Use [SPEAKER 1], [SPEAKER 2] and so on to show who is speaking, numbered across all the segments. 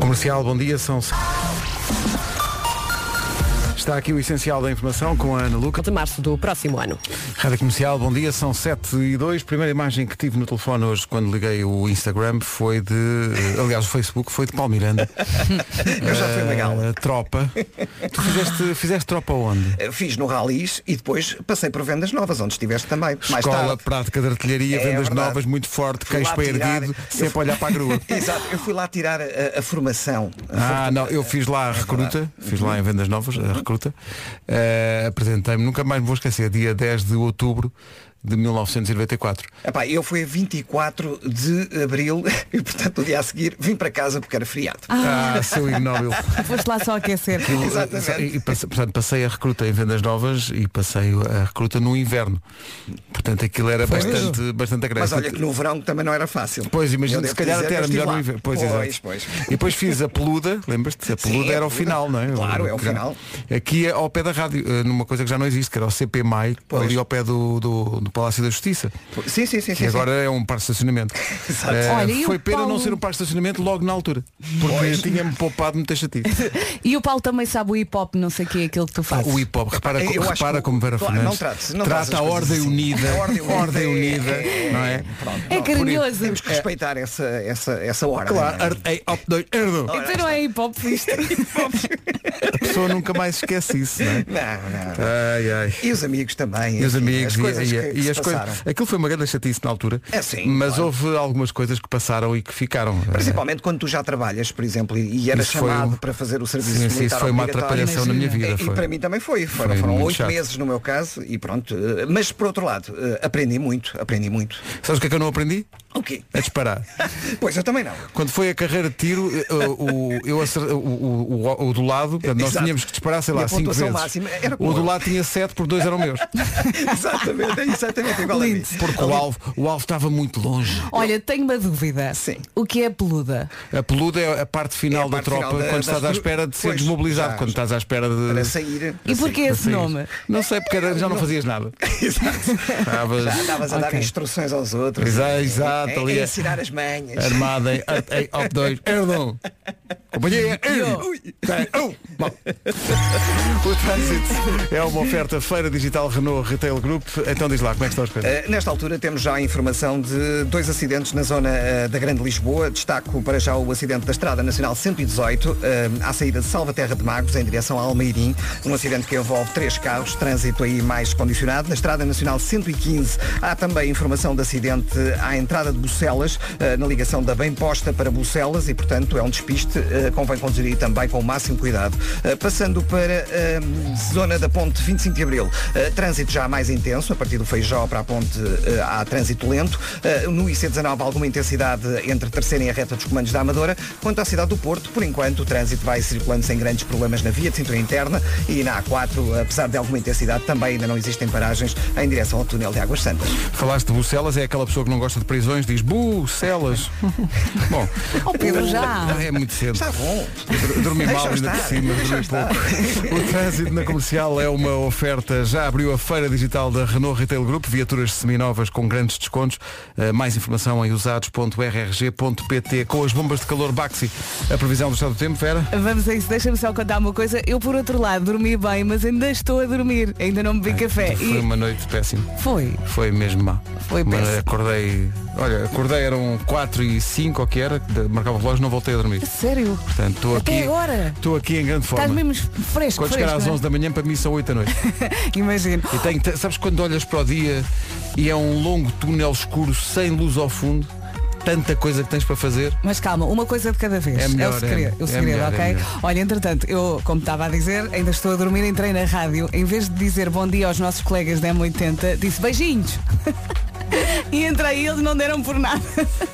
[SPEAKER 1] Comercial, bom dia, são. Está aqui o essencial da informação com a Ana Luca.
[SPEAKER 2] de março do próximo ano.
[SPEAKER 1] Rádio Comercial, bom dia, são 7 e 2. Primeira imagem que tive no telefone hoje quando liguei o Instagram foi de. eh, Aliás, o Facebook foi de Paulo Miranda.
[SPEAKER 3] Eu já fui uma gala.
[SPEAKER 1] Eh, tropa. Tu fizeste, fizeste tropa onde?
[SPEAKER 3] Eu Fiz no Ralis e depois passei por vendas novas, onde estiveste também. Mais
[SPEAKER 1] Escola,
[SPEAKER 3] tarde.
[SPEAKER 1] prática de artilharia,
[SPEAKER 3] É
[SPEAKER 1] vendas
[SPEAKER 3] verdade.
[SPEAKER 1] novas, muito forte,
[SPEAKER 3] Fui
[SPEAKER 1] queixo
[SPEAKER 3] lá
[SPEAKER 1] para
[SPEAKER 3] tirar-
[SPEAKER 1] erguido,
[SPEAKER 3] eu
[SPEAKER 1] sempre a
[SPEAKER 3] fui-
[SPEAKER 1] olhar para a grua.
[SPEAKER 3] Exato, eu fui lá tirar a, a formação.
[SPEAKER 1] Ah, não, eu fiz lá a recruta, fiz lá em Vendas Novas, a recruta, eh, apresentei-me, nunca mais me vou esquecer, dia 10 de outubro de 1994.
[SPEAKER 3] Epá, eu fui a 24 de abril e, portanto, no dia a seguir vim para casa porque era feriado.
[SPEAKER 1] Ah, seu ignóbil.
[SPEAKER 4] Foste lá só aquecer.
[SPEAKER 1] Eu,
[SPEAKER 3] Exatamente.
[SPEAKER 1] eh, E, e passe- portanto, passei a recruta em Vendas Novas e passei a recruta no inverno. Portanto, aquilo era bastante, bastante agreste.
[SPEAKER 3] Mas olha que no verão também não era fácil.
[SPEAKER 1] Pois,
[SPEAKER 3] Eu
[SPEAKER 1] imagino,
[SPEAKER 3] devo
[SPEAKER 1] se calhar
[SPEAKER 3] dizer
[SPEAKER 1] até
[SPEAKER 3] que
[SPEAKER 1] era
[SPEAKER 3] eu
[SPEAKER 1] melhor
[SPEAKER 3] estive
[SPEAKER 1] no
[SPEAKER 3] lá.
[SPEAKER 1] inverno. Pois,
[SPEAKER 3] pois,
[SPEAKER 1] exato.
[SPEAKER 3] pois.
[SPEAKER 1] E depois fiz a peluda, lembras-te? A
[SPEAKER 3] Sim,
[SPEAKER 1] peluda
[SPEAKER 3] a
[SPEAKER 1] era o
[SPEAKER 3] peluda.
[SPEAKER 1] final, não é?
[SPEAKER 3] Claro, é o final.
[SPEAKER 1] Aqui ao pé da rádio, eh, numa coisa que já não existe, que era o CP Mai,
[SPEAKER 3] Pois.
[SPEAKER 1] ali ao pé do, do, do Palácio da Justiça.
[SPEAKER 3] Sim, sim, sim. sim,
[SPEAKER 1] Que
[SPEAKER 3] sim.
[SPEAKER 1] agora é um parque de estacionamento.
[SPEAKER 3] Exato.
[SPEAKER 1] Eh,
[SPEAKER 4] Olha, e o
[SPEAKER 1] foi pena não
[SPEAKER 4] Paulo-
[SPEAKER 1] ser um parque de estacionamento logo na altura. Porque tinha-me poupado muita chatice.
[SPEAKER 4] E o Paulo também sabe o hip hop, não sei o que é aquilo que tu
[SPEAKER 1] Ah,
[SPEAKER 4] fazes.
[SPEAKER 1] O hip hop, repara,
[SPEAKER 3] eu acho
[SPEAKER 1] repara
[SPEAKER 3] que-
[SPEAKER 1] como Vera
[SPEAKER 3] claro,
[SPEAKER 1] Fernandes
[SPEAKER 3] não trate- não trate
[SPEAKER 1] trata
[SPEAKER 3] as
[SPEAKER 1] a
[SPEAKER 3] coisas
[SPEAKER 1] ordem
[SPEAKER 3] assim.
[SPEAKER 1] unida,
[SPEAKER 3] A ordem unida
[SPEAKER 1] ordem
[SPEAKER 3] é-
[SPEAKER 1] unida, não é?
[SPEAKER 3] Pronto,
[SPEAKER 4] É
[SPEAKER 3] não, por isso
[SPEAKER 4] carinhoso.
[SPEAKER 3] Temos que respeitar essa, essa, essa hora.
[SPEAKER 1] Claro, ar- ei, op, dois, erdo.
[SPEAKER 4] Então não é hip hop isto.
[SPEAKER 1] a pessoa nunca mais esquece isso, não é?
[SPEAKER 3] Não, não.
[SPEAKER 1] Ai, ai.
[SPEAKER 3] E os amigos também.
[SPEAKER 1] E os
[SPEAKER 3] enfim,
[SPEAKER 1] amigos
[SPEAKER 3] as coisas
[SPEAKER 1] e,
[SPEAKER 3] que-
[SPEAKER 1] e-
[SPEAKER 3] que
[SPEAKER 1] e
[SPEAKER 3] se
[SPEAKER 1] as
[SPEAKER 3] passaram.
[SPEAKER 1] coisas. Aquilo foi uma grande chatice na altura.
[SPEAKER 3] É, sim,
[SPEAKER 1] mas
[SPEAKER 3] claro.
[SPEAKER 1] houve algumas coisas que passaram e que ficaram.
[SPEAKER 3] Principalmente quando tu já trabalhas, por exemplo, e e eras
[SPEAKER 1] Isso foi
[SPEAKER 3] chamado
[SPEAKER 1] um-
[SPEAKER 3] para fazer o serviço
[SPEAKER 1] Sim, sim,
[SPEAKER 3] militar
[SPEAKER 1] isso foi uma
[SPEAKER 3] obrigatório.
[SPEAKER 1] atrapalhação na minha vida.
[SPEAKER 3] E, e
[SPEAKER 1] foi.
[SPEAKER 3] para mim também foi. Foram-
[SPEAKER 1] Foi
[SPEAKER 3] foram
[SPEAKER 1] muito
[SPEAKER 3] oito
[SPEAKER 1] chato.
[SPEAKER 3] meses no meu caso e pronto. eh, Mas por outro lado, eh, aprendi muito, aprendi muito.
[SPEAKER 1] Sabes o que é que eu não aprendi?
[SPEAKER 3] O quê?
[SPEAKER 1] A disparar.
[SPEAKER 3] Pois eu também não.
[SPEAKER 1] Quando foi a carreira de tiro, eh, o, o- eu acer- o, o- o- o do lado, portanto, nós
[SPEAKER 3] Exato.
[SPEAKER 1] tínhamos que disparar, sei lá,
[SPEAKER 3] E a
[SPEAKER 1] 5
[SPEAKER 3] pontuação
[SPEAKER 1] vezes.
[SPEAKER 3] máxima era
[SPEAKER 1] o
[SPEAKER 3] boa.
[SPEAKER 1] do lado tinha 7 porque 2 eram meus.
[SPEAKER 3] exatamente, é exatamente igual a mim.
[SPEAKER 1] Porque o alvo, o alvo estava muito longe.
[SPEAKER 4] Olha, tenho uma dúvida.
[SPEAKER 3] Sim.
[SPEAKER 4] O que é peluda?
[SPEAKER 1] A peluda é a parte final
[SPEAKER 3] É a
[SPEAKER 1] da
[SPEAKER 3] parte
[SPEAKER 1] tropa
[SPEAKER 3] final da-
[SPEAKER 1] quando
[SPEAKER 3] das
[SPEAKER 1] estás à
[SPEAKER 3] gru-
[SPEAKER 1] espera de ser
[SPEAKER 3] Pois,
[SPEAKER 1] desmobilizado,
[SPEAKER 3] já,
[SPEAKER 1] quando
[SPEAKER 3] já.
[SPEAKER 1] estás à espera de.
[SPEAKER 3] Para sair. assim,
[SPEAKER 4] E porquê
[SPEAKER 1] para
[SPEAKER 4] esse
[SPEAKER 1] sair.
[SPEAKER 4] nome?
[SPEAKER 1] Não sei, porque era- já não fazias nada. Estavas
[SPEAKER 3] Já andavas a dar
[SPEAKER 4] Ok.
[SPEAKER 3] instruções aos outros.
[SPEAKER 1] Exa-
[SPEAKER 3] É,
[SPEAKER 1] exato,
[SPEAKER 3] é,
[SPEAKER 1] ali
[SPEAKER 3] é
[SPEAKER 1] é-
[SPEAKER 3] ensinar as manhas.
[SPEAKER 1] armada em up- em op 2. Erdon! Companhia! Erdon! Tem- Au! Bom. O trânsito é uma oferta Feira Digital Renault Retail Group. Então diz lá, como é que estão as coisas?
[SPEAKER 3] Uh, Nesta altura temos já a informação de dois acidentes na zona uh, da Grande Lisboa. Destaco para já o acidente da Estrada Nacional 118, uh, à saída de Salvaterra de Magos, em direção a Almeirim. Um acidente que envolve três carros, trânsito aí mais condicionado. Na Estrada Nacional 115 há também informação de acidente à entrada de Bucelas, uh, na ligação da Bem Posta para Bucelas e, portanto, é um despiste. Uh, Convém conduzir aí também com o máximo cuidado. Uh, Passando para uh, zona da Ponte 25 de Abril, uh, trânsito já mais intenso, a partir do Feijó para a Ponte uh, há trânsito lento. Uh, No IC19 alguma intensidade entre a terceira e a reta dos comandos da Amadora. Quanto à cidade do Porto, por enquanto o trânsito vai circulando sem grandes problemas na via de cintura interna e na A4, apesar de alguma intensidade, também ainda não existem paragens em direção ao túnel de Águas Santas.
[SPEAKER 1] Falaste de Bucelas, é aquela pessoa que não gosta de prisões, diz Bucelas. Bom,
[SPEAKER 4] Oh, Pedro, já.
[SPEAKER 1] É muito cedo.
[SPEAKER 3] Está bom.
[SPEAKER 1] Dur- Dormi mal
[SPEAKER 3] Deixa
[SPEAKER 1] ainda por
[SPEAKER 3] estar,
[SPEAKER 1] cima,
[SPEAKER 3] deixa
[SPEAKER 1] dormi
[SPEAKER 3] estar.
[SPEAKER 1] pouco. O trânsito na comercial é uma oferta. Já abriu a feira digital da Renault Retail Group, viaturas seminovas com grandes descontos. Eh, mais informação em usados.rrg.pt. Com as bombas de calor Baxi, a previsão do estado do tempo, Vera?
[SPEAKER 4] Vamos a isso, deixa-me só contar uma coisa. Eu por outro lado dormi bem, mas ainda estou a dormir. Ainda não bebi café.
[SPEAKER 1] Foi
[SPEAKER 4] E
[SPEAKER 1] uma noite péssima.
[SPEAKER 4] foi.
[SPEAKER 1] Foi mesmo má.
[SPEAKER 4] Foi
[SPEAKER 1] Mas
[SPEAKER 4] péssimo.
[SPEAKER 1] Acordei, olha, acordei, eram 4 e 5, ou que era, que marcava o relógio, não voltei a dormir.
[SPEAKER 4] Sério?
[SPEAKER 1] Portanto, estou
[SPEAKER 4] Até
[SPEAKER 1] aqui,
[SPEAKER 4] agora?
[SPEAKER 1] estou aqui em grande forma.
[SPEAKER 4] Estás mesmo fresco.
[SPEAKER 1] Quando
[SPEAKER 4] fresco,
[SPEAKER 1] chegar às
[SPEAKER 4] não é?
[SPEAKER 1] 11 da manhã, para mim são 8 da noite.
[SPEAKER 4] Imagino.
[SPEAKER 1] E tenho, te- sabes quando olhas para o dia e é um longo túnel escuro sem luz ao fundo, tanta coisa que tens para fazer.
[SPEAKER 4] Mas calma, uma coisa de cada vez.
[SPEAKER 1] É melhor,
[SPEAKER 4] o segredo,
[SPEAKER 1] é.
[SPEAKER 4] o
[SPEAKER 1] É
[SPEAKER 4] segredo
[SPEAKER 1] melhor, é
[SPEAKER 4] ok?
[SPEAKER 1] melhor.
[SPEAKER 4] Olha, entretanto, eu, como estava a dizer, ainda estou a dormir, entrei na rádio. Em vez de dizer bom dia aos nossos colegas da M80, disse beijinhos. e entrei e eles não deram por nada.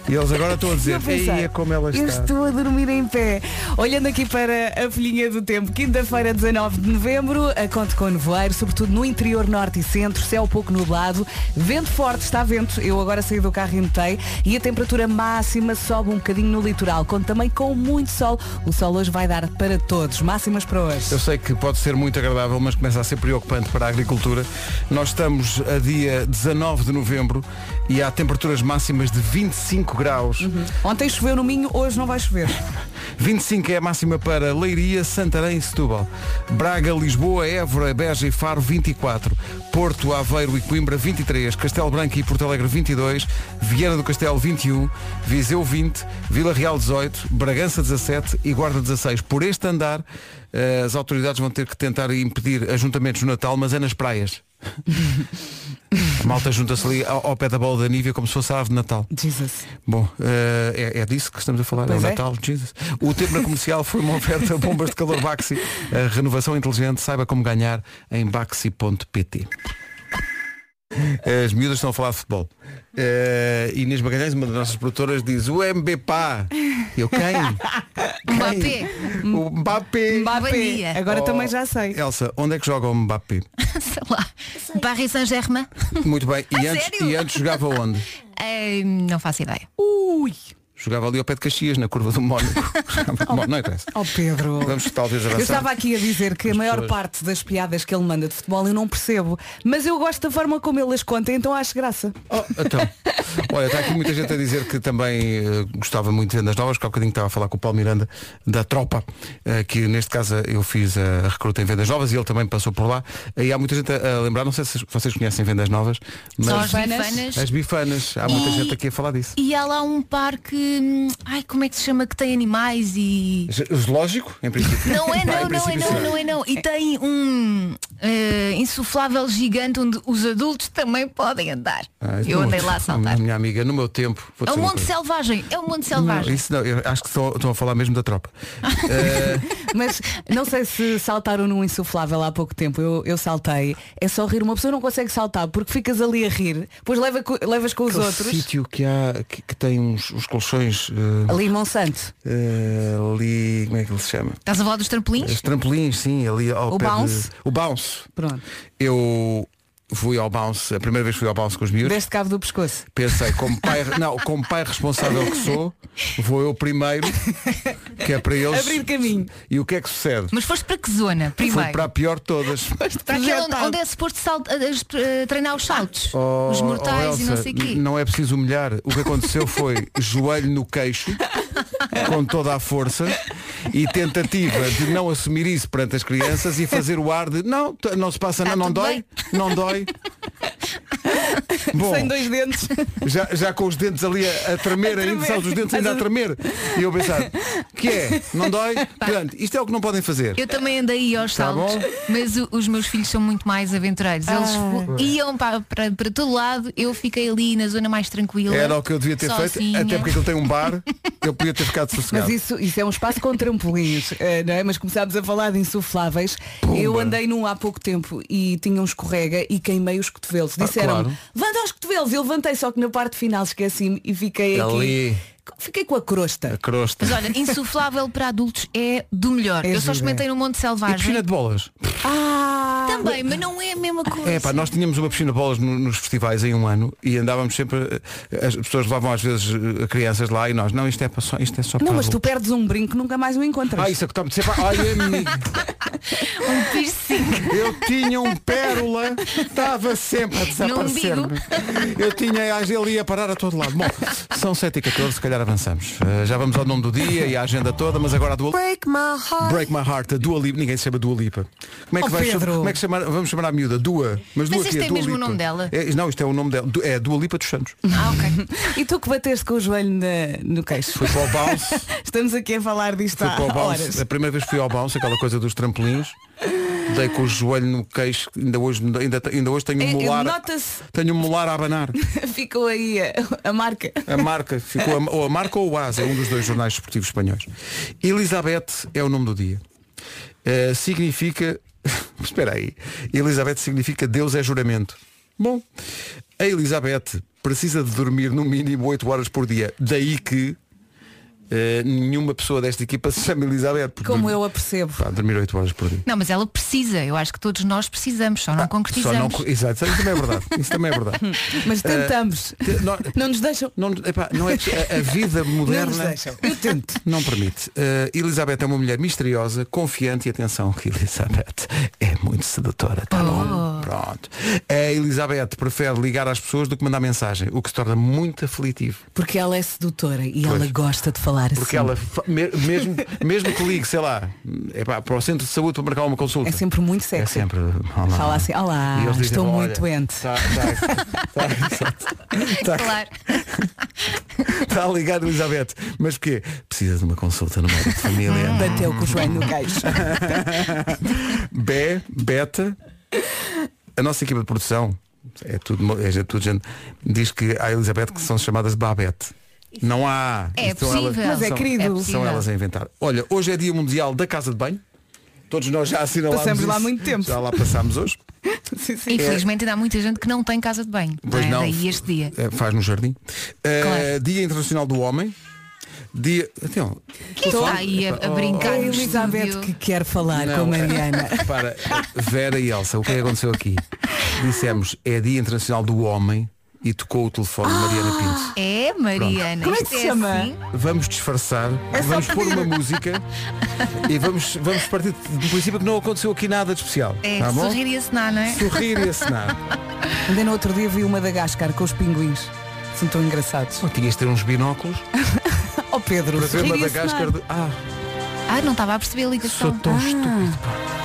[SPEAKER 1] E eles agora estão a
[SPEAKER 4] Eu
[SPEAKER 1] dizer,
[SPEAKER 4] pensei,
[SPEAKER 1] "Ei, é como ela
[SPEAKER 4] Eu
[SPEAKER 1] está.
[SPEAKER 4] estou a dormir em pé. Olhando aqui para a folhinha do tempo, quinta-feira, 19 de novembro, a conta com nevoeiro, sobretudo no interior norte e centro, céu pouco nublado, vento forte, está vento. Eu agora saí do carro e notei e a temperatura máxima sobe um bocadinho no litoral, conto também com muito sol. O sol hoje vai dar para todos. Máximas para hoje.
[SPEAKER 1] Eu sei que pode ser muito agradável, mas começa a ser preocupante para a agricultura. Nós estamos a dia 19 de novembro e há temperaturas máximas de 25 graus.
[SPEAKER 4] Ontem choveu no Minho, hoje não vai chover.
[SPEAKER 1] 25 é a máxima para Leiria, Santarém e Setúbal. Braga, Lisboa, Évora, Beja e Faro 24. Porto, Aveiro e Coimbra 23. Castelo Branco e Porto Alegre 22. Viana do Castelo 21. Viseu 20. Vila Real 18. Bragança 17 e Guarda 16. Por este andar, eh, as autoridades vão ter que tentar impedir ajuntamentos no Natal, mas é nas praias. A malta junta-se ali ao, ao pé da bola da Nívea como se fosse a ave de Natal.
[SPEAKER 4] Jesus.
[SPEAKER 1] Bom, eh, é, é disso que estamos a falar,
[SPEAKER 4] Pois
[SPEAKER 1] é o
[SPEAKER 4] é.
[SPEAKER 1] Natal, Jesus. O tempo na comercial foi uma oferta a bombas de calor Baxi. A renovação inteligente, saiba como ganhar em baxi.pt. As miúdas estão a falar de futebol. Eh, Inês Magalhães, uma das nossas produtoras, diz o Mbpá. Eu quem?
[SPEAKER 2] Mbappé.
[SPEAKER 1] Quem? O Mbappé.
[SPEAKER 4] Mbappé.
[SPEAKER 2] Bom dia.
[SPEAKER 4] Agora
[SPEAKER 1] Oh,
[SPEAKER 4] também já sei.
[SPEAKER 1] Elsa, onde é que joga o Mbappé?
[SPEAKER 2] Sei lá. Paris Saint-Germain?
[SPEAKER 1] Muito bem. E
[SPEAKER 2] A
[SPEAKER 1] antes,
[SPEAKER 2] sério?
[SPEAKER 1] e antes jogava onde?
[SPEAKER 2] Eh, não faço ideia.
[SPEAKER 4] Ui.
[SPEAKER 1] Jogava ali ao pé de Caxias, na curva do Mónaco. Bom, não interessa.
[SPEAKER 4] Oh Pedro.
[SPEAKER 1] Vamos talvez
[SPEAKER 4] Eu
[SPEAKER 1] avançar.
[SPEAKER 4] estava aqui a dizer que a maior
[SPEAKER 1] pessoas-
[SPEAKER 4] parte das piadas que ele manda de futebol eu não percebo, mas eu gosto da forma como ele as conta, então acho graça.
[SPEAKER 1] Oh, então. Olha, está aqui muita gente a dizer que também eh, gostava muito de vendas novas, que há bocadinho estava a falar com o Paulo Miranda da Tropa, eh, que neste caso eh, eu fiz a recruta em vendas novas e ele também passou por lá. E há muita gente a, a lembrar, não sei se vocês conhecem vendas novas,
[SPEAKER 2] São
[SPEAKER 1] mas
[SPEAKER 2] as bifanas.
[SPEAKER 1] as bifanas, há muita
[SPEAKER 2] E-
[SPEAKER 1] gente aqui a falar disso.
[SPEAKER 2] E há lá um parque. hum, Ai, como é que se chama? Que tem animais e.
[SPEAKER 1] Lógico, em princípio.
[SPEAKER 2] Não é
[SPEAKER 1] Ah, em
[SPEAKER 2] não, não é
[SPEAKER 1] princípio,
[SPEAKER 2] não,
[SPEAKER 1] sim.
[SPEAKER 2] não é não. E tem um eh, insuflável gigante onde os adultos também podem andar.
[SPEAKER 1] Ah,
[SPEAKER 2] Eu
[SPEAKER 1] no-
[SPEAKER 2] andei lá a saltar.
[SPEAKER 1] Minha amiga, no meu tempo. vou
[SPEAKER 2] É um
[SPEAKER 1] dizer uma
[SPEAKER 2] monte
[SPEAKER 1] coisa.
[SPEAKER 2] selvagem, é um monte
[SPEAKER 1] Não,
[SPEAKER 2] selvagem.
[SPEAKER 1] isso não, eu acho que estão estão a falar mesmo da tropa.
[SPEAKER 4] Mas não sei se saltaram num insuflável há pouco tempo, eu, eu saltei. É só rir, uma pessoa não consegue saltar porque ficas ali a rir, depois leva co- levas com os
[SPEAKER 1] Aquele
[SPEAKER 4] outros.
[SPEAKER 1] É sítio que há que, que tem uns, uns colchões eh,
[SPEAKER 4] Ali em Monsanto.
[SPEAKER 1] eh, ali, como é que ele se chama?
[SPEAKER 2] Estás a falar dos trampolins?
[SPEAKER 1] Os trampolins, sim, ali ao
[SPEAKER 4] O
[SPEAKER 1] pé de-
[SPEAKER 4] bounce?
[SPEAKER 1] o bounce.
[SPEAKER 4] Pronto.
[SPEAKER 1] Eu fui ao bounce, a primeira vez fui ao bounce com os miúdos.
[SPEAKER 4] Deste cabo do pescoço.
[SPEAKER 1] Pensei, como pai, não, como pai responsável que sou, vou eu primeiro, que é para eles.
[SPEAKER 4] Abrir caminho.
[SPEAKER 1] E o que é que sucede?
[SPEAKER 2] Mas foste para que zona?
[SPEAKER 1] Foi
[SPEAKER 2] Primeiro.
[SPEAKER 1] para a pior de todas.
[SPEAKER 2] Para aquela onde,
[SPEAKER 4] Projetado.
[SPEAKER 2] onde é suposto salt- eh, eh, treinar os saltos,
[SPEAKER 1] Oh,
[SPEAKER 2] os mortais
[SPEAKER 1] oh,
[SPEAKER 2] e
[SPEAKER 1] Elsa,
[SPEAKER 2] não sei o quê.
[SPEAKER 1] n- Não é preciso humilhar. O que aconteceu foi joelho no queixo, com toda a força, e tentativa de não assumir isso perante as crianças e fazer o ar de não, t- não se passa
[SPEAKER 2] Tá
[SPEAKER 1] nada, não
[SPEAKER 2] tudo
[SPEAKER 1] dói,
[SPEAKER 2] bem."
[SPEAKER 1] não dói. Bom,
[SPEAKER 4] Sem dois dentes.
[SPEAKER 1] já, já com os dentes ali a, a tremer, ainda,
[SPEAKER 4] tremer.
[SPEAKER 1] sabes, os dentes ainda a tremer. E eu pensar, que é? Não dói? Portanto, isto é o que não podem fazer.
[SPEAKER 2] Eu também andei aí aos
[SPEAKER 1] Tá
[SPEAKER 2] saltos,
[SPEAKER 1] bom. Ah.
[SPEAKER 2] mas o- os meus filhos são muito mais aventureiros. Eles fo- iam para, para, para todo lado, eu fiquei ali na zona mais tranquila.
[SPEAKER 1] Era o que eu devia ter feito,
[SPEAKER 2] é sozinha.
[SPEAKER 1] até porque ele tem um bar, eu podia ter ficado sossegado.
[SPEAKER 4] Mas isso, isso é um espaço com trampolins, eh, não é? Mas começámos a falar de insufláveis. Eu andei num há pouco tempo e tinha um escorrega e queimei os cotovelos. Disseram-me,
[SPEAKER 1] Ah, claro.
[SPEAKER 4] levanta os cotovelos. Eu levantei, só que na parte final esqueci-me e fiquei
[SPEAKER 1] Ali. É
[SPEAKER 4] aqui. Fiquei com a
[SPEAKER 1] A
[SPEAKER 4] crosta.
[SPEAKER 1] crosta.
[SPEAKER 2] Mas olha, insuflável para adultos é do melhor.
[SPEAKER 4] É
[SPEAKER 2] eu só
[SPEAKER 4] gira.
[SPEAKER 2] experimentei no Monte
[SPEAKER 1] E
[SPEAKER 2] Selvagem.
[SPEAKER 1] piscina de bolas.
[SPEAKER 4] Ah!
[SPEAKER 2] Também, mas não é a mesma coisa.
[SPEAKER 1] É pá, nós tínhamos uma piscina de bolas no- nos festivais em um ano e andávamos sempre, eh, as pessoas levavam às vezes eh, crianças lá e nós, não, isto é para só, isto é só
[SPEAKER 4] Não,
[SPEAKER 1] para
[SPEAKER 4] mas tu
[SPEAKER 1] adultos."
[SPEAKER 4] perdes um brinco, nunca mais o encontras.
[SPEAKER 1] Ah, isso é que está-me a dizer, pá, ai amigo,
[SPEAKER 2] Um piercing.
[SPEAKER 1] eu tinha um pérola, estava sempre a desaparecer-me. Eu tinha, às ele ia parar a todo lado. Bom, são 7 e 14 se calhar avançamos. Eh, já vamos ao nome do dia e à agenda toda, mas agora a Dua Break my heart. Break my heart, a Dua Lipa, ninguém se chama Dua Lipa. Como é que,
[SPEAKER 4] Oh,
[SPEAKER 1] vai chamar-
[SPEAKER 4] Pedro.
[SPEAKER 1] como é que chamar, vamos chamar a miúda? Dua. Mas, Dua
[SPEAKER 2] Mas
[SPEAKER 1] aqui
[SPEAKER 2] este
[SPEAKER 1] é
[SPEAKER 2] é
[SPEAKER 1] Dua
[SPEAKER 2] mesmo o
[SPEAKER 1] Lipa.
[SPEAKER 2] nome dela?
[SPEAKER 1] É, não, isto é o nome dela. Du- É a Dua Lipa dos Santos.
[SPEAKER 2] Ah, ok.
[SPEAKER 1] é-
[SPEAKER 4] E tu que bateste com o joelho na- no queixo.
[SPEAKER 1] Fui para o bounce, fui
[SPEAKER 4] Estamos aqui a falar disto há
[SPEAKER 1] para
[SPEAKER 2] Tá,
[SPEAKER 1] o bounce.
[SPEAKER 4] horas.
[SPEAKER 1] A primeira vez que fui ao bounce, aquela coisa dos trampolins. Dei com o joelho no queixo, ainda hoje, me dói- ainda, ainda hoje
[SPEAKER 2] É,
[SPEAKER 1] tenho um
[SPEAKER 4] Eh,
[SPEAKER 1] molar.
[SPEAKER 4] Nota-se,
[SPEAKER 1] Tenho um molar a abanar.
[SPEAKER 4] ficou aí a, a marca.
[SPEAKER 1] A marca, ficou a, ou a marca ou o AS, é um dos dois jornais esportivos espanhóis. Elizabeth é o nome do dia. Eh, significa. Espera aí. Elizabeth significa Deus é juramento. Bom, a Elizabeth precisa de dormir no mínimo 8 horas por dia. Daí que eh, nenhuma pessoa desta equipa se chama Elizabeth. porque
[SPEAKER 4] Como
[SPEAKER 1] dorm-
[SPEAKER 4] eu a percebo.
[SPEAKER 1] Pá, dormir 8 horas por dia.
[SPEAKER 2] Não, mas ela precisa. Eu acho que todos nós precisamos, só não
[SPEAKER 1] Ah, Só
[SPEAKER 2] concretizamos.
[SPEAKER 1] não, co- exato, isso também é verdade. Isso também é verdade. Eh,
[SPEAKER 4] Mas tentamos.
[SPEAKER 1] Te- nó-
[SPEAKER 4] Não nos deixam.
[SPEAKER 1] não, epá, não é, a, a vida
[SPEAKER 4] Não nos
[SPEAKER 1] moderna
[SPEAKER 4] deixam. Eu
[SPEAKER 1] Tente, não permite. Eh, Elizabeth é uma mulher misteriosa, confiante e atenção que Elizabeth é muito sedutora, tá
[SPEAKER 4] Oh.
[SPEAKER 1] bom? Pronto. A Elizabeth prefere ligar às pessoas do que mandar mensagem, o que se torna muito aflitivo.
[SPEAKER 4] Porque ela é sedutora e
[SPEAKER 1] Pois.
[SPEAKER 4] ela gosta de falar assim.
[SPEAKER 1] Porque ela, é fa- me- mesmo, mesmo que ligue, sei lá, é pá, para o centro de saúde para marcar uma consulta.
[SPEAKER 4] É sempre muito
[SPEAKER 1] É
[SPEAKER 4] sexy.
[SPEAKER 1] sempre. Olá.
[SPEAKER 4] Fala assim, olá,
[SPEAKER 1] E eles dizem,
[SPEAKER 4] estou
[SPEAKER 1] olha, tá."
[SPEAKER 4] muito doente.
[SPEAKER 1] Está tá, tá, tá,
[SPEAKER 2] Claro.
[SPEAKER 1] tá ligado, Elizabeth. Mas porquê? Precisa de uma consulta no médico de família.
[SPEAKER 2] Ah.
[SPEAKER 4] Bateu com o joelho no queixo.
[SPEAKER 1] Bé, Beta, a nossa equipa de produção, é tudo, mo- é, gente- tudo gente, diz que há Elizabeth que são chamadas Babette. Não há.
[SPEAKER 2] É
[SPEAKER 1] Isto são
[SPEAKER 2] possível.
[SPEAKER 4] Mas é
[SPEAKER 1] são-
[SPEAKER 4] querido.
[SPEAKER 2] É
[SPEAKER 1] São
[SPEAKER 2] possível.
[SPEAKER 1] elas a inventar. Olha, hoje é dia mundial da casa de banho. Todos nós já assinalámos
[SPEAKER 4] Passamos lá
[SPEAKER 1] isso.
[SPEAKER 4] muito tempo.
[SPEAKER 1] Já lá passámos hoje.
[SPEAKER 4] Sim, sim.
[SPEAKER 2] Infelizmente ainda há muita gente que não tem casa de banho.
[SPEAKER 1] Pois
[SPEAKER 2] é?
[SPEAKER 1] não.
[SPEAKER 2] Daí este dia.
[SPEAKER 1] É, faz no jardim. Eh,
[SPEAKER 2] Claro.
[SPEAKER 1] Dia Internacional do Homem. Dia. então, Atenção.
[SPEAKER 2] Quem está aí a, a brincar
[SPEAKER 4] É a
[SPEAKER 2] no
[SPEAKER 4] Elizabeth
[SPEAKER 2] estúdio?
[SPEAKER 4] que quer falar
[SPEAKER 1] Não,
[SPEAKER 4] com a
[SPEAKER 1] é-
[SPEAKER 4] Mariana.
[SPEAKER 1] Repara, Vera e Elsa, o que é que aconteceu aqui? Dissemos, é Dia Internacional do Homem e tocou o telefone de Mariana
[SPEAKER 4] Ah!
[SPEAKER 1] Pinto.
[SPEAKER 2] É, Mariana.
[SPEAKER 4] Como é que
[SPEAKER 2] isto
[SPEAKER 4] se chama?
[SPEAKER 2] assim?
[SPEAKER 1] Vamos disfarçar,
[SPEAKER 4] É só
[SPEAKER 1] vamos pôr
[SPEAKER 4] pedir.
[SPEAKER 1] uma música e vamos, vamos partir do princípio que não aconteceu aqui nada de especial.
[SPEAKER 2] É,
[SPEAKER 1] tá bom?
[SPEAKER 2] sorrir e assinar, não é?
[SPEAKER 1] Sorrir e assinar.
[SPEAKER 4] Ainda no outro dia vi o Madagascar com os pinguins. São tão engraçados.
[SPEAKER 1] Pô, Oh, tinhas de ter uns binóculos
[SPEAKER 2] Tá.
[SPEAKER 4] Oh Pedro,
[SPEAKER 1] para ver
[SPEAKER 4] sorrir e
[SPEAKER 1] Madagascar.
[SPEAKER 4] assinar. Ah.
[SPEAKER 1] De... Ah,
[SPEAKER 2] Ah, não estava a perceber a
[SPEAKER 1] sou
[SPEAKER 2] ligação.
[SPEAKER 1] tão estúpido.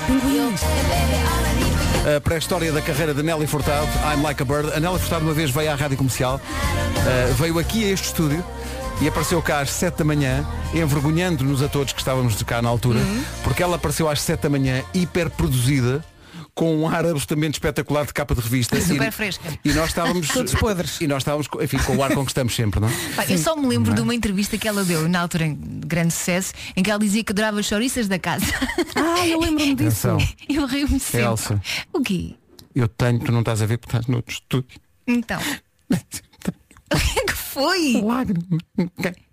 [SPEAKER 4] Pinguins.
[SPEAKER 1] Eh, a pré-história da carreira de Nelly Furtado, I'm Like a Bird. A Nelly Furtado uma vez veio à rádio comercial, eh, veio aqui a este estúdio e apareceu cá às 7 da manhã, envergonhando-nos a todos que estávamos de cá na altura,
[SPEAKER 2] Uhum.
[SPEAKER 1] porque ela apareceu às 7 da manhã, hiper produzida, com um ar absolutamente espetacular de capa de revista.
[SPEAKER 2] Super
[SPEAKER 1] E-
[SPEAKER 2] fresca.
[SPEAKER 1] E nós estávamos.
[SPEAKER 4] Todos podres.
[SPEAKER 1] E nós estávamos, co- enfim, com o ar com que estamos sempre, não é?
[SPEAKER 2] Ah, Pá, eu só me lembro
[SPEAKER 4] é?
[SPEAKER 2] de uma entrevista que ela deu, na altura em grande sucesso, em que ela dizia que adorava as chouriças da casa.
[SPEAKER 4] Ah, eu lembro-me disso. É
[SPEAKER 1] Atenção,
[SPEAKER 2] eu rio-me sempre.
[SPEAKER 1] Elsa.
[SPEAKER 2] O quê?
[SPEAKER 1] eu tenho, tu não estás a ver porque estás no outro estúdio.
[SPEAKER 2] Então. o que é que foi?
[SPEAKER 1] Lágrima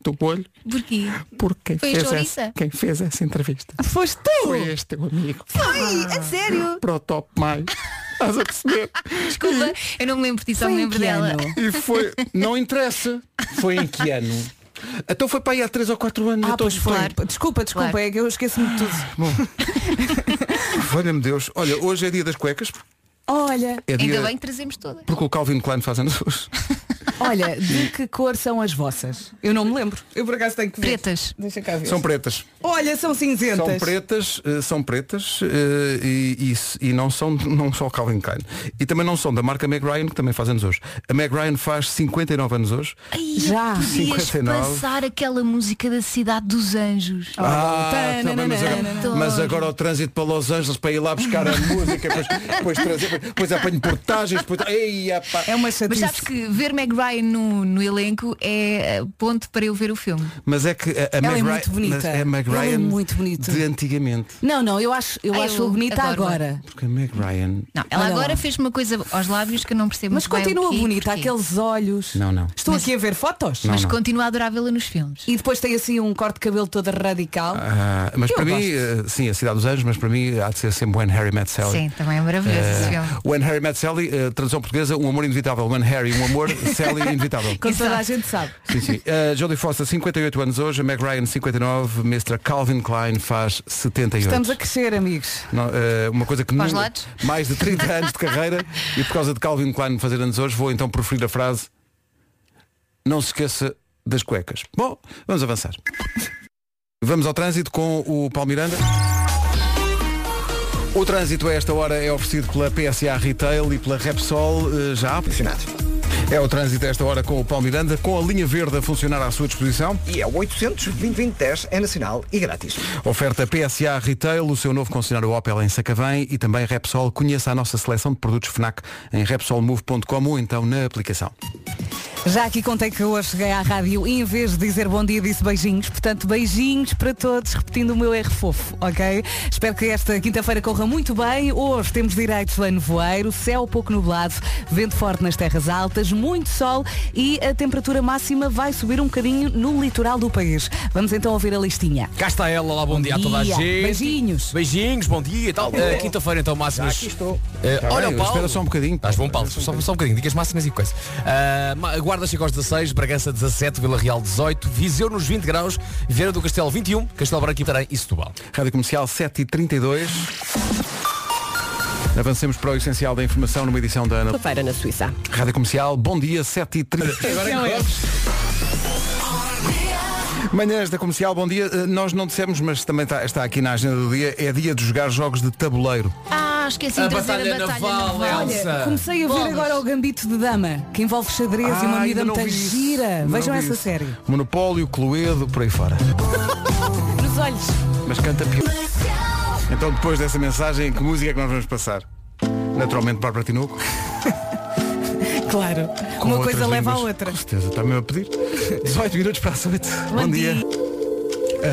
[SPEAKER 1] do olho,
[SPEAKER 2] Porquê?
[SPEAKER 1] porque
[SPEAKER 2] Foi a
[SPEAKER 1] fez
[SPEAKER 2] chouriça?
[SPEAKER 1] essa, quem fez essa entrevista.
[SPEAKER 4] Foste tu!
[SPEAKER 1] Foi este teu amigo.
[SPEAKER 2] Ai, a sério?
[SPEAKER 1] para o top mais. Estás a perceber?
[SPEAKER 2] Desculpa, eu não me lembro disso, só
[SPEAKER 4] Foi
[SPEAKER 2] me
[SPEAKER 4] em
[SPEAKER 2] lembro
[SPEAKER 4] que
[SPEAKER 2] dela.
[SPEAKER 4] ano?
[SPEAKER 1] E foi. Não interessa. Foi em que ano? Então foi para aí há 3 ou 4 anos.
[SPEAKER 4] Ah,
[SPEAKER 1] então
[SPEAKER 4] pois foi.
[SPEAKER 2] claro.
[SPEAKER 4] Desculpa, desculpa,
[SPEAKER 2] Claro.
[SPEAKER 4] é que eu esqueço-me de tudo.
[SPEAKER 1] Valha-me Deus. Olha, hoje é dia das cuecas.
[SPEAKER 4] Olha,
[SPEAKER 1] É dia.
[SPEAKER 2] Ainda bem que trazemos toda.
[SPEAKER 1] Porque o Calvin Klein faz anos hoje.
[SPEAKER 4] olha, de que cor são as vossas? Eu não me lembro. Eu por acaso tenho que ver.
[SPEAKER 2] Pretas.
[SPEAKER 4] Deixa cá ver.
[SPEAKER 1] São pretas.
[SPEAKER 4] Olha, são cinzentas.
[SPEAKER 1] É. São pretas, eh, são pretas eh, e, e- e não são não só o Calvin Klein. E também não são da marca Meg Ryan, que também faz anos hoje. A Meg Ryan faz 59 anos hoje.
[SPEAKER 2] Ai,
[SPEAKER 4] Já.
[SPEAKER 2] podias
[SPEAKER 1] 59.
[SPEAKER 2] passar aquela música da Cidade dos Anjos.
[SPEAKER 1] Ah,
[SPEAKER 4] Tá,
[SPEAKER 1] também, mas, agora,
[SPEAKER 2] nananana.
[SPEAKER 1] mas agora o trânsito para Los Angeles para ir lá buscar a música, depois, depois trazer, depois, depois apanho portagens, depois. Ei, apá.
[SPEAKER 4] É uma
[SPEAKER 2] Mas
[SPEAKER 4] chatice.
[SPEAKER 2] sabes que ver Meg Ryan no, no elenco é eh, ponto para eu ver o filme.
[SPEAKER 1] Mas é que a, a
[SPEAKER 4] Ela é
[SPEAKER 1] Meg Ryan-
[SPEAKER 4] muito bonita.
[SPEAKER 1] mas é a Meg
[SPEAKER 4] Ela é
[SPEAKER 1] Ryan
[SPEAKER 4] muito bonita.
[SPEAKER 1] de antigamente.
[SPEAKER 4] Não, não, eu acho, eu
[SPEAKER 2] Ah,
[SPEAKER 4] acho
[SPEAKER 2] eu
[SPEAKER 4] bonita
[SPEAKER 2] adoro.
[SPEAKER 4] agora.
[SPEAKER 1] Porque a Meg Ryan.
[SPEAKER 2] Não, ela
[SPEAKER 4] Olha
[SPEAKER 2] agora
[SPEAKER 4] lá.
[SPEAKER 2] fez uma coisa aos lábios que eu não percebo
[SPEAKER 4] Mas
[SPEAKER 2] muito bem o
[SPEAKER 4] continua
[SPEAKER 2] quê e
[SPEAKER 4] bonita,
[SPEAKER 2] porquê.
[SPEAKER 4] aqueles olhos.
[SPEAKER 1] Não, não.
[SPEAKER 4] Estou aqui a ver fotos.
[SPEAKER 2] Mas
[SPEAKER 1] não.
[SPEAKER 2] continua a adorar vê-la nos filmes.
[SPEAKER 4] E depois tem assim um corte de cabelo todo radical.
[SPEAKER 1] Ah, mas
[SPEAKER 4] Eu
[SPEAKER 1] para mim,
[SPEAKER 4] gosto.
[SPEAKER 1] eh, sim, a Cidade dos Anjos, mas para mim há de ser sempre When Harry Met Sally.
[SPEAKER 2] Sim, também é maravilhoso esse
[SPEAKER 1] Eh,
[SPEAKER 2] filme.
[SPEAKER 1] When Harry Met Sally, eh, tradução portuguesa, um amor inevitável. When Harry, um amor, Sally inevitável.
[SPEAKER 4] Como toda a
[SPEAKER 2] Exato.
[SPEAKER 4] gente sabe.
[SPEAKER 1] Sim, sim. Uh, Jodie Foster, 58 anos hoje, a Meg Ryan, 59, Mr. Calvin Klein faz 78.
[SPEAKER 4] Estamos a crescer, amigos.
[SPEAKER 1] Não, uh, uma coisa que
[SPEAKER 2] Para os
[SPEAKER 1] nunca-
[SPEAKER 2] lados?
[SPEAKER 1] mais de 30 anos de carreira e por causa de Calvin Klein fazer anos hoje, vou então proferir a frase Não se esqueça das cuecas. Bom, vamos avançar. Vamos ao trânsito com o Paulo Miranda. O trânsito a esta hora é oferecido pela PSA Retail e pela Repsol uh, já.
[SPEAKER 3] Funcionados.
[SPEAKER 1] É o trânsito a esta hora com o Paulo Miranda, com a linha verde a funcionar à sua disposição.
[SPEAKER 3] E é o 800 2010 é nacional e grátis.
[SPEAKER 1] Oferta PSA Retail, o seu novo concessionário Opel em Sacavém e também Repsol. Conheça a nossa seleção de produtos FNAC em repsolmove.com ou então na aplicação.
[SPEAKER 4] Já aqui contei que hoje cheguei à rádio e em vez de dizer bom dia disse beijinhos. Portanto, beijinhos para todos, repetindo o meu R fofo, ok? Espero que esta quinta-feira corra muito bem. Hoje temos direito a nevoeiro, céu pouco nublado, vento forte nas terras altas, muito sol e a temperatura máxima vai subir um bocadinho no litoral do país. Vamos então ouvir a listinha.
[SPEAKER 5] Cá está ela, lá bom, dia, a toda a
[SPEAKER 4] dia.
[SPEAKER 5] gente.
[SPEAKER 4] Beijinhos.
[SPEAKER 5] Beijinhos, bom dia e tal. Eh, Quinta-feira então máximas.
[SPEAKER 3] estou.
[SPEAKER 5] Eh,
[SPEAKER 1] Tá
[SPEAKER 5] olha
[SPEAKER 1] bem,
[SPEAKER 5] o Paulo.
[SPEAKER 1] espera só um bocadinho.
[SPEAKER 5] Estás bom, Paulo? Só, só um bocadinho, diga as máximas e coisa. Ah, ma- Guarda chega aos 16, Bragança 17, Vila Real 18, Viseu nos 20 graus, Vieira do Castelo 21, Castelo Branco e Tarém e Setúbal.
[SPEAKER 1] Rádio Comercial 7h32. Avancemos para o essencial da informação numa edição da Ana.
[SPEAKER 6] Feira na Suíça.
[SPEAKER 1] Rádio Comercial, bom dia, 7h30. Manhãs da Comercial, bom dia. Eh, Nós não dissemos, mas também está, está aqui na agenda do dia, é dia de jogar jogos de tabuleiro.
[SPEAKER 2] Ah, esqueci
[SPEAKER 5] A
[SPEAKER 2] de trazer
[SPEAKER 5] Batalha
[SPEAKER 2] a batalha
[SPEAKER 5] Naval,
[SPEAKER 2] naval.
[SPEAKER 5] Elsa.
[SPEAKER 4] Olha, comecei a ver
[SPEAKER 2] Bolas.
[SPEAKER 4] agora o Gambito de Dama, que envolve xadrez e uma
[SPEAKER 1] Ah,
[SPEAKER 4] medida
[SPEAKER 1] ainda não
[SPEAKER 4] muito
[SPEAKER 1] vi isso.
[SPEAKER 4] gira.
[SPEAKER 1] Não
[SPEAKER 4] Vejam
[SPEAKER 1] vi
[SPEAKER 4] essa
[SPEAKER 1] isso.
[SPEAKER 4] série.
[SPEAKER 1] Monopólio, Cluedo, por aí fora.
[SPEAKER 4] Nos olhos.
[SPEAKER 1] Mas canta pior. Então, depois dessa mensagem, que música é que nós vamos passar? Naturalmente, Bárbara Tinoco.
[SPEAKER 4] Claro.
[SPEAKER 1] com
[SPEAKER 4] uma
[SPEAKER 1] outras
[SPEAKER 4] coisa leva à
[SPEAKER 1] línguas.
[SPEAKER 4] outra.
[SPEAKER 1] Com certeza, está mesmo a pedir. 18 minutos para as 8. Bom, dia.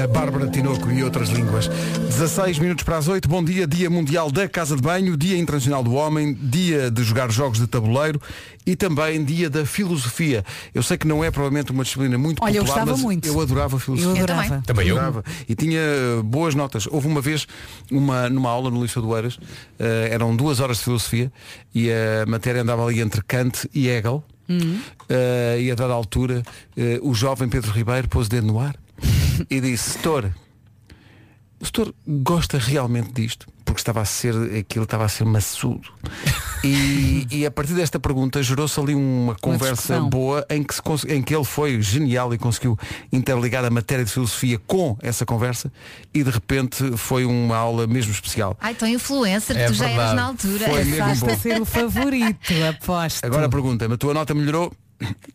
[SPEAKER 1] A Bárbara Tinoco e outras línguas. 16 minutos para as 8. Bom dia, Dia Mundial da Casa de Banho, Dia Internacional do Homem, Dia de Jogar Jogos de Tabuleiro e também Dia da Filosofia. Eu sei que não é provavelmente uma disciplina muito
[SPEAKER 4] Olha, eu
[SPEAKER 1] popular,
[SPEAKER 4] gostava
[SPEAKER 1] mas
[SPEAKER 4] muito.
[SPEAKER 1] eu adorava a filosofia.
[SPEAKER 4] Eu
[SPEAKER 2] também.
[SPEAKER 4] adorava.
[SPEAKER 5] Também eu.
[SPEAKER 1] Adorava. E tinha eh, boas notas. Houve uma vez, uma, numa aula no Liceu do Eiras, eh, eram duas horas de filosofia e a matéria andava ali entre Kant e Hegel. Eh, e a dada altura, eh, o jovem Pedro Ribeiro pôs o dedo no ar e disse, Setor, o setor gosta realmente disto? Porque estava a ser, aquilo estava a ser maçudo. E, e a partir desta pergunta gerou-se ali uma conversa
[SPEAKER 4] discussão.
[SPEAKER 1] boa em que, se cons- em que ele foi genial e conseguiu interligar a matéria de filosofia com essa conversa e de repente foi uma aula mesmo especial.
[SPEAKER 2] Ai, então influencer,
[SPEAKER 5] É
[SPEAKER 2] tu já eras
[SPEAKER 5] verdade.
[SPEAKER 2] na altura. É
[SPEAKER 1] Foi É mesmo
[SPEAKER 4] Passaste
[SPEAKER 1] bom.
[SPEAKER 4] a ser o favorito, aposto.
[SPEAKER 1] Agora pergunta-me, a tua nota melhorou?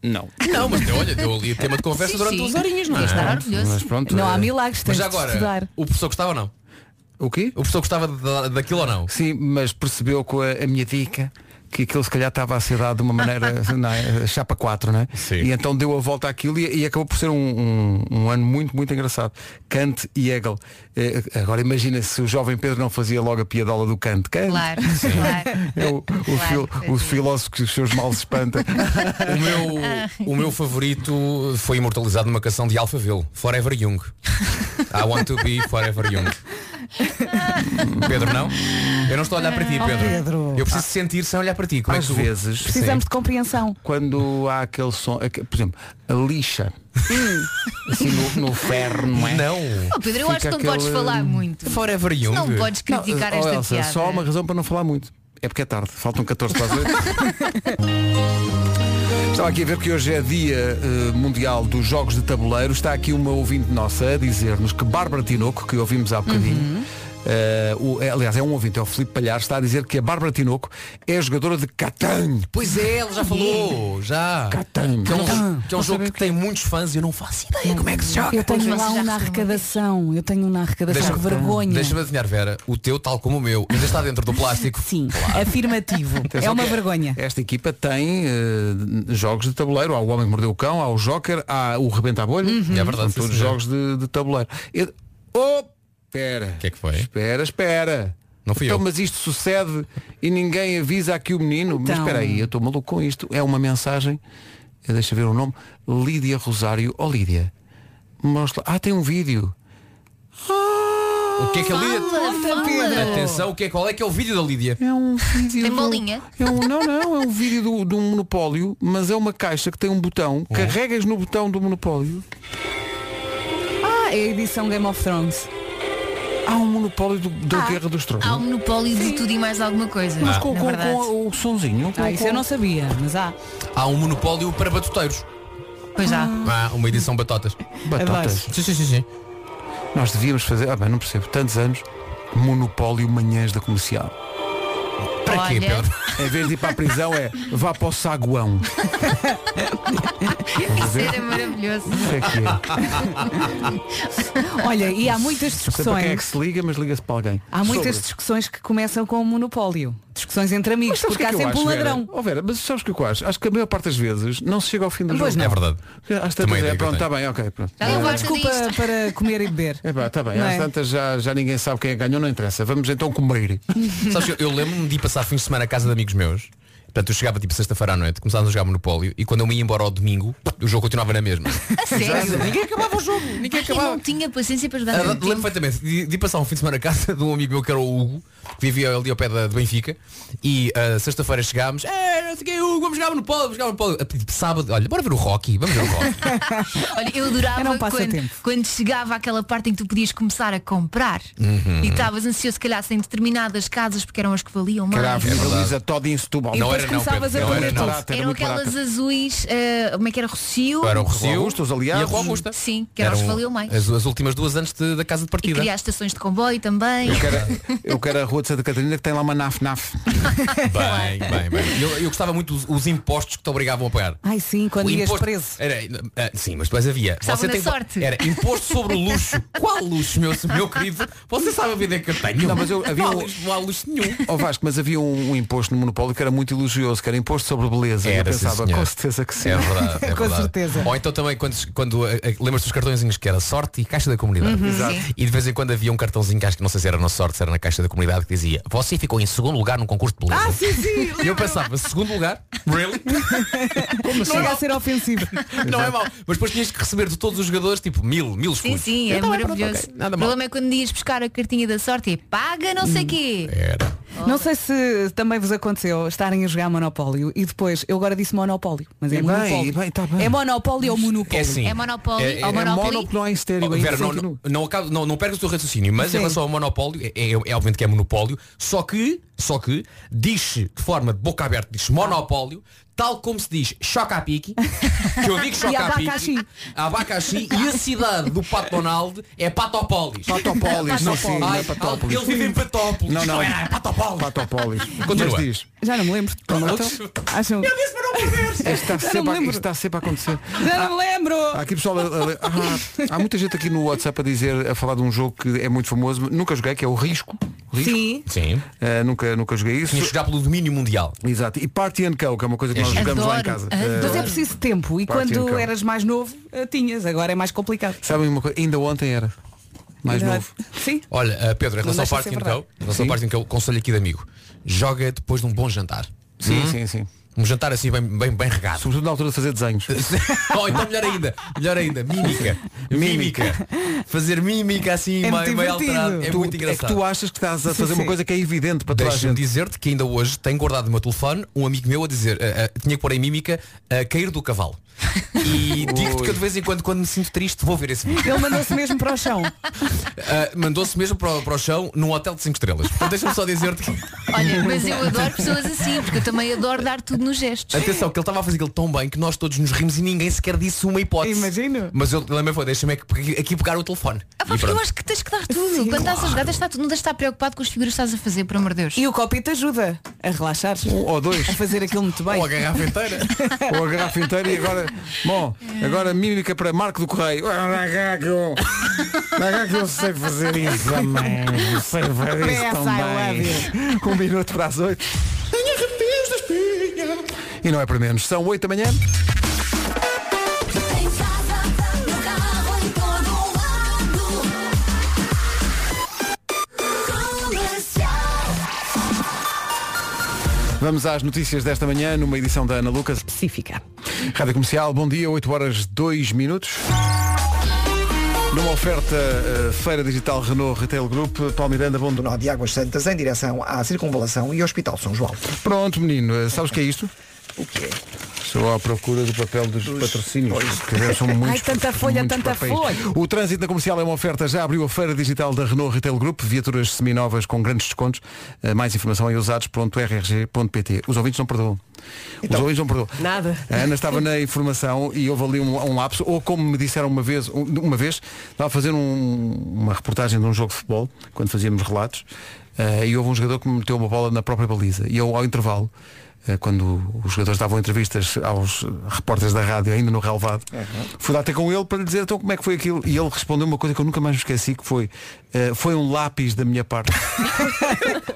[SPEAKER 1] Não.
[SPEAKER 5] Não, mas deu, olha, deu ali tema de conversa
[SPEAKER 2] Sim,
[SPEAKER 5] durante
[SPEAKER 2] sim.
[SPEAKER 5] duas horinhas, não
[SPEAKER 2] Ia estar
[SPEAKER 5] é?
[SPEAKER 2] orgulhoso.
[SPEAKER 1] Mas pronto.
[SPEAKER 4] não
[SPEAKER 1] eh,
[SPEAKER 4] há milagres, tens
[SPEAKER 5] Mas
[SPEAKER 4] de
[SPEAKER 5] agora,
[SPEAKER 4] estudar.
[SPEAKER 5] o professor gostava ou não?
[SPEAKER 1] O quê?
[SPEAKER 5] O professor gostava da- daquilo ou não?
[SPEAKER 1] Sim, mas percebeu com a, a minha dica que aquilo se calhar estava a ser dado de uma maneira não é? chapa 4, não é?
[SPEAKER 5] Sim.
[SPEAKER 1] E então deu a volta àquilo e, e acabou por ser um, um- um ano muito, muito engraçado. Kant e Hegel. Eh, agora imagina se o jovem Pedro não fazia logo a piadola do Kant. Kant.
[SPEAKER 2] Claro, claro.
[SPEAKER 1] É o, o,
[SPEAKER 2] Claro,
[SPEAKER 1] fil-
[SPEAKER 2] fazia.
[SPEAKER 1] o filósofo que os seus males espanta.
[SPEAKER 5] O meu, o meu favorito foi imortalizado numa canção de Alphaville, Forever Young. I want to be Forever Young. Pedro, não? Eu não estou a olhar para ti, Pedro.
[SPEAKER 4] Oh, Pedro.
[SPEAKER 5] Eu preciso sentir sem olhar para ti. Como é
[SPEAKER 1] Às
[SPEAKER 5] que tu...
[SPEAKER 1] vezes,
[SPEAKER 4] Precisamos de compreensão.
[SPEAKER 1] quando há aquele som, aque- por exemplo, a lixa, assim no, no ferro, não é?
[SPEAKER 5] Não.
[SPEAKER 2] Oh, Pedro, eu acho
[SPEAKER 1] Fica
[SPEAKER 2] que não podes
[SPEAKER 1] aquele- hum, um
[SPEAKER 2] falar muito.
[SPEAKER 5] Forever Young.
[SPEAKER 2] Não podes criticar
[SPEAKER 1] Não, oh,
[SPEAKER 2] esta
[SPEAKER 1] Elsa,
[SPEAKER 2] piada.
[SPEAKER 1] Só há uma razão para não falar muito. É porque é tarde. Faltam 14 para as 8. Estava aqui a ver que hoje é dia eh, mundial dos jogos de tabuleiro. Está aqui uma ouvinte nossa a dizer-nos que Bárbara Tinoco, que ouvimos há bocadinho,
[SPEAKER 2] Uhum.
[SPEAKER 1] eh, o- é- aliás, é um ouvinte, é o Filipe Palhares, está a dizer que a Bárbara Tinoco é jogadora de Catan.
[SPEAKER 5] Pois é, ele já falou. Já.
[SPEAKER 1] Catan.
[SPEAKER 5] Que é um, que é um jogo que tem muitos fãs e eu não faço ideia como é que se
[SPEAKER 1] Ah,
[SPEAKER 5] joga.
[SPEAKER 4] Hum. Eu tenho
[SPEAKER 1] então
[SPEAKER 2] Mas
[SPEAKER 4] lá
[SPEAKER 2] vocês
[SPEAKER 4] um
[SPEAKER 2] já
[SPEAKER 4] na
[SPEAKER 2] receberam
[SPEAKER 4] arrecadação. Eu tenho um na arrecadação.
[SPEAKER 5] Deixa-
[SPEAKER 4] que vergonha.
[SPEAKER 5] Deixa-me adivinhar, Vera, o teu, tal como o meu, ainda está dentro do plástico.
[SPEAKER 4] Sim, afirmativo. É uma vergonha.
[SPEAKER 1] Esta equipa tem eh, jogos de tabuleiro. Há o Homem que Mordeu o Cão, há o Joker, há o Rebenta a Bolha.
[SPEAKER 4] Uhum.
[SPEAKER 5] É
[SPEAKER 1] São
[SPEAKER 5] verdade, sim,
[SPEAKER 1] todos
[SPEAKER 5] senhor.
[SPEAKER 1] jogos de, de tabuleiro. Eu... Oh, espera.
[SPEAKER 5] O que é que foi?
[SPEAKER 1] Espera, espera.
[SPEAKER 5] Não fui
[SPEAKER 1] então,
[SPEAKER 5] eu.
[SPEAKER 1] mas isto sucede e ninguém avisa aqui o menino. Mas
[SPEAKER 4] Então.
[SPEAKER 1] espera aí, eu estou maluco com isto. É uma mensagem, eh, deixa eu ver o nome, Lídia Rosário. Oh Lídia, mostra. Ah, tem um vídeo.
[SPEAKER 5] O que é que a Lídia.
[SPEAKER 2] Fala, fala.
[SPEAKER 5] Atenção, o que é, qual é que é o vídeo da Lídia?
[SPEAKER 1] É um vídeo.
[SPEAKER 2] Tem
[SPEAKER 1] do-
[SPEAKER 2] bolinha?
[SPEAKER 1] é um- não, não, é um vídeo do- de um monopólio, mas é uma caixa que tem um botão. Carregas no botão do monopólio.
[SPEAKER 4] Ah, é a edição Game of Thrones.
[SPEAKER 1] Há um monopólio do- da Guerra dos Tronos.
[SPEAKER 2] Há um monopólio de tudo e mais alguma coisa.
[SPEAKER 1] Mas com,
[SPEAKER 2] na
[SPEAKER 1] com-
[SPEAKER 2] verdade.
[SPEAKER 1] com o sonzinho. com-
[SPEAKER 4] É Ah, isso
[SPEAKER 1] com-
[SPEAKER 4] eu não sabia, mas há.
[SPEAKER 5] Há um monopólio para batuteiros.
[SPEAKER 2] Pois já.
[SPEAKER 5] Ah, uma edição batotas.
[SPEAKER 1] Batatas.
[SPEAKER 4] Abaixo.
[SPEAKER 5] Sim, sim, sim, sim.
[SPEAKER 1] Nós devíamos fazer, ah bem, não percebo, tantos anos, monopólio manhãs da comercial.
[SPEAKER 5] Para quê,
[SPEAKER 2] Olha.
[SPEAKER 5] Pedro?
[SPEAKER 1] Em vez de ir para a prisão é vá para o saguão.
[SPEAKER 2] Isso era maravilhoso.
[SPEAKER 1] O que é que é?
[SPEAKER 4] Olha, e há muitas
[SPEAKER 1] Não sei para quem é que
[SPEAKER 4] discussões.
[SPEAKER 1] se liga, mas liga-se para alguém.
[SPEAKER 4] Há muitas
[SPEAKER 1] Sobre.
[SPEAKER 4] discussões que começam com o monopólio. Discussões entre amigos,
[SPEAKER 1] sabes o
[SPEAKER 4] porque
[SPEAKER 1] que é
[SPEAKER 4] há
[SPEAKER 1] que eu
[SPEAKER 4] sempre um
[SPEAKER 1] acho, Vera?
[SPEAKER 4] ladrão.
[SPEAKER 1] Oh, Vera, mas sabes o que eu acho? Acho que a maior parte das vezes não se chega ao fim do
[SPEAKER 4] Pois
[SPEAKER 1] jogo.
[SPEAKER 5] É verdade.
[SPEAKER 1] Às
[SPEAKER 5] Também
[SPEAKER 1] tantas é,
[SPEAKER 5] digo,
[SPEAKER 1] pronto,
[SPEAKER 5] eu
[SPEAKER 1] está bem, ok, pronto.
[SPEAKER 2] Já não
[SPEAKER 4] Uma
[SPEAKER 2] gosto
[SPEAKER 4] desculpa
[SPEAKER 2] disto.
[SPEAKER 4] para comer e beber.
[SPEAKER 1] É pá, está bem,
[SPEAKER 4] Não
[SPEAKER 1] às
[SPEAKER 4] é?
[SPEAKER 1] tantas já, já ninguém sabe quem é que ganhou, não interessa. Vamos então comer.
[SPEAKER 5] Sabes que eu, eu lembro-me de ir passar fins de semana à casa de amigos meus Portanto, eu chegava tipo sexta-feira à noite, começávamos a jogar Monopólio e quando eu me ia embora ao domingo, o jogo continuava na mesma.
[SPEAKER 2] A sério?
[SPEAKER 5] Ninguém acabava o jogo, ninguém
[SPEAKER 2] Ai, eu
[SPEAKER 5] acabava.
[SPEAKER 2] não tinha paciência para jogar
[SPEAKER 5] Ah,
[SPEAKER 2] tanto
[SPEAKER 5] Lembro
[SPEAKER 2] tempo.
[SPEAKER 5] perfeitamente de, de passar um fim de semana à casa de um amigo meu que era o Hugo, que vivia ali ao pé da, de Benfica, e ah, sexta-feira chegámos, é, não sei quem, Hugo, vamos jogar no polo, vamos jogar no polo. Ah, tipo, sábado, olha, bora ver o Rocky, vamos ver o Rocky.
[SPEAKER 2] Olha, eu adorava
[SPEAKER 4] Era um passatempo.
[SPEAKER 2] quando, quando chegava àquela parte em que tu podias começar a comprar e estavas ansioso, se calhar, em determinadas casas porque eram as que valiam mais.
[SPEAKER 1] Era a Avenida
[SPEAKER 5] É verdade.
[SPEAKER 1] Luísa Todd em Setúbal.
[SPEAKER 4] é? E
[SPEAKER 5] Não
[SPEAKER 4] depois começavas
[SPEAKER 5] era não, Pedro,
[SPEAKER 4] a
[SPEAKER 5] não era
[SPEAKER 4] dormir
[SPEAKER 5] não.
[SPEAKER 1] barata, era
[SPEAKER 2] Eram
[SPEAKER 1] muito
[SPEAKER 2] aquelas
[SPEAKER 1] barata.
[SPEAKER 2] azuis, ah, como é que era? Rocio?
[SPEAKER 5] Era o
[SPEAKER 1] Rua
[SPEAKER 5] Rocio,
[SPEAKER 1] Augusta, os
[SPEAKER 5] E a
[SPEAKER 1] aliados.
[SPEAKER 5] Rua Augusta.
[SPEAKER 2] Sim, que eram as que
[SPEAKER 5] um
[SPEAKER 2] valiam mais.
[SPEAKER 5] As, as últimas duas antes de- da casa de
[SPEAKER 2] E
[SPEAKER 5] partida.
[SPEAKER 2] criar estações de comboio também.
[SPEAKER 1] Eu quero, eu quero a Rua de Santa Catarina que tem lá uma naf-naf.
[SPEAKER 5] Bem, bem, bem. Eu, eu gostava muito dos os impostos que te obrigavam a pagar.
[SPEAKER 4] Ai sim, quando
[SPEAKER 5] O
[SPEAKER 4] ias
[SPEAKER 5] imposto-
[SPEAKER 4] preso.
[SPEAKER 5] Era, ah, sim, mas depois havia.
[SPEAKER 2] Gostava da sorte.
[SPEAKER 5] Era imposto sobre o luxo. Qual luxo, meu, meu querido? Você sabe a vida que eu tenho.
[SPEAKER 1] Não, mas eu- havia
[SPEAKER 5] não, há
[SPEAKER 1] um-
[SPEAKER 5] luxo, não há luxo nenhum.
[SPEAKER 1] Ó Vasco, mas havia um, um imposto no monopólio que era muito elogioso, que era imposto sobre beleza. E eu
[SPEAKER 5] Era, sim,
[SPEAKER 1] pensava,
[SPEAKER 5] senhor.
[SPEAKER 1] com certeza que sim.
[SPEAKER 5] É verdade, é
[SPEAKER 4] Com
[SPEAKER 5] verdade.
[SPEAKER 4] certeza.
[SPEAKER 5] Ou então também quando, quando eh, eh, lembras dos cartõezinhos que era sorte e caixa da comunidade.
[SPEAKER 2] Exato. Sim.
[SPEAKER 5] Uhum, E de vez em quando havia um cartãozinho que acho que não sei se era na sorte, se era na caixa da comunidade, que dizia você ficou em segundo lugar num concurso de beleza.
[SPEAKER 4] Ah, sim, sim.
[SPEAKER 5] E eu pensava, segundo lugar? Really?
[SPEAKER 4] Chega a ser ofensivo.
[SPEAKER 5] Não é mau. Mas depois tinhas que receber de todos os jogadores tipo mil, mil
[SPEAKER 2] Sim,
[SPEAKER 5] escudos.
[SPEAKER 2] sim, é
[SPEAKER 5] Então, pronto,
[SPEAKER 2] maravilhoso.
[SPEAKER 5] ok, Nada
[SPEAKER 2] o
[SPEAKER 5] mal.
[SPEAKER 2] problema é quando ias buscar a cartinha da sorte e paga não sei quê.
[SPEAKER 5] Era.
[SPEAKER 4] Não sei se também vos aconteceu estarem a jogar Monopólio e depois, eu agora disse Monopólio, mas é
[SPEAKER 1] E bem,
[SPEAKER 4] Monopólio.
[SPEAKER 1] e bem, tá bem.
[SPEAKER 4] É Monopólio ou Monopólio?
[SPEAKER 5] É assim.
[SPEAKER 2] É Monopoly
[SPEAKER 5] É-
[SPEAKER 2] ou
[SPEAKER 5] é
[SPEAKER 2] Monopoly?
[SPEAKER 1] Mono que não há em estéreo
[SPEAKER 5] Oh,
[SPEAKER 1] ainda,
[SPEAKER 5] Vera, não,
[SPEAKER 1] continua.
[SPEAKER 5] não, não, acabo- não, não percas o teu raciocínio, mas
[SPEAKER 4] Sim.
[SPEAKER 5] em relação ao monopólio, é, é, é obviamente que é monopólio, só que, só que, diz-se de forma de boca aberta, diz monopólio, tal como se diz choca a pique, que eu digo choca a
[SPEAKER 4] abacaxi.
[SPEAKER 5] pique, abacaxi, e a cidade do Pato Donald é Patópolis.
[SPEAKER 1] Patópolis, sim, sim, não é
[SPEAKER 5] Ai,
[SPEAKER 1] Patópolis.
[SPEAKER 5] Eles vivem em Patópolis.
[SPEAKER 1] Não, não.
[SPEAKER 5] é, é Patópolis.
[SPEAKER 1] Patópolis.
[SPEAKER 5] Continua.
[SPEAKER 1] Mas diz,
[SPEAKER 4] Já não me lembro. Então, Acham?
[SPEAKER 5] Eu disse para não perder.
[SPEAKER 1] isto está,
[SPEAKER 4] não me
[SPEAKER 1] sempre, a-
[SPEAKER 4] lembro.
[SPEAKER 1] isto está sempre a acontecer.
[SPEAKER 4] Já não me lembro.
[SPEAKER 1] Há aqui pessoal a- a- ah, há muita gente aqui no WhatsApp a dizer, a falar de um jogo que é muito famoso, nunca joguei, que é o Risco. Risco.
[SPEAKER 4] Sim.
[SPEAKER 5] Sim,
[SPEAKER 1] Ah, nunca, nunca joguei isso.
[SPEAKER 5] tinha que jogar pelo domínio mundial.
[SPEAKER 1] Exato. E Party and Co, que é uma coisa que
[SPEAKER 5] É
[SPEAKER 1] nós
[SPEAKER 5] giro.
[SPEAKER 1] jogamos lá em
[SPEAKER 2] Adoro,
[SPEAKER 1] casa.
[SPEAKER 2] adoro.
[SPEAKER 4] Mas é preciso tempo e
[SPEAKER 1] Party and
[SPEAKER 4] quando
[SPEAKER 1] Coke.
[SPEAKER 4] eras mais novo eh, tinhas, agora é mais complicado.
[SPEAKER 1] Sabem uma coisa? Ainda ontem era. Mais
[SPEAKER 4] Verdade.
[SPEAKER 1] novo.
[SPEAKER 4] Sim.
[SPEAKER 5] Olha, eh, Pedro, em
[SPEAKER 4] Não
[SPEAKER 5] relação ao
[SPEAKER 4] deixa de ser
[SPEAKER 5] Parting
[SPEAKER 4] verdade.
[SPEAKER 5] Co, em relação ao Parting Co, conselho aqui de amigo, joga depois de um bom jantar.
[SPEAKER 1] Sim, sim, sim.
[SPEAKER 5] Um jantar assim bem, bem, bem regado.
[SPEAKER 1] Sobretudo na altura de fazer desenhos.
[SPEAKER 5] Ou então melhor ainda, melhor ainda, mímica.
[SPEAKER 1] Mímica.
[SPEAKER 5] Mímica. Fazer mímica assim
[SPEAKER 4] É muito
[SPEAKER 5] meio, meio
[SPEAKER 4] divertido.
[SPEAKER 5] alterado. É
[SPEAKER 1] Tu-
[SPEAKER 5] muito
[SPEAKER 1] é que
[SPEAKER 5] engraçado.
[SPEAKER 1] tu achas que estás a fazer uma
[SPEAKER 4] sim.
[SPEAKER 1] coisa que é evidente para toda a
[SPEAKER 5] Deixa-me
[SPEAKER 1] gente.
[SPEAKER 5] dizer-te que ainda hoje tenho guardado no meu telefone um amigo meu a dizer, eh, eh, tinha que pôr em mímica a cair do cavalo. E digo-te que eu de vez em quando, quando me sinto triste, vou ver esse vídeo.
[SPEAKER 4] Ele mandou-se mesmo para o chão.
[SPEAKER 5] Eh, Mandou-se mesmo para, o- para o chão num hotel de 5 estrelas. Portanto, deixa-me só dizer-te que.
[SPEAKER 2] Olha, mas eu adoro pessoas assim, porque eu também adoro dar tudo nos gestos.
[SPEAKER 5] Atenção, que ele estava a fazer aquilo tão bem que nós todos nos rimos e ninguém sequer disse uma hipótese.
[SPEAKER 4] Imagino.
[SPEAKER 5] Mas eu também foi, deixa-me aqui, aqui pegar o telefone.
[SPEAKER 2] Ah, pá,
[SPEAKER 5] E
[SPEAKER 2] porque eu
[SPEAKER 5] pronto.
[SPEAKER 2] acho que tens que dar tudo. Quando estás a jogar, tens de dar tudo. Não tens de estar preocupado com as figuras que estás a fazer, por amor de Deus.
[SPEAKER 4] E o copito ajuda a relaxar
[SPEAKER 1] Um ou dois,
[SPEAKER 4] a fazer aquilo muito bem.
[SPEAKER 5] Ou a garrafa inteira.
[SPEAKER 1] ou a garrafa inteira e agora. Bom, agora mímica para Marco do Correio. Ah, dá cá que eu- dá cá que eu sei fazer isso também. Eu Sei fazer isso
[SPEAKER 4] Yes, I
[SPEAKER 1] também. Um minuto para as oito. E não é para menos. São oito da manhã.
[SPEAKER 6] Em casa, no carro, em todo lado. Comercial.
[SPEAKER 1] Vamos às notícias desta manhã numa edição da Ana Lucas.
[SPEAKER 4] Específica.
[SPEAKER 1] Rádio Comercial, bom dia, 8 horas 2 minutos. Numa oferta eh, Feira Digital Renault Retail Group, Paulo Miranda, bom
[SPEAKER 3] Do
[SPEAKER 1] dia.
[SPEAKER 3] nó de Águas Santas em direção à Circunvalação e Hospital São João.
[SPEAKER 1] Pronto, menino, eh, sabes o que é isto?
[SPEAKER 3] O que é?
[SPEAKER 1] Estou à procura do papel dos patrocínios.
[SPEAKER 3] pois.
[SPEAKER 1] Quer dizer, são muitos,
[SPEAKER 4] Ai, tanta folha,
[SPEAKER 1] muitos
[SPEAKER 4] tanta
[SPEAKER 1] papéis.
[SPEAKER 4] folha.
[SPEAKER 1] O trânsito na comercial é uma oferta. Já abriu a feira digital da Renault Retail Group. Viaturas seminovas com grandes descontos. Eh, Mais informação em usados.rrg.pt. Os ouvintes não perdoam. Os ouvintes não perdoam.
[SPEAKER 4] Nada.
[SPEAKER 1] A Ana estava na informação e houve ali um, um lapso. Ou como me disseram uma vez, um- uma vez estava a fazer um- uma reportagem de um jogo de futebol, quando fazíamos relatos, eh, e houve um jogador que me meteu uma bola na própria baliza. E eu, ao intervalo, eh, quando os jogadores davam entrevistas aos eh, repórteres da rádio, ainda no relevado, fui lá ter com ele para lhe dizer então como é que foi aquilo. E ele respondeu uma coisa que eu nunca mais me esqueci, que foi, eh, foi um lápis da minha parte.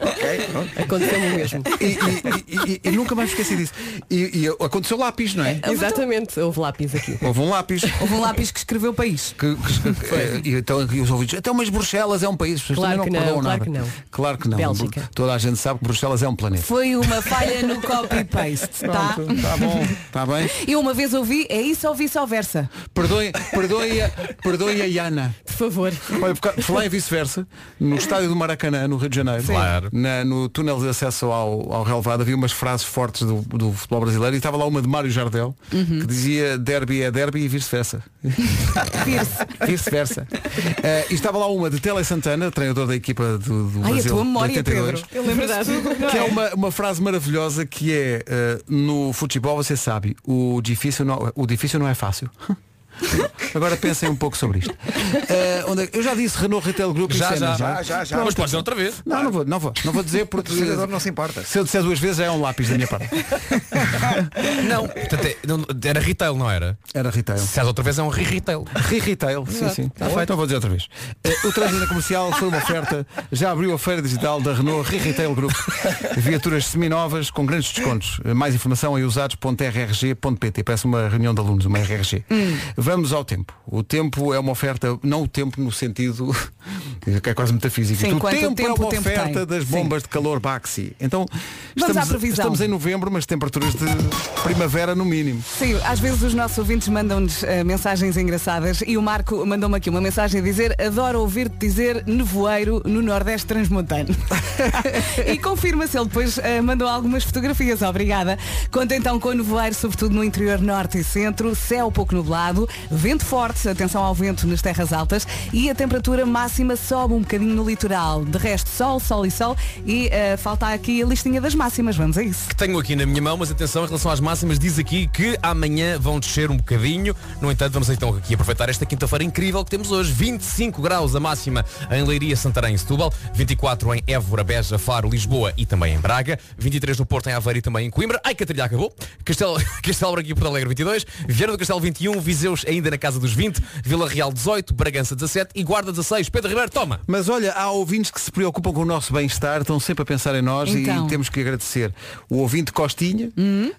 [SPEAKER 3] Ok, pronto.
[SPEAKER 7] Aconteceu-me o mesmo.
[SPEAKER 1] e, e- e- e- e nunca mais me esqueci disso. E, e aconteceu lápis, não é?
[SPEAKER 7] Exatamente, houve lápis aqui.
[SPEAKER 1] Houve um lápis.
[SPEAKER 4] Houve um lápis que escreveu o país.
[SPEAKER 1] que, que- que- e então e os ouvidos então mas Bruxelas é um país As pessoas
[SPEAKER 7] Claro
[SPEAKER 1] também
[SPEAKER 7] que não,
[SPEAKER 1] perdoam
[SPEAKER 7] claro
[SPEAKER 1] nada.
[SPEAKER 7] que não.
[SPEAKER 1] claro que não
[SPEAKER 7] Bélgica.
[SPEAKER 1] toda a gente sabe que Bruxelas é um planeta
[SPEAKER 4] Foi uma falha no Copy-paste, tá?
[SPEAKER 1] Pronto, está bom, está bem.
[SPEAKER 4] Eu uma vez ouvi, é isso ou vice-versa?
[SPEAKER 1] Perdoe, perdoe, a- perdoe a Iana.
[SPEAKER 7] Por favor.
[SPEAKER 1] Olha, por ca- por lá e vice-versa, no estádio do Maracanã, no Rio de Janeiro,
[SPEAKER 5] Claro.
[SPEAKER 1] na- no túnel de acesso ao, ao relevado, havia umas frases fortes do, do futebol brasileiro e estava lá uma de Mário Jardel
[SPEAKER 4] Uhum.
[SPEAKER 1] que dizia derby é derby e vice-versa. vice-versa. Eh, e estava lá uma de Tele Santana, treinador da equipa do, do
[SPEAKER 4] Ai, a
[SPEAKER 1] Brasil
[SPEAKER 4] tua memória,
[SPEAKER 1] de 82,
[SPEAKER 4] Pedro. Eu lembro de tudo. não
[SPEAKER 1] que é
[SPEAKER 4] é?
[SPEAKER 1] uma, uma frase maravilhosa que é eh, no futebol você sabe, o difícil não, o difícil não é fácil. Agora pensem um pouco sobre isto. Eh, onde é que- eu já disse Renault Retail Group
[SPEAKER 5] Já,
[SPEAKER 1] isto é,
[SPEAKER 5] já,
[SPEAKER 1] mas
[SPEAKER 3] Já, já, já.
[SPEAKER 5] Mas podes dizer outra vez.
[SPEAKER 1] Não, não vou, não vou, não vou dizer
[SPEAKER 3] O
[SPEAKER 1] porque
[SPEAKER 3] trabalhador não se importa.
[SPEAKER 1] se eu disser duas vezes já é um lápis da minha parte.
[SPEAKER 5] Não. Portanto, é- não, Era retail, não era?
[SPEAKER 1] Era retail.
[SPEAKER 5] Se és outra vez é um re-retail.
[SPEAKER 1] Re-retail, sim, sim. Tá feito. Então vou dizer outra vez. Eh, O trânsito na comercial foi uma oferta. Já abriu a feira digital da Renault Re-Retail Group. Viaturas seminovas com grandes descontos. Eh, Mais informação em usados.rrg.pt. Parece uma reunião de alunos, uma RRG.
[SPEAKER 4] Hum.
[SPEAKER 1] Vamos ao tempo. O tempo é uma oferta, não o tempo no sentido que é quase metafísico.
[SPEAKER 4] Sim,
[SPEAKER 1] o
[SPEAKER 4] quanto
[SPEAKER 1] tempo, é
[SPEAKER 4] tempo
[SPEAKER 1] uma
[SPEAKER 4] o tempo
[SPEAKER 1] oferta
[SPEAKER 4] tem.
[SPEAKER 1] das
[SPEAKER 4] Sim.
[SPEAKER 1] bombas de calor Baxi. Então,
[SPEAKER 4] Vamos à
[SPEAKER 1] estamos,
[SPEAKER 4] previsão.
[SPEAKER 1] estamos em novembro, mas temperaturas de primavera no mínimo.
[SPEAKER 4] Sim, às vezes os nossos ouvintes mandam-nos eh, mensagens engraçadas e o Marco mandou-me aqui uma mensagem a dizer adoro ouvir-te dizer nevoeiro no Nordeste Transmontano. e confirma-se, ele depois eh, mandou algumas fotografias, obrigada. Conta então com o nevoeiro, sobretudo no interior norte e centro, céu pouco nublado, vento forte, atenção ao vento nas terras altas e a temperatura máxima sobe um bocadinho no litoral. De resto, sol, sol e sol e eh, falta aqui a listinha das máximas, vamos a isso.
[SPEAKER 5] Que tenho aqui na minha mão, mas atenção, em relação às máximas, diz aqui que amanhã vão descer um bocadinho. No entanto, vamos então aqui aproveitar esta quinta-feira incrível que temos hoje. 25 graus a máxima em Leiria, Santarém e Setúbal. 24 em Évora, Beja, Faro, Lisboa e também em Braga. 23 no Porto, em Aveiro e também em Coimbra. Ai, que a trilha acabou. Castelo, Castelo Branco e Porto Alegre, 22. Vieira do Castelo, 21. Viseus ainda na casa dos 20. Vila Real, 18. Bragança, 17. E Guarda, 16. Pedro Ribeiro, toma!
[SPEAKER 1] Mas olha, há ouvintes que se preocupam com o nosso bem-estar, estão sempre a pensar em nós
[SPEAKER 4] Então. Hum?
[SPEAKER 1] e temos que agradecer. O ouvinte Costinha,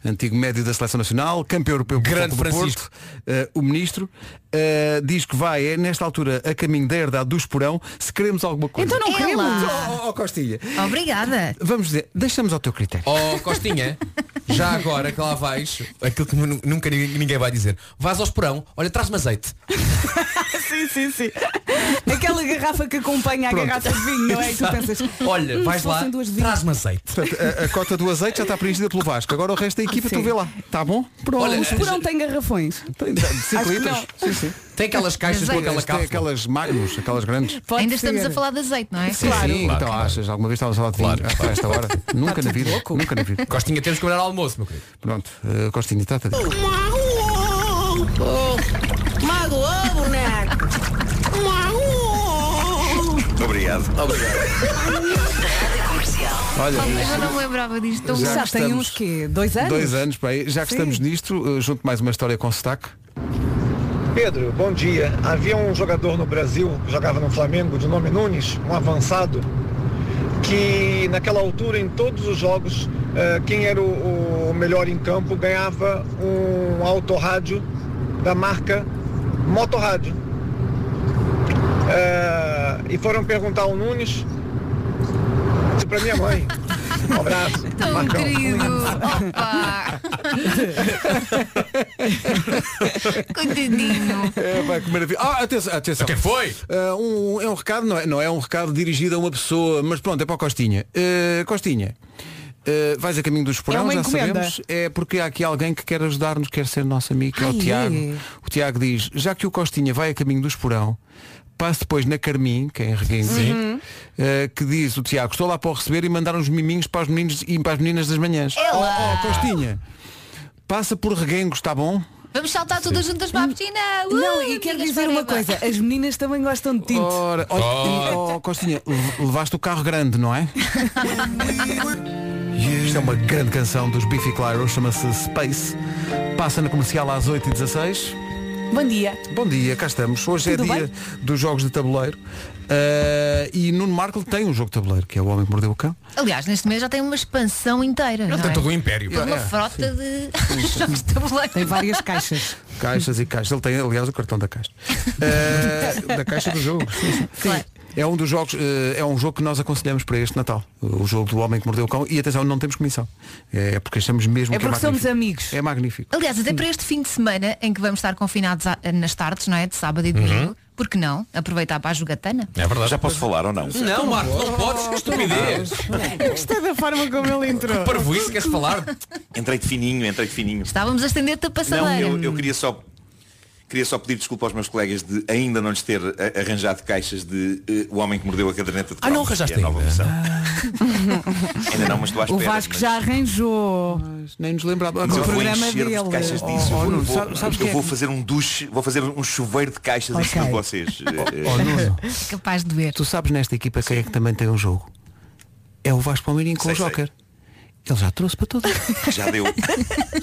[SPEAKER 1] antigo médio da Seleção Nacional, campeão europeu pelo
[SPEAKER 5] Grande
[SPEAKER 1] Futebol do
[SPEAKER 5] Francisco.
[SPEAKER 1] Porto, eh, o ministro, eh, diz que vai, é, nesta altura, a caminho da herdade do Esporão, se queremos alguma coisa.
[SPEAKER 4] Então não
[SPEAKER 2] É
[SPEAKER 4] queremos.
[SPEAKER 2] lá.
[SPEAKER 1] Oh, oh, Costinha,
[SPEAKER 2] Obrigada.
[SPEAKER 1] vamos dizer, deixamos ao teu critério.
[SPEAKER 5] Oh, Costinha, já agora que lá vais, aquilo que nu- nunca ni- ninguém vai dizer, vais ao esporão, olha, traz-me azeite.
[SPEAKER 4] Sim, sim, sim. Aquela garrafa que acompanha a
[SPEAKER 1] Pronto.
[SPEAKER 4] garrafa de vinho, não é? Que tu pensas,
[SPEAKER 5] Olha,
[SPEAKER 4] "Hum,
[SPEAKER 5] vais
[SPEAKER 4] se
[SPEAKER 5] lá,
[SPEAKER 4] fossem duas de vinho."
[SPEAKER 5] traz-me azeite.
[SPEAKER 1] Oh, Portanto, a, a cota do azeite já está preenchida pelo Vasco. Agora o resto da
[SPEAKER 4] Ah,
[SPEAKER 1] equipa tu vê lá. Está bom? Pronto.
[SPEAKER 5] Olha,
[SPEAKER 4] O esporão tem garrafões.
[SPEAKER 1] Tem- tem
[SPEAKER 4] Acho
[SPEAKER 1] cinco
[SPEAKER 4] que
[SPEAKER 1] litros. Sim, sim.
[SPEAKER 5] Tem aquelas
[SPEAKER 4] é
[SPEAKER 5] caixas com
[SPEAKER 1] Tem
[SPEAKER 5] aquela
[SPEAKER 1] as- tem
[SPEAKER 5] cápsula.
[SPEAKER 1] é aquelas magnos, aquelas grandes.
[SPEAKER 4] Pode
[SPEAKER 2] Ainda estamos
[SPEAKER 4] ser.
[SPEAKER 2] a falar de azeite, não é?
[SPEAKER 1] Sim, sim,
[SPEAKER 5] claro,
[SPEAKER 1] então
[SPEAKER 5] claro.
[SPEAKER 1] achas, alguma vez estavas a falar de vinho
[SPEAKER 5] Claro,
[SPEAKER 1] a esta hora? Nunca na vida, nunca na vida.
[SPEAKER 5] Costinha, temos que cobrar almoço, meu querido.
[SPEAKER 1] Pronto, eh, Costinha, trata disso.
[SPEAKER 8] Magoou, boneco!
[SPEAKER 1] Olha,
[SPEAKER 2] Mas eu não me lembrava disto. Estou-
[SPEAKER 1] Já
[SPEAKER 4] Já,
[SPEAKER 1] que
[SPEAKER 4] tem
[SPEAKER 1] estamos-
[SPEAKER 4] uns quê? Dois anos?
[SPEAKER 1] dois anos para aí, já que
[SPEAKER 4] Sim.
[SPEAKER 1] estamos nisto, eh, junto mais uma história com sotaque.
[SPEAKER 9] Pedro, bom dia. Havia um jogador no Brasil, que jogava no Flamengo, de nome Nunes, um avançado, que naquela altura, em todos os jogos, eh, quem era o, o melhor em campo ganhava um autorádio da marca Motorrádio. Eh, e foram perguntar ao Nunes para minha mãe. Um abraço.
[SPEAKER 2] Tão
[SPEAKER 9] Marcão.
[SPEAKER 2] querido. Opa. Coitadinho.
[SPEAKER 1] É, vai, que maravilha. Ah, atenção, atenção.
[SPEAKER 5] Quem foi?
[SPEAKER 1] Eh, um- é um recado, não é, não é um recado dirigido a uma pessoa, mas pronto, é para o Costinha. Eh, Costinha, eh, vais a caminho do
[SPEAKER 4] É
[SPEAKER 1] Esporão,
[SPEAKER 4] uma
[SPEAKER 1] já
[SPEAKER 4] encomenda.
[SPEAKER 1] sabemos. É porque há aqui alguém que quer ajudar-nos, quer ser nosso amigo, que é o
[SPEAKER 4] Ai,
[SPEAKER 1] Tiago.
[SPEAKER 4] é.
[SPEAKER 1] O Tiago diz, já que o Costinha vai a caminho do Esporão, passe depois na Carmim, que é em Reguense, eh, que diz o Tiago, estou lá para o receber e mandar uns miminhos para os meninos e para as meninas das manhãs. Ó, ó, Costinha, passa por Reguengos, está bom?
[SPEAKER 2] Vamos saltar todas juntas para a piscina.
[SPEAKER 4] Não,
[SPEAKER 2] Ui,
[SPEAKER 4] e quero
[SPEAKER 2] Uh, amigas
[SPEAKER 4] dizer uma
[SPEAKER 2] para
[SPEAKER 4] coisa, as meninas também gostam de tinto.
[SPEAKER 1] Ora, ó, ó, Costinha, lev- levaste o carro grande, não é? Isto é uma grande canção dos Biffy Clyro, chama-se Space. Passa na comercial às 8h16.
[SPEAKER 4] Bom dia.
[SPEAKER 1] Bom dia, cá estamos. Hoje é
[SPEAKER 4] Tudo
[SPEAKER 1] dia
[SPEAKER 4] bem?
[SPEAKER 1] dos jogos de tabuleiro. Ah, e Nuno Marco tem um jogo de tabuleiro, que é o Homem que Mordeu o Cão.
[SPEAKER 2] Aliás, neste mês já tem uma expansão inteira. Não,
[SPEAKER 5] Tem
[SPEAKER 2] é?
[SPEAKER 5] todo o império.
[SPEAKER 2] Uma
[SPEAKER 1] É,
[SPEAKER 2] frota de jogos de tabuleiro.
[SPEAKER 4] Tem várias caixas.
[SPEAKER 1] Caixas e caixas. Ele tem, aliás, o cartão da Eh, caixa. Ah, da caixa do jogo.
[SPEAKER 2] Claro.
[SPEAKER 1] É um dos jogos, eh, é um jogo que nós aconselhamos para este Natal. O jogo do Homem que Mordeu o Cão. E atenção, não temos comissão. É porque achamos mesmo
[SPEAKER 4] É
[SPEAKER 1] que é
[SPEAKER 4] porque somos
[SPEAKER 1] magnífico.
[SPEAKER 4] amigos. Ah.
[SPEAKER 1] É magnífico.
[SPEAKER 2] Aliás, até para este fim de semana em que vamos estar confinados a- nas tardes, não é? De sábado e
[SPEAKER 1] Uhum.
[SPEAKER 2] domingo, por que não? Aproveitar para a jogatana.
[SPEAKER 5] É verdade.
[SPEAKER 10] Já posso falar ou não?
[SPEAKER 5] Não,
[SPEAKER 4] Então
[SPEAKER 5] Marco, não podes, que estupidez.
[SPEAKER 7] Gostei da forma como ele entrou.
[SPEAKER 5] Para isso queres falar?
[SPEAKER 10] Entrei de fininho, entrei de fininho.
[SPEAKER 2] Estávamos a estender-te a
[SPEAKER 10] Não,
[SPEAKER 2] passadeira.
[SPEAKER 10] eu, eu queria só queria só pedir desculpa aos meus colegas de ainda não lhes ter a- arranjado caixas de eh, O Homem que Mordeu a Caderneta de
[SPEAKER 5] Ah, não
[SPEAKER 10] Cromos,
[SPEAKER 5] arranjaste
[SPEAKER 10] que é a nova
[SPEAKER 5] ainda?
[SPEAKER 10] versão. ainda não, mas estou à
[SPEAKER 4] O
[SPEAKER 10] espera.
[SPEAKER 4] Vasco
[SPEAKER 10] mas-
[SPEAKER 4] já arranjou.
[SPEAKER 1] Nem nos lembrava.
[SPEAKER 10] mas eu vou
[SPEAKER 4] programa
[SPEAKER 10] encher
[SPEAKER 4] dele.
[SPEAKER 10] de caixas
[SPEAKER 4] Oh,
[SPEAKER 10] disso. Eu
[SPEAKER 1] Nuno,
[SPEAKER 10] vou,
[SPEAKER 1] sabe- sabes
[SPEAKER 10] eu
[SPEAKER 1] que é
[SPEAKER 10] vou
[SPEAKER 1] que-
[SPEAKER 10] fazer um duche, vou fazer um chuveiro de caixas em cima de
[SPEAKER 4] Ok.
[SPEAKER 10] vocês. Eh,
[SPEAKER 1] Oh, Nuno,
[SPEAKER 2] É Capaz de ver.
[SPEAKER 1] tu sabes nesta equipa quem é que também tem um jogo? É o Vasco Palmeirinho com
[SPEAKER 10] Sei,
[SPEAKER 1] o
[SPEAKER 10] sei.
[SPEAKER 1] Joker. Ele já trouxe para todos.
[SPEAKER 10] eh, já deu.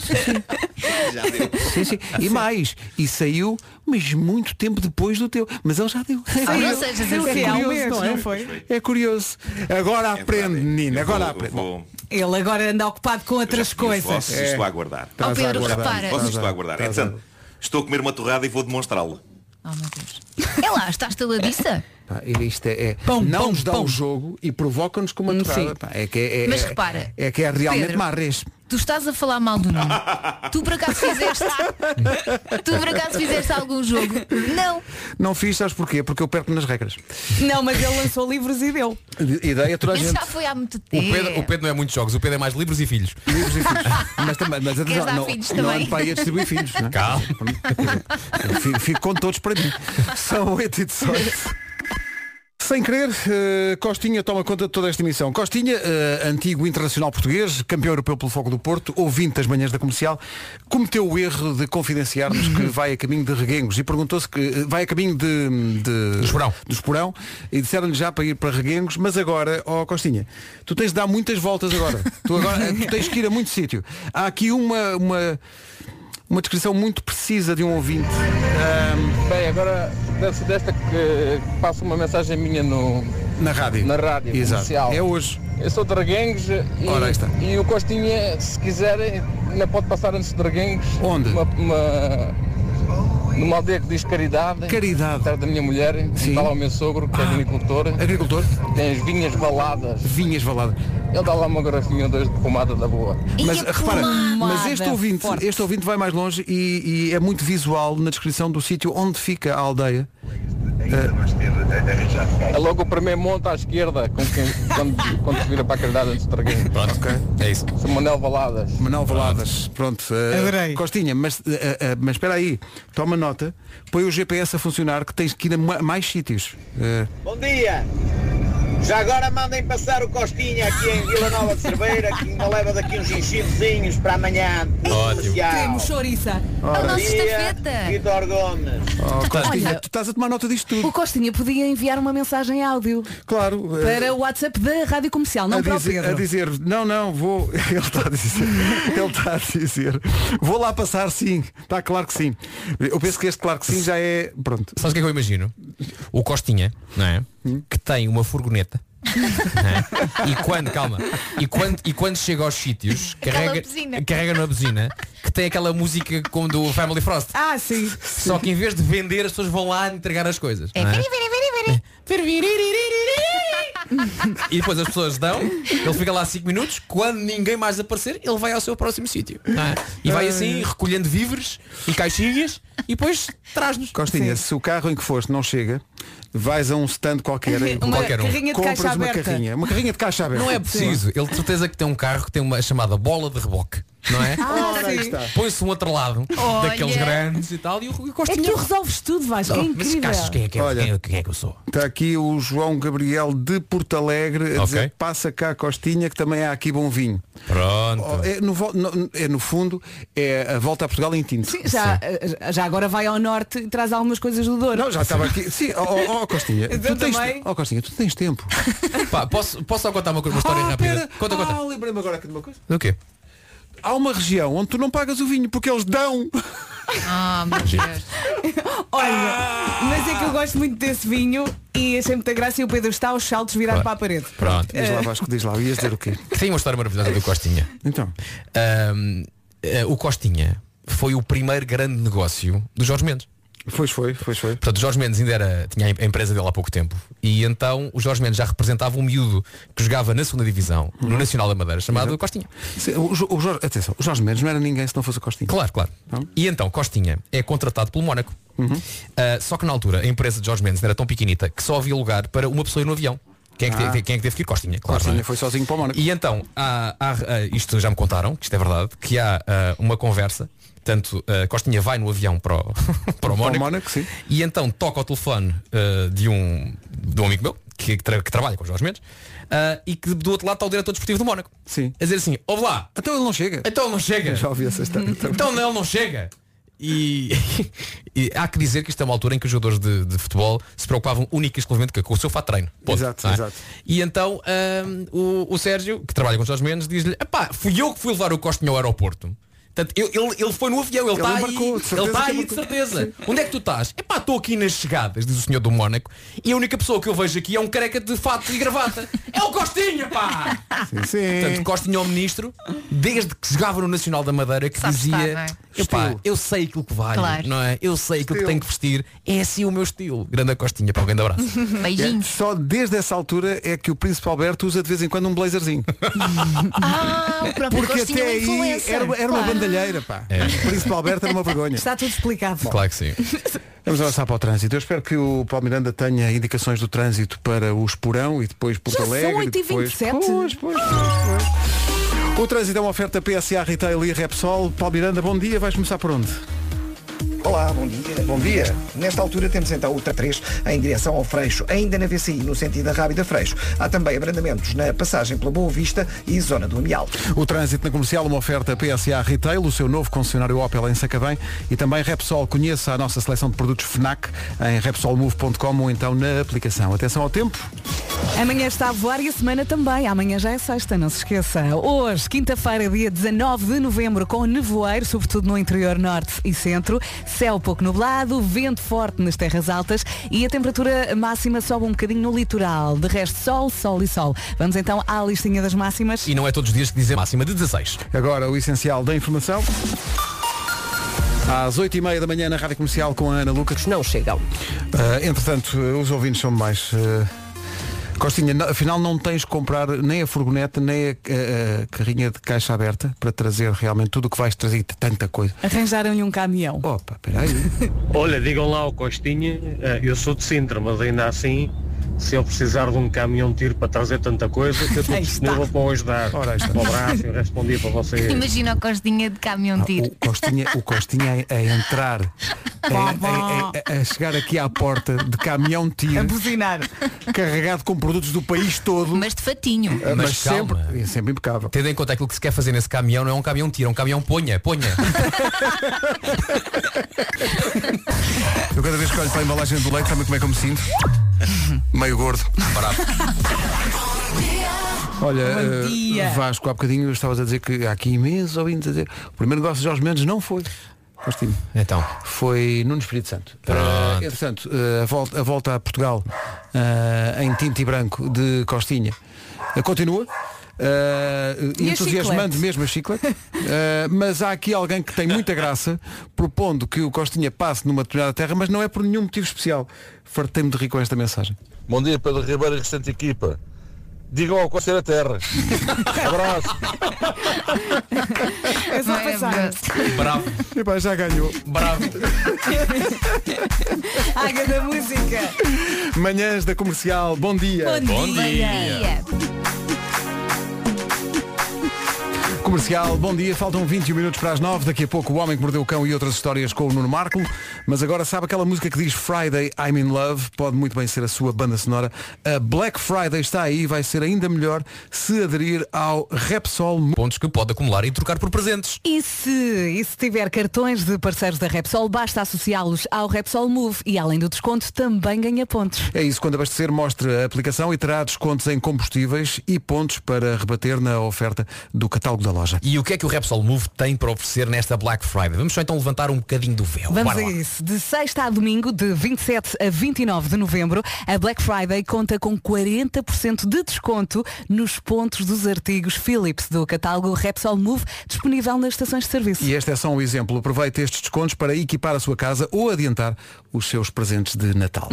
[SPEAKER 10] já deu.
[SPEAKER 1] Sim, sim. E mais, e saiu, mas muito tempo depois do teu. Mas ele já deu.
[SPEAKER 2] Ah, não sejas
[SPEAKER 4] Sei o
[SPEAKER 2] assim.
[SPEAKER 4] quê? Há um
[SPEAKER 1] curioso,
[SPEAKER 4] mês,
[SPEAKER 1] não é?
[SPEAKER 4] não foi?
[SPEAKER 1] É curioso. Agora
[SPEAKER 10] É
[SPEAKER 1] aprende,
[SPEAKER 10] verdade,
[SPEAKER 1] menina.
[SPEAKER 10] eu
[SPEAKER 1] Agora
[SPEAKER 10] vou, eu
[SPEAKER 1] aprende.
[SPEAKER 10] vou-
[SPEAKER 4] Ele agora anda ocupado com
[SPEAKER 10] eu já
[SPEAKER 4] outras
[SPEAKER 10] pedi os
[SPEAKER 4] coisas.
[SPEAKER 10] vossos, Estou a aguardar.
[SPEAKER 2] Ó Pedro,
[SPEAKER 1] Estás a aguardar.
[SPEAKER 2] repara.
[SPEAKER 10] Vocês estou a aguardar.
[SPEAKER 1] Tá,
[SPEAKER 10] Entretanto, estou a comer uma torrada e vou demonstrá-la.
[SPEAKER 2] Oh meu Deus. É lá, estás taladiça?
[SPEAKER 1] Pá, isto é, é-
[SPEAKER 4] Pão,
[SPEAKER 1] não
[SPEAKER 4] pão,
[SPEAKER 1] nos dá
[SPEAKER 4] pão.
[SPEAKER 1] um jogo e provoca-nos com uma
[SPEAKER 7] Hum,
[SPEAKER 1] torrada.
[SPEAKER 7] sim.
[SPEAKER 1] Pá, é que é, é-
[SPEAKER 2] Mas
[SPEAKER 1] é-
[SPEAKER 2] repara,
[SPEAKER 1] É que é realmente
[SPEAKER 2] Pedro.
[SPEAKER 1] marres.
[SPEAKER 2] Tu estás a falar mal do Nuno. tu por acaso fizeste. tu por acaso fizeste algum jogo? Não.
[SPEAKER 1] Não fiz, sabes porquê? Porque eu perco nas regras.
[SPEAKER 4] Não, mas ele lançou livros e deu.
[SPEAKER 1] I- Ideia toda a
[SPEAKER 2] Isso
[SPEAKER 1] gente.
[SPEAKER 2] já foi há muito
[SPEAKER 5] O
[SPEAKER 2] tempo.
[SPEAKER 5] Pedro, o Pedro não é muitos jogos, o Pedro é mais livros e filhos.
[SPEAKER 1] Livros e filhos. Mas, também, mas atenção,
[SPEAKER 2] dar
[SPEAKER 1] não,
[SPEAKER 2] filhos
[SPEAKER 1] não
[SPEAKER 2] também?
[SPEAKER 1] ando para aí a distribuir filhos. Não é?
[SPEAKER 5] Calma.
[SPEAKER 1] Eu Fico, fico com todos para mim. São 8 e 18. Sem querer, eh, Costinha toma conta de toda esta emissão. Costinha, eh, antigo internacional português, campeão europeu pelo Foco do Porto, ouvinte das manhãs da comercial, cometeu o erro de confidenciar-nos que vai a caminho de Reguengos e perguntou-se que eh, vai a caminho de, de-
[SPEAKER 5] Do Esporão.
[SPEAKER 1] do Esporão, e disseram-lhe já para ir para Reguengos, mas agora, ó Costinha, tu tens de dar muitas voltas agora. tu, agora eh, tu tens que ir a muito sítio. Há aqui uma, uma, uma descrição muito precisa de um ouvinte. ehm,
[SPEAKER 9] Bem, agora deve desta que passa uma mensagem minha no,
[SPEAKER 1] Na rádio.
[SPEAKER 9] Na rádio
[SPEAKER 1] Exato.
[SPEAKER 9] comercial.
[SPEAKER 1] É hoje.
[SPEAKER 9] Eu sou de Reguengos
[SPEAKER 1] Ora, aí está.
[SPEAKER 9] e, e o Costinha, se quiserem, ainda pode passar antes de Reguengos.
[SPEAKER 1] Onde?
[SPEAKER 9] Uma, uma- numa aldeia que diz Caridade.
[SPEAKER 1] Caridade.
[SPEAKER 9] Atrás da minha mulher,
[SPEAKER 1] Sim. Ah.
[SPEAKER 9] está lá o meu sogro, que é agricultor,
[SPEAKER 1] Agricultor,
[SPEAKER 9] tem as vinhas baladas.
[SPEAKER 1] vinhas valada.
[SPEAKER 9] Ele dá lá uma garrafinha ou duas de pomada da boa.
[SPEAKER 2] E
[SPEAKER 1] Mas
[SPEAKER 2] a
[SPEAKER 1] repara,
[SPEAKER 2] pomada
[SPEAKER 1] mas este ouvinte,
[SPEAKER 4] forte.
[SPEAKER 1] este ouvinte vai mais longe e, e é muito visual na descrição do sítio onde fica a aldeia.
[SPEAKER 9] É logo o primeiro monte à esquerda, com quem, quando, quando se vira para a Caridade antes de Reguengos.
[SPEAKER 5] Pronto, é isso.
[SPEAKER 9] São Manuel Baladas.
[SPEAKER 1] Manuel Valadas. Pronto. eh,
[SPEAKER 4] Adorei.
[SPEAKER 1] Costinha, mas, eh, eh, mas espera aí. Toma nota. Põe o GPS a funcionar que tens que ir a ma- mais sítios. Eh,
[SPEAKER 9] Bom dia! Já agora mandem passar o Costinha aqui em Vila Nova de Cerveira, que ainda leva daqui uns enchidozinhos para amanhã.
[SPEAKER 5] Ótimo.
[SPEAKER 3] Ah.
[SPEAKER 4] Temos chouriça.
[SPEAKER 2] É o nosso
[SPEAKER 1] assim,
[SPEAKER 9] Dia,
[SPEAKER 1] é,
[SPEAKER 2] estafeta.
[SPEAKER 9] Vitor Gomes.
[SPEAKER 1] oh, Costinha,
[SPEAKER 4] Então, Olha-
[SPEAKER 1] tu estás a tomar nota disto tudo.
[SPEAKER 4] O Costinha podia enviar uma mensagem áudio
[SPEAKER 1] Claro. eh,
[SPEAKER 4] para o WhatsApp da Rádio Comercial, não
[SPEAKER 1] a
[SPEAKER 4] para o
[SPEAKER 1] dizer, a
[SPEAKER 4] Pedro.
[SPEAKER 1] dizer, não, não, vou. Ele está a dizer, ele está a dizer, vou lá passar sim, está claro que sim. Eu penso que este claro que sim já é. Pronto.
[SPEAKER 5] Sabes o que é que eu imagino? O Costinha, não é?
[SPEAKER 4] Hum.
[SPEAKER 5] Que tem uma furgoneta. não é? E quando, calma, e quando, e quando chega aos sítios,
[SPEAKER 2] Aquela
[SPEAKER 5] carrega,
[SPEAKER 2] buzina.
[SPEAKER 5] carrega na buzina que tem aquela música como do Family Frost.
[SPEAKER 4] Ah, sim.
[SPEAKER 5] Só que em vez de vender, as pessoas vão lá entregar as coisas.
[SPEAKER 2] É,
[SPEAKER 5] não é?
[SPEAKER 2] veri, veri, veri, veri.
[SPEAKER 5] E depois as pessoas dão, ele fica lá 5 minutos, quando ninguém mais aparecer, ele vai ao seu próximo sítio. não é? E
[SPEAKER 4] Ah.
[SPEAKER 5] vai assim, recolhendo víveres e caixinhas e depois traz-nos.
[SPEAKER 1] Costinha, se o carro em que foste não chega, vais a um stand qualquer,
[SPEAKER 4] Uma
[SPEAKER 5] Qualquer um.
[SPEAKER 4] carrinha de
[SPEAKER 1] compras
[SPEAKER 4] caixa
[SPEAKER 1] uma
[SPEAKER 4] aberta.
[SPEAKER 1] carrinha, uma carrinha de caixa aberta.
[SPEAKER 5] Não é preciso. Ele de certeza que tem um carro que tem uma chamada bola de reboque, não é?
[SPEAKER 4] Ah,
[SPEAKER 1] Ora, aí está.
[SPEAKER 5] Põe-se um outro lado
[SPEAKER 2] Olha.
[SPEAKER 5] daqueles grandes e tal e o
[SPEAKER 4] É que
[SPEAKER 5] Costinha.
[SPEAKER 4] tu resolves tudo, vais. É
[SPEAKER 5] Mas se
[SPEAKER 4] incrível.
[SPEAKER 5] cachas quem é que, é,
[SPEAKER 1] Olha.
[SPEAKER 5] quem, é, quem é que eu sou?
[SPEAKER 1] Está aqui o João Gabriel de Porto Alegre a
[SPEAKER 5] Ok. Tá.
[SPEAKER 1] dizer passa cá a Costinha que também há aqui bom vinho.
[SPEAKER 5] Pronto.
[SPEAKER 1] Oh, É no, vo- no- é no fundo, é a volta a Portugal em tinto.
[SPEAKER 4] Sim, já, eh, já agora vai ao norte e traz algumas coisas do Douro.
[SPEAKER 1] Não, já estava aqui. Sim, oh, oh, oh, Costinha,
[SPEAKER 4] Eu
[SPEAKER 1] tu tens,
[SPEAKER 4] também.
[SPEAKER 1] oh, Costinha, tu tens tempo.
[SPEAKER 5] Pá, posso, posso só contar uma, co- uma história é
[SPEAKER 1] Ah,
[SPEAKER 5] rápida?
[SPEAKER 1] pera.
[SPEAKER 5] Conta, conta.
[SPEAKER 1] Ah, lembrei-me agora aqui de uma coisa.
[SPEAKER 5] Do quê?
[SPEAKER 1] Há uma região onde tu não pagas o vinho porque eles dão.
[SPEAKER 2] Ah, meu Deus.
[SPEAKER 4] Olha,
[SPEAKER 5] Ah!
[SPEAKER 4] mas é que eu gosto muito desse vinho e achei muita graça e o Pedro está aos saltos virado
[SPEAKER 5] Pronto.
[SPEAKER 4] para a parede.
[SPEAKER 5] Pronto.
[SPEAKER 1] Diz lá, Vasco, diz lá. Ias dizer o quê?
[SPEAKER 5] Tem uma história maravilhosa do Costinha.
[SPEAKER 1] Então,
[SPEAKER 5] Ahm, eh, o Costinha foi o primeiro grande negócio do Jorge Mendes.
[SPEAKER 1] Pois foi, pois foi.
[SPEAKER 5] Portanto, o Jorge Mendes ainda era, tinha a empresa dele há pouco tempo. E então o Jorge Mendes já representava um miúdo que jogava na segunda divisão, no Nacional da Madeira, chamado Costinha.
[SPEAKER 1] Se- O, Jo- o Jorge, atenção, o Jorge Mendes não era ninguém se não fosse o Costinha.
[SPEAKER 5] Claro, claro. E então Costinha é contratado pelo Mónaco.
[SPEAKER 1] Uhum.
[SPEAKER 5] Ah, só que na altura a empresa de Jorge Mendes era tão pequenita que só havia lugar para uma pessoa ir no avião. Quem é que,
[SPEAKER 1] Ah.
[SPEAKER 5] teve, quem é que teve que ir? Costinha, claro.
[SPEAKER 1] Costinha
[SPEAKER 5] não é?
[SPEAKER 1] foi sozinho para o Mónaco.
[SPEAKER 5] E então, há, há, ah, isto já me contaram, que isto é verdade, que há ah, uma conversa, tanto ah, Costinha vai no avião para o, para o Mónaco,
[SPEAKER 1] Mónaco, sim.
[SPEAKER 5] e então toca o telefone ah, de, um, de um amigo meu, que, tra- que trabalha com os Jorge Mendes, ah, e que do outro lado está o diretor desportivo do Mónaco.
[SPEAKER 1] Sim.
[SPEAKER 5] A dizer assim, ouve lá,
[SPEAKER 1] Então ele não chega.
[SPEAKER 5] então não chega.
[SPEAKER 1] Já ouvi essa história. também.
[SPEAKER 5] Então não, ele não chega. E, e há que dizer que isto é uma altura em que os jogadores de, de futebol se preocupavam única e exclusivamente com o seu fato de treino. Ponto,
[SPEAKER 1] Exato,
[SPEAKER 5] não é?
[SPEAKER 1] exato.
[SPEAKER 5] E então hum, o, o Sérgio, que trabalha com os Jorge Mendes, diz-lhe, "Epá, fui eu que fui levar o Costinha ao aeroporto. Portanto, eu- ele, ele foi no avião, ele
[SPEAKER 1] Ele
[SPEAKER 5] está aí,
[SPEAKER 1] embarcou, de certeza
[SPEAKER 5] ele está
[SPEAKER 1] que
[SPEAKER 5] aí de
[SPEAKER 1] embarcou.
[SPEAKER 5] certeza. Onde é que tu estás? Epá, estou aqui nas chegadas, diz o senhor do Mónaco, e a única pessoa que eu vejo aqui é um careca de fato e gravata. É o Costinha, pá!
[SPEAKER 1] Sim, sim.
[SPEAKER 5] Portanto, Costinha é o ministro, desde que jogava no Nacional da Madeira, que
[SPEAKER 2] Sabe
[SPEAKER 5] dizia,
[SPEAKER 2] estar, não é?
[SPEAKER 5] "Epá,
[SPEAKER 1] Estilo.
[SPEAKER 5] eu sei aquilo que vale,
[SPEAKER 2] Claro.
[SPEAKER 5] não é? Eu sei aquilo que
[SPEAKER 1] Estilo.
[SPEAKER 5] tenho que vestir, é assim o meu estilo. Grande Costinha, para o grande abraço.
[SPEAKER 2] Beijinhos.
[SPEAKER 1] Só desde essa altura é que o Príncipe Alberto usa de vez em quando um blazerzinho.
[SPEAKER 2] Ah, o próprio
[SPEAKER 1] Porque
[SPEAKER 2] Costinha
[SPEAKER 1] até
[SPEAKER 2] é um
[SPEAKER 1] aí
[SPEAKER 2] influencer.
[SPEAKER 1] era, era uma
[SPEAKER 2] Claro.
[SPEAKER 1] bandalheira, pá. O Príncipe Alberto era uma vergonha.
[SPEAKER 4] Está tudo explicado.
[SPEAKER 5] claro que sim.
[SPEAKER 1] Vamos avançar para o trânsito. Eu espero que o Paulo Miranda tenha indicações do trânsito para o Esporão e depois Porto
[SPEAKER 4] Já são
[SPEAKER 1] Alegre. e depois...
[SPEAKER 4] 8h27.
[SPEAKER 1] Pois, pois, pois, pois. O trânsito é uma oferta PSA Retail e Repsol. Paulo Miranda, bom dia. Vais começar por onde?
[SPEAKER 3] Olá, bom dia. Bom dia. Nesta altura temos então o 3 em direção ao Freixo, ainda na VCI, no sentido da Rábida Freixo. Há também abrandamentos na passagem pela Boa Vista e zona do Amial.
[SPEAKER 1] O trânsito na comercial, uma oferta PSA Retail, o seu novo concessionário Opel em Sacavém e também Repsol. Conheça a nossa seleção de produtos FNAC em repsolmove.com ou então na aplicação. Atenção ao tempo.
[SPEAKER 4] Amanhã está a voar e a semana também. Amanhã já é sexta, não se esqueça. Hoje, quinta-feira, dia 19 de novembro, com nevoeiro, sobretudo no interior norte e centro. Céu pouco nublado, vento forte nas terras altas e a temperatura máxima sobe um bocadinho no litoral. De resto, sol, sol e sol. Vamos então à listinha das máximas.
[SPEAKER 5] E não é todos os dias que dizem máxima de 16.
[SPEAKER 1] Agora o essencial da informação. Às 8h30 da manhã na Rádio Comercial com a Ana Lucas.
[SPEAKER 7] Não chegam.
[SPEAKER 1] Ah, entretanto, eh, os ouvintes são mais. eh, Costinha, não- afinal não tens que comprar nem a furgoneta, nem a, a- a carrinha de caixa aberta para trazer realmente tudo o que vais trazer e tanta coisa.
[SPEAKER 4] Arranjaram-lhe um caminhão.
[SPEAKER 1] Opa, peraí.
[SPEAKER 11] Olha, digam lá ao Costinha, eh, eu sou de Sintra, mas ainda assim, se eu precisar de um caminhão de tiro para trazer tanta coisa, eu estou
[SPEAKER 4] Aí está.
[SPEAKER 11] disponível para o ajudar.
[SPEAKER 1] Ora, aí está.
[SPEAKER 11] Um abraço e respondi para
[SPEAKER 10] É.
[SPEAKER 11] vocês.
[SPEAKER 2] Imagina o Costinha de caminhão de
[SPEAKER 1] O
[SPEAKER 10] Ah,
[SPEAKER 2] tiro.
[SPEAKER 1] Costinha, o Costinha a, a entrar, a, a- a- a chegar aqui à porta de caminhão
[SPEAKER 4] A
[SPEAKER 1] tiro,
[SPEAKER 4] buzinar.
[SPEAKER 1] carregado com produtos do país todo, mas,
[SPEAKER 2] Mas de fatinho.
[SPEAKER 10] Ah,
[SPEAKER 5] Mas calma.
[SPEAKER 1] sempre, é sempre impecável.
[SPEAKER 5] Tendo em conta aquilo que se quer fazer nesse caminhão, não é um caminhão tira, é um caminhão ponha, ponha.
[SPEAKER 1] Eu cada vez que olho para a embalagem do leite, também como é que eu me sinto? Meio gordo. Olha,
[SPEAKER 4] Bom
[SPEAKER 1] eh,
[SPEAKER 4] dia.
[SPEAKER 1] Vasco, há bocadinho estavas a dizer que há aqui imensos ouvintes a dizer. O primeiro negócio de Jorge Mendes não foi. Costinho.
[SPEAKER 5] Então,
[SPEAKER 1] Foi Nuno Espírito Santo.
[SPEAKER 5] Pronto.
[SPEAKER 1] Eh, entretanto, eh, a, volta, a volta a Portugal eh, em tinto e branco de Costinha eh, continua. eh,
[SPEAKER 4] E a
[SPEAKER 1] entusiasmando
[SPEAKER 4] chiclete?
[SPEAKER 1] mesmo a chiclete Eh, mas há aqui alguém que tem muita graça propondo que o Costinha passe numa determinada terra mas não é por nenhum motivo especial fartei-me de rir com esta mensagem
[SPEAKER 9] Bom dia, Pedro Ribeiro e restante equipa. Digam ao Costa da Terra. Abraço.
[SPEAKER 4] É só passar.
[SPEAKER 2] Maravilhoso.
[SPEAKER 5] bravo,
[SPEAKER 1] Epá, já ganhou
[SPEAKER 5] bravo.
[SPEAKER 4] Água é da música.
[SPEAKER 1] manhãs da comercial bom dia
[SPEAKER 5] Bom dia.
[SPEAKER 2] Dia.
[SPEAKER 1] Comercial, bom dia. Faltam 21 minutos para as 9. Daqui a pouco o Homem que Mordeu o Cão e outras histórias com o Nuno Marco. Mas agora sabe aquela música que diz Friday I'm in Love? Pode muito bem ser a sua banda sonora. A Black Friday está aí e vai ser ainda melhor se aderir ao Repsol. Mu-
[SPEAKER 5] Pontos que pode acumular e trocar por presentes.
[SPEAKER 4] E se, e se tiver cartões de parceiros da Repsol, basta associá-los ao Repsol Move e além do desconto também ganha pontos.
[SPEAKER 1] É isso, quando abastecer, mostra a aplicação e terá descontos em combustíveis e pontos para rebater na oferta do catálogo da loja. loja.
[SPEAKER 5] E o que é que o Repsol Move tem para oferecer nesta Black Friday? Vamos só então levantar um bocadinho do véu.
[SPEAKER 4] Vamos
[SPEAKER 5] Bora
[SPEAKER 4] a
[SPEAKER 5] lá.
[SPEAKER 4] isso. De sexta a domingo, de 27 a 29 de novembro, a Black Friday conta com 40% de desconto nos pontos dos artigos Philips do catálogo Repsol Move, disponível nas estações de serviço.
[SPEAKER 1] E este é só um exemplo. Aproveite estes descontos para equipar a sua casa ou adiantar os seus presentes de Natal.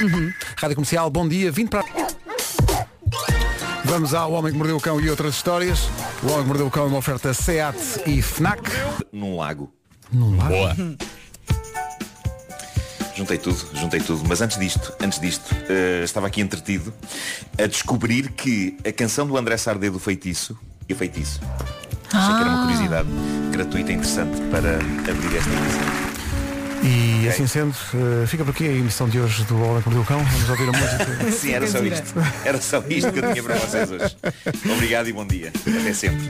[SPEAKER 1] Rádio Comercial, bom dia, vinte para. Vamos ao Homem que Mordeu o Cão e outras histórias. O Homem que Mordeu o Cão é uma oferta SEAT e FNAC.
[SPEAKER 10] Num lago.
[SPEAKER 1] Num lago?
[SPEAKER 10] Boa. Juntei tudo, juntei tudo. Mas antes disto, antes disto, eh, estava aqui entretido a descobrir que a canção do André Sardê do Feitiço e Feitiço. Achei que era uma curiosidade gratuita e interessante para abrir esta emissão.
[SPEAKER 1] E assim sendo, eh, fica por aqui a emissão de hoje do Homem que Mordeu o Cão. Vamos ouvir a música.
[SPEAKER 10] Sim, era só isto. Era só isto que eu tinha para vocês hoje. Obrigado e bom dia. Até sempre.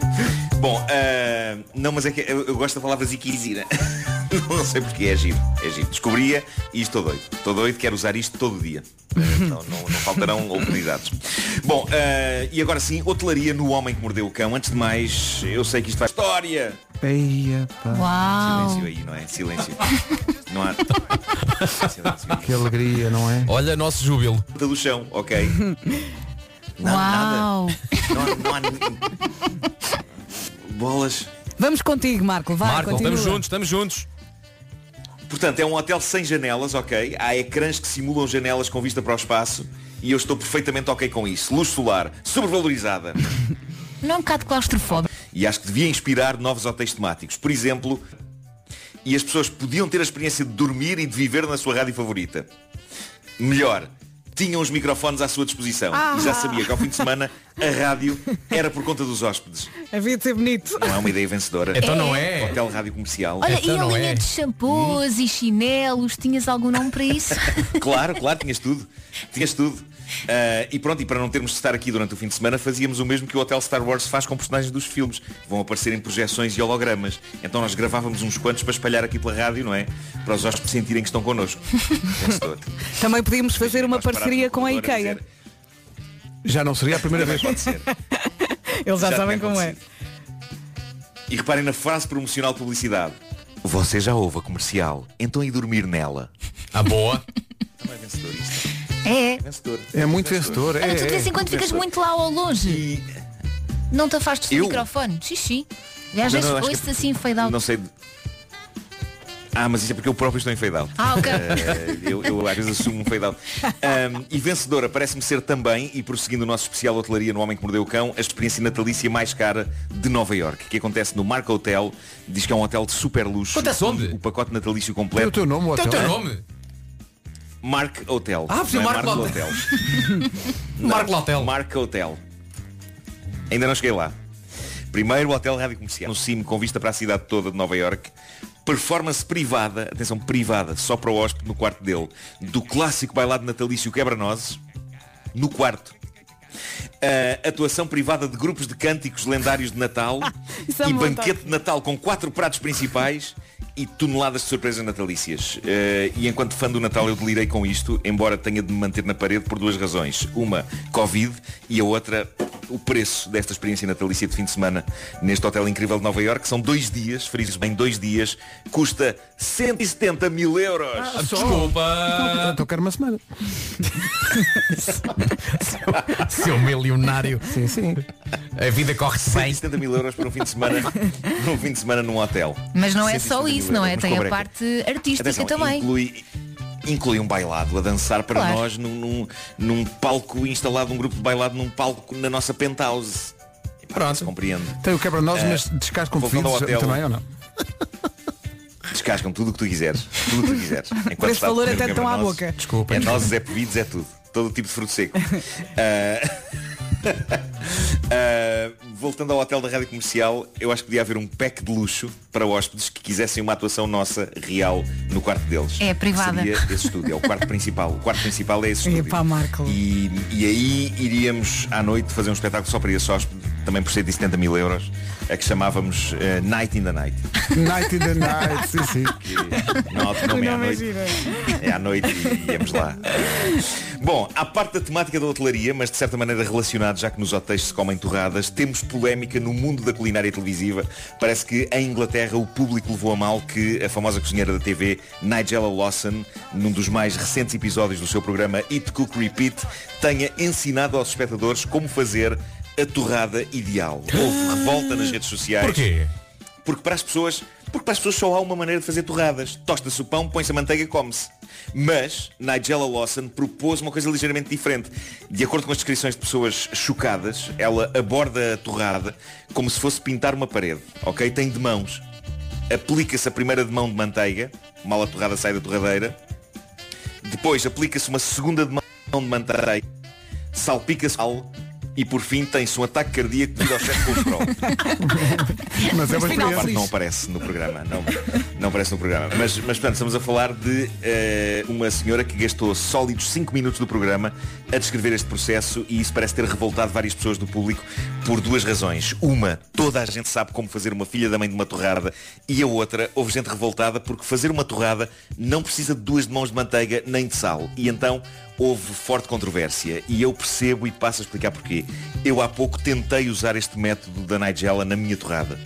[SPEAKER 10] Bom, ah, não, mas é que eu, eu gosto da palavra ziquirizira. Não sei porque é giro. É giro. Descobria e estou doido. Estou doido, quero usar isto todo dia. Ah, Não, não, não faltarão oportunidades. Bom, ah, e agora sim, hotelaria no homem que mordeu o cão. Antes de mais, eu sei que isto faz história.
[SPEAKER 1] Eia, pá.
[SPEAKER 10] Silêncio aí, não é? Silêncio. Não há.
[SPEAKER 1] Que alegria, não é?
[SPEAKER 5] Olha, nosso júbilo.
[SPEAKER 10] Do chão, ok. Não,
[SPEAKER 4] Uau!
[SPEAKER 10] Não há- não há ninguém. Bolas.
[SPEAKER 4] Vamos contigo, Marco. Vai,
[SPEAKER 10] Marco,
[SPEAKER 4] continua.
[SPEAKER 10] estamos juntos.
[SPEAKER 5] Estamos juntos.
[SPEAKER 10] Portanto, é um hotel sem janelas, ok? Há ecrãs que simulam janelas com vista para o espaço e eu estou perfeitamente ok com isso. Luz solar, sobrevalorizada.
[SPEAKER 2] Não é um bocado claustrofóbico.
[SPEAKER 10] E acho que devia inspirar novos hotéis temáticos. Por exemplo, e as pessoas podiam ter a experiência de dormir e de viver na sua rádio favorita. Melhor, tinham os microfones à sua disposição.
[SPEAKER 7] Ah.
[SPEAKER 10] E já sabia que ao fim de semana a rádio era por conta dos hóspedes.
[SPEAKER 7] Havia de ser bonito.
[SPEAKER 10] Não é uma ideia vencedora.
[SPEAKER 2] Então não é.
[SPEAKER 10] Hotel Rádio Comercial.
[SPEAKER 2] Olha, e a
[SPEAKER 10] é.
[SPEAKER 2] linha de shampoos e chinelos, tinhas algum nome para isso?
[SPEAKER 10] Claro, claro, tinhas tudo. Tinhas tudo. Ah, e pronto, e para não termos de estar aqui durante o fim de semana, fazíamos o mesmo que o Hotel Star Wars faz com personagens dos filmes. Vão aparecer em projeções e hologramas. Então nós gravávamos uns quantos para espalhar aqui pela rádio, não é? Para os hóspedes sentirem que estão connosco. Vencedor.
[SPEAKER 4] Também podíamos fazer uma parceria com a IKEA.
[SPEAKER 1] Já não seria a primeira vez.
[SPEAKER 4] Eles já,
[SPEAKER 10] Já
[SPEAKER 4] sabem
[SPEAKER 10] tinha
[SPEAKER 4] como é.
[SPEAKER 10] E reparem na frase promocional de publicidade. Você já ouve a comercial, então e dormir nela.
[SPEAKER 5] A Ah, boa.
[SPEAKER 10] Também é vencedor isto.
[SPEAKER 2] É.
[SPEAKER 1] É muito vencedor.
[SPEAKER 2] Olha, tu de vez em quando ficas muito lá ao longe. Não te afastes do
[SPEAKER 10] Eu?
[SPEAKER 2] microfone. Xixi. E às
[SPEAKER 10] Não,
[SPEAKER 2] vezes
[SPEAKER 10] não, acho
[SPEAKER 2] ouço-te
[SPEAKER 10] que- é
[SPEAKER 2] assim fade out.
[SPEAKER 10] Não sei. de- Ah, mas isso é porque eu próprio estou em fade out.
[SPEAKER 2] Ah, ok.
[SPEAKER 10] Eh, eu, eu às vezes assumo um fade out. Ahm, e vencedora parece-me ser também, e prosseguindo o nosso especial hotelaria no Homem que Mordeu o Cão, a experiência natalícia mais cara de Nova York, que acontece no Marco Hotel, diz que é um hotel de super luxo.
[SPEAKER 5] Acontece onde?
[SPEAKER 10] O pacote natalício completo.
[SPEAKER 1] o teu nome,
[SPEAKER 5] Então,
[SPEAKER 4] então
[SPEAKER 1] o Tem o
[SPEAKER 4] é.
[SPEAKER 1] hotel? teu nome?
[SPEAKER 10] Mark Hotel.
[SPEAKER 5] Ah, pois é
[SPEAKER 10] Não
[SPEAKER 5] Marco Hotel.
[SPEAKER 10] Não, Marco Hotel. Ainda não cheguei lá. Primeiro o Hotel Rádio Comercial. No cimo, com vista para a cidade toda de Nova Iorque. Performance privada, atenção, privada, só para o hóspede no quarto dele, do clássico bailado natalício Quebra-Nozes, no quarto. Ah, atuação privada de grupos de cânticos lendários de Natal
[SPEAKER 7] Isso é
[SPEAKER 10] e
[SPEAKER 7] uma vontade.
[SPEAKER 10] banquete de Natal com quatro pratos principais e toneladas de surpresas natalícias. Eh, e enquanto fã do Natal eu delirei com isto, embora tenha de me manter na parede por duas razões. Uma, Covid e a outra, o preço desta experiência natalícia de fim de semana neste hotel incrível de Nova Iorque. São dois dias, frizes bem, dois dias, custa 170 mil euros.
[SPEAKER 1] Desculpa. Então quero uma semana.
[SPEAKER 5] Seu milionário.
[SPEAKER 1] Sim, sim.
[SPEAKER 5] A vida corre sem.
[SPEAKER 10] 70 mil euros por um fim de semana, por um fim de semana num hotel.
[SPEAKER 2] Mas não é
[SPEAKER 10] 170
[SPEAKER 2] só
[SPEAKER 10] mil
[SPEAKER 2] isso, não é?
[SPEAKER 10] euros, mas
[SPEAKER 2] Tem
[SPEAKER 10] com
[SPEAKER 2] a
[SPEAKER 10] breca.
[SPEAKER 2] parte artística
[SPEAKER 10] Atenção,
[SPEAKER 2] também.
[SPEAKER 10] Inclui, inclui um bailado a dançar para
[SPEAKER 2] Claro.
[SPEAKER 10] nós num, num, num palco instalado, um grupo de bailado num palco na nossa penthouse. Pronto. Compreendo.
[SPEAKER 1] Tem o quebra-nós,
[SPEAKER 10] Eh,
[SPEAKER 1] mas descascam
[SPEAKER 10] voltando ao
[SPEAKER 1] vidros
[SPEAKER 10] hotel.
[SPEAKER 1] também ou não?
[SPEAKER 10] Descascam tudo o que tu quiseres. Tudo o que tu quiseres.
[SPEAKER 4] Por esse
[SPEAKER 10] está a
[SPEAKER 4] valor
[SPEAKER 10] comer
[SPEAKER 4] até
[SPEAKER 10] o
[SPEAKER 4] estão à
[SPEAKER 10] quebra-nozes,
[SPEAKER 4] boca.
[SPEAKER 1] Desculpa,
[SPEAKER 10] É
[SPEAKER 1] desculpa.
[SPEAKER 10] nozes, é pevidos, é tudo. Todo o tipo de fruto seco. Ah, ah, voltando ao hotel da Rádio Comercial, eu acho que podia haver um pack de luxo para hóspedes que quisessem uma atuação nossa real no quarto deles.
[SPEAKER 2] É, privada.
[SPEAKER 10] Seria esse estúdio, é o quarto principal. O quarto principal é esse estúdio.
[SPEAKER 4] Epá, Marco.
[SPEAKER 10] E, e aí iríamos à noite fazer um espetáculo só para esse hóspede também por 170 mil euros, a que chamávamos eh, Night in the Night.
[SPEAKER 1] Night in the night, sim, sim.
[SPEAKER 10] Não, não,
[SPEAKER 1] O
[SPEAKER 10] é à
[SPEAKER 1] nome é
[SPEAKER 10] noite.
[SPEAKER 1] giro,
[SPEAKER 10] É à noite e íamos lá. Bom, à parte da temática da hotelaria, mas de certa maneira relacionado, já que nos hotéis se comem torradas, temos polémica no mundo da culinária televisiva. Parece que em Inglaterra o público levou a mal que a famosa cozinheira da TV, Nigella Lawson, num dos mais recentes episódios do seu programa Eat, Cook, Repeat, tenha ensinado aos espectadores como fazer a torrada ideal. Houve revolta nas redes
[SPEAKER 4] é.
[SPEAKER 10] sociais.
[SPEAKER 5] Porquê?
[SPEAKER 10] Porque para as pessoas, porque para as pessoas só há uma maneira de fazer torradas. Tosta-se o pão, põe-se a manteiga e come-se. Mas Nigella Lawson propôs uma coisa ligeiramente diferente. De acordo com as descrições de pessoas chocadas, ela aborda a torrada como se fosse pintar uma parede. Ok? Tem de mãos. Aplica-se a primeira de mão de manteiga, mal a torrada sai da torradeira. Depois aplica-se uma segunda de mão de manteiga, salpica-se sal e por fim tem-se um ataque cardíaco devido ao excesso de colesterol.
[SPEAKER 1] Mas é uma
[SPEAKER 10] Esta parte não
[SPEAKER 1] experiência.
[SPEAKER 10] aparece no programa, não, não aparece no programa. Mas, mas portanto, estamos a falar de eh, uma senhora que gastou sólidos 5 minutos do programa a descrever este processo e isso parece ter revoltado várias pessoas do público por duas razões. Uma, toda a gente sabe como fazer uma filha da mãe de uma torrada e a outra, houve gente revoltada porque fazer uma torrada não precisa de duas mãos de manteiga nem de sal. E então houve forte controvérsia e eu percebo e passo a explicar porquê. Eu há pouco tentei usar este método da Nigella na minha torrada.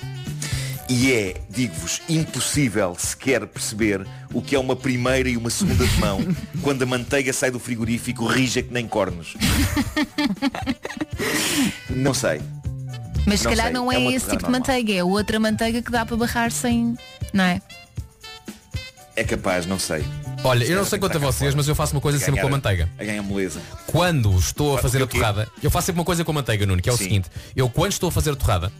[SPEAKER 10] E é, digo-vos, impossível sequer perceber o que é uma primeira e uma segunda de mão quando a manteiga sai do frigorífico rija que nem cornos. Não sei.
[SPEAKER 2] Mas se
[SPEAKER 10] Não
[SPEAKER 2] calhar
[SPEAKER 10] sei,
[SPEAKER 2] não é,
[SPEAKER 10] é uma
[SPEAKER 2] esse tipo
[SPEAKER 10] torrada
[SPEAKER 2] de
[SPEAKER 10] normal.
[SPEAKER 2] manteiga, é outra manteiga que dá para barrar sem. Não é?
[SPEAKER 10] É capaz, não sei.
[SPEAKER 5] Olha, eu
[SPEAKER 4] é
[SPEAKER 5] não sei quanto a vocês, mas eu faço uma coisa sempre com a manteiga.
[SPEAKER 10] A ganhar moleza.
[SPEAKER 5] Quando estou a fazer a
[SPEAKER 10] o quê?
[SPEAKER 5] torrada, eu faço sempre uma coisa com a manteiga, Nuno, que é o
[SPEAKER 10] Sim.
[SPEAKER 5] seguinte. Eu quando estou a fazer a torrada,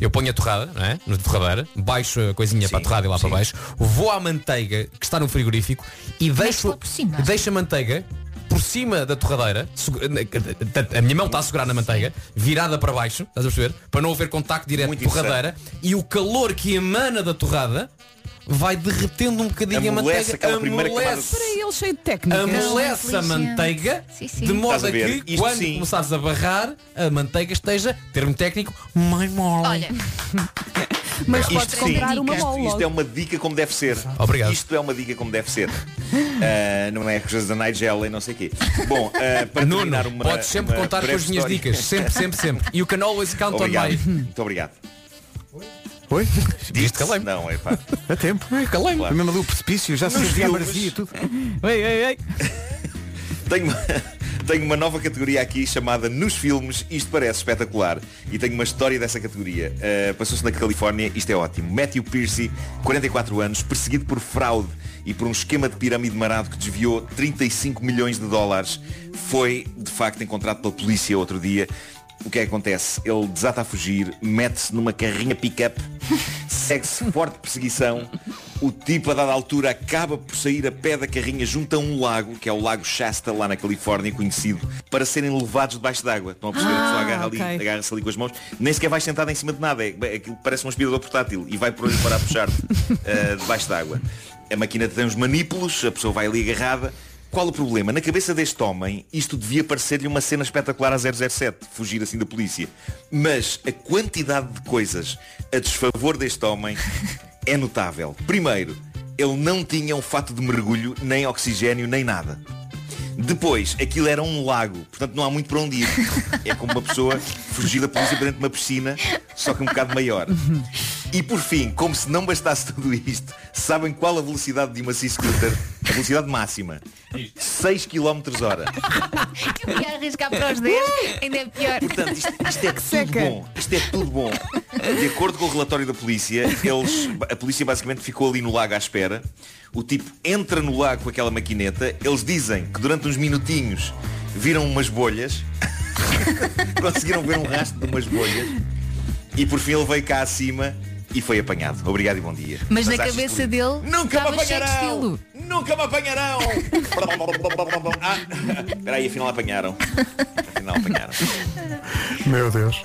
[SPEAKER 5] eu ponho a torrada, não é? Na torradeira, baixo a coisinha para a torrada e lá para baixo, vou à manteiga que está no frigorífico e deixo, deixo a manteiga por cima da torradeira, segu- a minha mão está a segurar na manteiga, virada para baixo, estás a perceber? Para não haver contacto direto de torradeira, e o calor que emana da torrada vai derretendo um bocadinho a
[SPEAKER 10] Amolece
[SPEAKER 5] manteiga.
[SPEAKER 10] aquela primeira camada de
[SPEAKER 5] amolece.
[SPEAKER 4] Peraí, ele cheio de técnica.
[SPEAKER 5] Amolece a manteiga de modo
[SPEAKER 10] Estás a
[SPEAKER 5] a
[SPEAKER 10] ver?
[SPEAKER 5] que
[SPEAKER 10] Isto
[SPEAKER 5] quando
[SPEAKER 10] sim.
[SPEAKER 5] começares a barrar a manteiga esteja, termo técnico, mais mole.
[SPEAKER 2] Olha.
[SPEAKER 10] isto sim,
[SPEAKER 2] um
[SPEAKER 10] isto, isto é uma dica como deve ser.
[SPEAKER 5] Obrigado.
[SPEAKER 10] Isto é uma dica como deve ser. Ah, não é coisas da Nigella e não sei o quê. Bom, ah, para
[SPEAKER 5] Nuno,
[SPEAKER 10] terminar uma.
[SPEAKER 5] podes sempre
[SPEAKER 10] uma
[SPEAKER 5] contar com
[SPEAKER 10] breve
[SPEAKER 5] as minhas
[SPEAKER 10] história-
[SPEAKER 5] dicas. Sempre, sempre, sempre. You can always count
[SPEAKER 10] obrigado.
[SPEAKER 5] on my...
[SPEAKER 10] Muito obrigado.
[SPEAKER 1] Oi?
[SPEAKER 10] Disse?
[SPEAKER 5] Tá
[SPEAKER 10] Não, é pá.
[SPEAKER 1] É tempo. É,
[SPEAKER 10] calei-me.
[SPEAKER 1] Mesmo ali o precipício, já se
[SPEAKER 10] Nos
[SPEAKER 1] sentia a
[SPEAKER 10] filmes.
[SPEAKER 1] maresia e tudo.
[SPEAKER 4] Ei, ei, ei.
[SPEAKER 10] Tenho uma, tenho uma nova categoria aqui chamada Nos Filmes, isto parece espetacular. E tenho uma história dessa categoria. Uh, Passou-se na Califórnia, isto é ótimo. Matthew Piercy, 44 anos, perseguido por fraude e por um esquema de pirâmide marado que desviou 35 milhões de dólares, foi de facto encontrado pela polícia outro dia. O que é que acontece? Ele desata a fugir, mete-se numa carrinha pick-up, segue-se forte perseguição, o tipo a dada altura acaba por sair a pé da carrinha junto a um lago, que é o Lago Shasta, lá na Califórnia, conhecido, para serem levados debaixo d'água. Estão a perceber?
[SPEAKER 12] Ah,
[SPEAKER 10] a pessoa agarra ali,
[SPEAKER 12] ok.
[SPEAKER 10] agarra-se ali com as mãos, nem sequer vai sentada em cima de nada, é, é- aquilo parece um aspirador portátil e vai por ali para a puxar-te eh, debaixo d'água. A máquina tem uns manípulos, a pessoa vai ali agarrada. Qual o problema? Na cabeça deste homem, isto devia parecer-lhe uma cena espetacular a 007, fugir assim da polícia. Mas a quantidade de coisas a desfavor deste homem é notável. Primeiro, ele não tinha um fato de mergulho, nem oxigênio, nem nada. Depois, aquilo era um lago, portanto não há muito para onde ir. É como uma pessoa fugir da polícia para dentro de uma piscina, só que um bocado maior. E por fim, como se não bastasse tudo isto, sabem qual a velocidade de uma C-Scooter? A velocidade máxima. 6 km hora.
[SPEAKER 2] Eu ia arriscar para os 10, ainda é pior.
[SPEAKER 10] Portanto, Isto é tudo bom. Isto é tudo bom. De acordo com o relatório da polícia, eles, a polícia basicamente ficou ali no lago à espera. O tipo entra no lago com aquela maquineta. Eles dizem que durante uns minutinhos viram umas bolhas. Conseguiram ver um rastro de umas bolhas. E por fim ele veio cá acima e foi apanhado. Obrigado e bom dia.
[SPEAKER 2] Mas na
[SPEAKER 10] acho
[SPEAKER 2] cabeça
[SPEAKER 10] excelente.
[SPEAKER 2] dele
[SPEAKER 10] Nunca me
[SPEAKER 2] estava cheio de
[SPEAKER 10] apanharão!
[SPEAKER 2] estilo.
[SPEAKER 10] Nunca me apanharão! Ah, Espera aí, afinal apanharam. Afinal apanharam.
[SPEAKER 1] Meu Deus.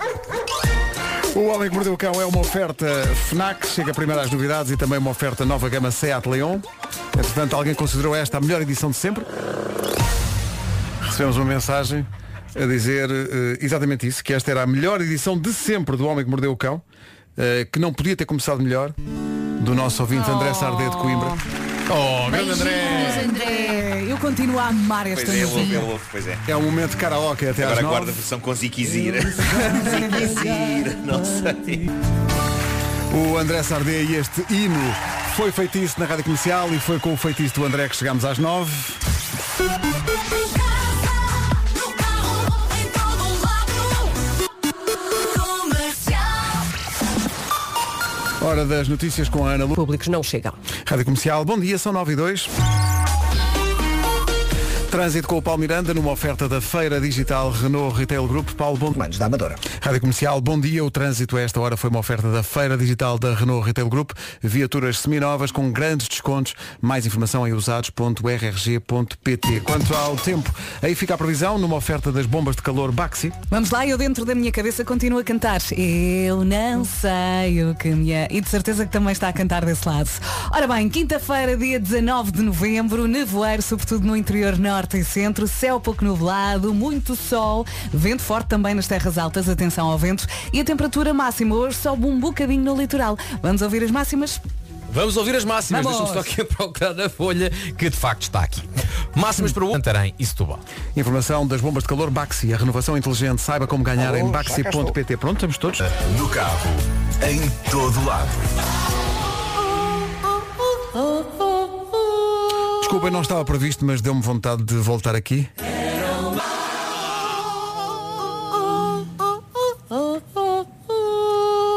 [SPEAKER 1] O Homem que Mordeu o Cão é uma oferta FNAC, chega primeiro às novidades e também uma oferta nova gama Seat Leon. Entretanto, alguém considerou esta a melhor edição de sempre? Recebemos uma mensagem a dizer eh, exatamente isso, que esta era a melhor edição de sempre do Homem que Mordeu o Cão, eh, que não podia ter começado melhor, do nosso ouvinte André Sardé de Coimbra. Oh,
[SPEAKER 4] Beijinhos, André. É, Eu continuo a amar
[SPEAKER 10] Pois
[SPEAKER 4] esta
[SPEAKER 10] é, ele ouve, ele
[SPEAKER 4] música.
[SPEAKER 10] ouve, pois é.
[SPEAKER 1] É um momento de karaoke até
[SPEAKER 10] Agora
[SPEAKER 1] às nove.
[SPEAKER 10] guarda a versão com Ziquizira. Ziquizira, não sei.
[SPEAKER 1] O André Sardé e este hino foi feitiço na Rádio Comercial e foi com o feitiço do André que chegámos às nove. Hora das notícias com a Ana Lu.
[SPEAKER 12] Públicos não chegam.
[SPEAKER 1] Rádio Comercial, bom dia, são 9 e 2. Trânsito com o Paulo Miranda numa oferta da Feira Digital Renault Retail Group. Paulo, bom Manos da Amadora. Rádio Comercial, bom dia. O trânsito a esta hora foi uma oferta da Feira Digital da Renault Retail Group. Viaturas seminovas com grandes descontos. Mais informação em usados.rrg.pt. Quanto ao tempo, aí fica a previsão numa oferta das bombas de calor Baxi.
[SPEAKER 4] Vamos lá, eu dentro da minha cabeça continuo a cantar. Eu não sei o que me é. E de certeza que também está a cantar desse lado. Ora bem, quinta-feira, dia 19 de novembro, nevoeiro, sobretudo no interior norte e centro, céu pouco nublado, muito sol, vento forte também nas terras altas, atenção ao vento, e a temperatura máxima hoje sobe um bocadinho no litoral. Vamos ouvir as máximas?
[SPEAKER 5] Vamos ouvir as máximas.
[SPEAKER 4] Vamos.
[SPEAKER 5] Deixa-me só aqui procurar a folha que de facto está aqui. Máximas para o Santarém e Setúbal.
[SPEAKER 1] Informação das bombas de calor Baxi. A renovação inteligente saiba como ganhar em baxi.pt. Pronto, estamos todos?
[SPEAKER 13] No carro, em todo lado.
[SPEAKER 1] Desculpa, não estava previsto, mas deu-me vontade de voltar aqui.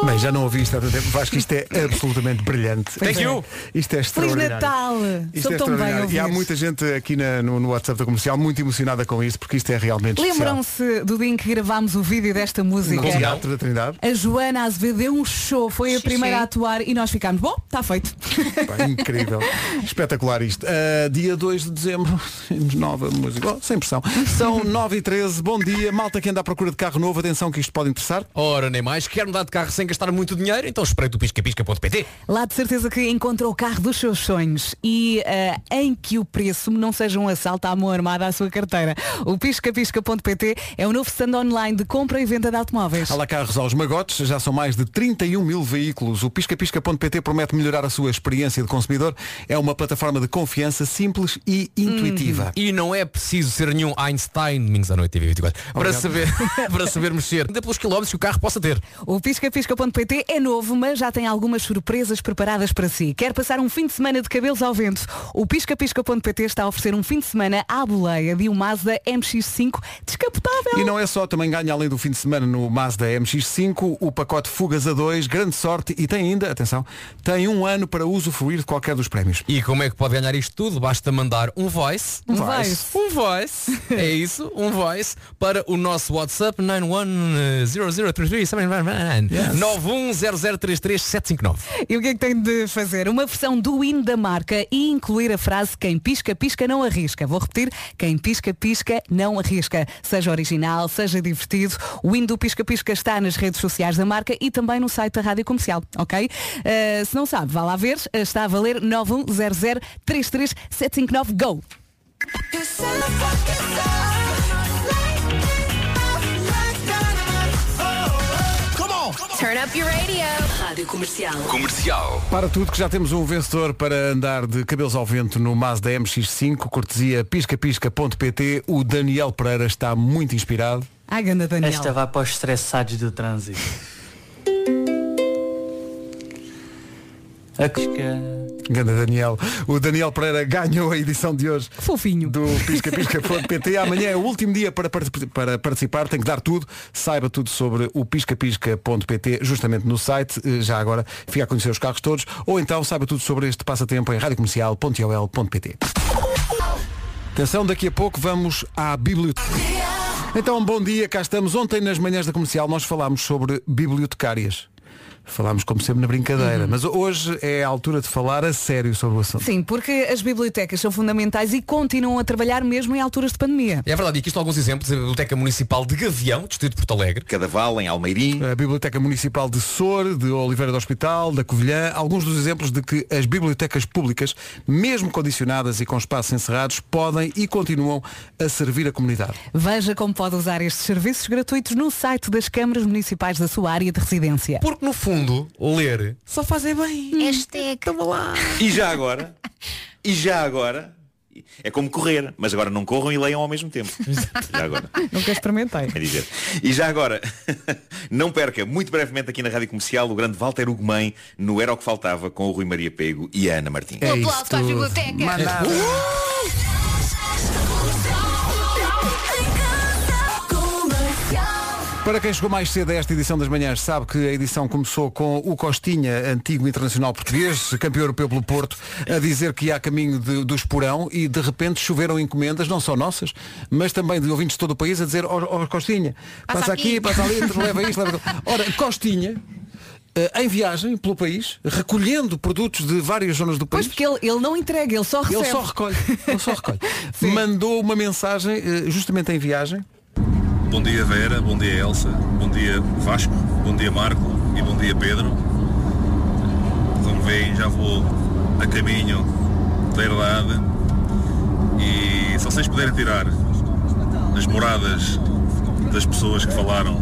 [SPEAKER 1] Bem, já não ouvi isto há tanto tempo. Acho que isto é absolutamente brilhante.
[SPEAKER 4] Thank you.
[SPEAKER 1] Isto é
[SPEAKER 4] Feliz
[SPEAKER 1] extraordinário.
[SPEAKER 4] Natal!
[SPEAKER 1] Isto
[SPEAKER 4] Sou
[SPEAKER 1] é
[SPEAKER 4] tão bem
[SPEAKER 1] extraordinário.
[SPEAKER 4] ouvir.
[SPEAKER 1] E há muita gente aqui na- no, no WhatsApp da comercial muito emocionada com isto, porque isto é realmente especial.
[SPEAKER 4] Lembram-se do dia em que gravámos o vídeo desta música?
[SPEAKER 1] No Teatro da Trindade.
[SPEAKER 4] A Joana Azevedo deu um show, foi a primeira a atuar e nós ficámos, bom, está feito.
[SPEAKER 1] Pá, incrível. Espetacular isto. Ah, dia 2 de dezembro, temos nova música. Oh, sem pressão. São 9 e 13 Bom dia. Malta que anda à procura de carro novo. Atenção que isto pode interessar.
[SPEAKER 5] Ora, nem mais. Quer mudar de carro sem gastar muito dinheiro? Então espreito o piscapisca.pt.
[SPEAKER 4] Lá de certeza que encontrou o carro dos seus sonhos e ah, em que o preço não seja um assalto à mão armada à sua carteira. O piscapisca.pt é o novo stand online de compra e venda de automóveis.
[SPEAKER 1] Há lá carros aos magotes, já são mais de 31 mil veículos. O piscapisca.pt promete melhorar a sua experiência de consumidor. É uma plataforma de confiança simples e
[SPEAKER 4] Uhum.
[SPEAKER 1] intuitiva.
[SPEAKER 5] E não é preciso ser nenhum Einstein, domingos à noite, TV 24, para
[SPEAKER 1] Obrigado.
[SPEAKER 5] saber, para saber mexer, ainda pelos quilómetros que o carro possa ter.
[SPEAKER 4] O piscapisca.pt é novo, mas já tem algumas surpresas preparadas para si. Quer passar um fim de semana de cabelos ao vento? O piscapisca.pt está a oferecer um fim de semana à boleia de um Mazda MX-5 descapotável.
[SPEAKER 1] E não é só, também ganha além do fim de semana no Mazda MX-5 o pacote Fugas A2, grande sorte e tem ainda, atenção, tem um ano para usufruir de qualquer dos prémios.
[SPEAKER 5] E como é que pode ganhar isto tudo? Basta mandar um voice.
[SPEAKER 1] Um voice.
[SPEAKER 5] Um voice. é isso, um voice para o nosso WhatsApp 910033759.
[SPEAKER 4] E o que é que tem de fazer? Uma versão do hino da marca e incluir a frase quem pisca, pisca não arrisca. Vou repetir, quem pisca, pisca não arrisca. Seja original, seja divertido. O hino do Pisca Pisca está nas redes sociais da marca e também no site da Rádio Comercial, ok? Eh, se não sabe, vá lá ver. eh, Está a valer 910033759. Go!
[SPEAKER 8] Turn up your radio. Rádio Comercial.
[SPEAKER 13] Comercial.
[SPEAKER 1] Para tudo que já temos um vencedor para andar de cabelos ao vento no Mazda MX-5, cortesia piscapisca.pt, o Daniel Pereira está muito inspirado.
[SPEAKER 4] Ai, ganda Daniel.
[SPEAKER 14] Esta vai para os estressados do trânsito. A cusca.
[SPEAKER 1] Ganda Daniel. O Daniel Pereira ganhou a edição de hoje.
[SPEAKER 4] Fofinho.
[SPEAKER 1] Do piscapisca.pt. Amanhã é o último dia para, parti- para participar. Tem que dar tudo. Saiba tudo sobre o piscapisca.pt, justamente no site. Eh, Já agora fica a conhecer os carros todos. Ou então saiba tudo sobre este passatempo em radiocomercial.ol.pt. Atenção, daqui a pouco vamos à biblioteca. Então, bom dia, cá estamos. Ontem nas manhãs da comercial nós falámos sobre bibliotecárias. Falámos como sempre na brincadeira, mas hoje é a altura de falar a sério sobre o assunto.
[SPEAKER 4] Sim, porque as bibliotecas são fundamentais e continuam a trabalhar mesmo em alturas de pandemia.
[SPEAKER 5] É verdade, e aqui estão alguns exemplos. A Biblioteca Municipal de Gavião, Distrito de Porto Alegre.
[SPEAKER 10] Cadaval, em Almeirim.
[SPEAKER 1] A Biblioteca Municipal de Sor, de Oliveira do Hospital, da Covilhã, alguns dos exemplos de que as bibliotecas públicas, mesmo condicionadas e com espaços encerrados, podem e continuam a servir a comunidade.
[SPEAKER 4] Veja como pode usar estes serviços gratuitos no site das câmaras municipais da sua área de residência.
[SPEAKER 5] Porque no fundo, ler só fazem bem.
[SPEAKER 2] Hashtag. Toma lá.
[SPEAKER 10] E já agora? E já agora? É como correr, mas agora não corram e leiam ao mesmo tempo. Já agora.
[SPEAKER 4] Nunca experimentei.
[SPEAKER 10] Quer dizer. E já agora, não perca, muito brevemente aqui na Rádio Comercial, o grande Walter Ugumem no Era o que Faltava com o Rui Maria Pego e a Ana Martins.
[SPEAKER 2] Um aplauso para as bibliotecas.
[SPEAKER 1] Para quem chegou mais cedo a esta edição das manhãs, sabe que a edição começou com o Costinha, antigo internacional português, campeão europeu pelo Porto, a dizer que ia a caminho de- do Esporão e de repente choveram encomendas, não só nossas, mas também de ouvintes de todo o país, a dizer, ó ó, Costinha, passa,
[SPEAKER 2] Passa
[SPEAKER 1] aqui,
[SPEAKER 2] aqui."
[SPEAKER 1] passa ali, leva isto, leva aquilo. Ora, Costinha, eh, em viagem pelo país, recolhendo produtos de várias zonas do
[SPEAKER 4] Pois
[SPEAKER 1] país.
[SPEAKER 4] porque ele, ele não entrega, ele só recebe.
[SPEAKER 1] Ele só recolhe, ele só recolhe. Mandou uma mensagem, eh, justamente em viagem,
[SPEAKER 12] Bom dia Vera, bom dia Elsa, bom dia Vasco, bom dia Marco e bom dia Pedro. Como veem já vou a caminho da herdade e se vocês puderem tirar as moradas das pessoas que falaram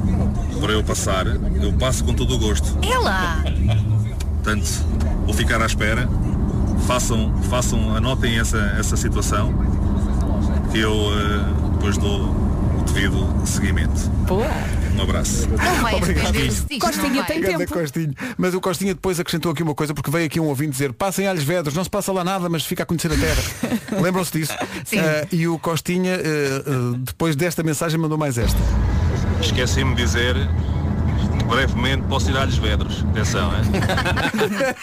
[SPEAKER 12] para eu passar, eu passo com todo o gosto.
[SPEAKER 2] É Ela!
[SPEAKER 12] Portanto, vou ficar à espera. Façam, façam anotem essa, essa situação que eu eh, depois dou o devido seguimento. Um abraço.
[SPEAKER 2] Não vai
[SPEAKER 1] Obrigado.
[SPEAKER 2] arrepender-se disto.
[SPEAKER 4] Costinha,
[SPEAKER 2] não vai.
[SPEAKER 4] tem
[SPEAKER 1] Ganda Costinho. Mas o Costinha depois acrescentou aqui uma coisa, porque veio aqui um ouvinte dizer passem alhos vedros, não se passa lá nada, mas fica a conhecer a terra. Lembram-se disso?
[SPEAKER 2] Sim.
[SPEAKER 1] Ah, e o Costinha, ah, ah, depois desta mensagem, mandou mais esta.
[SPEAKER 12] Esqueci-me de dizer, brevemente posso ir às Vedros. Atenção, é?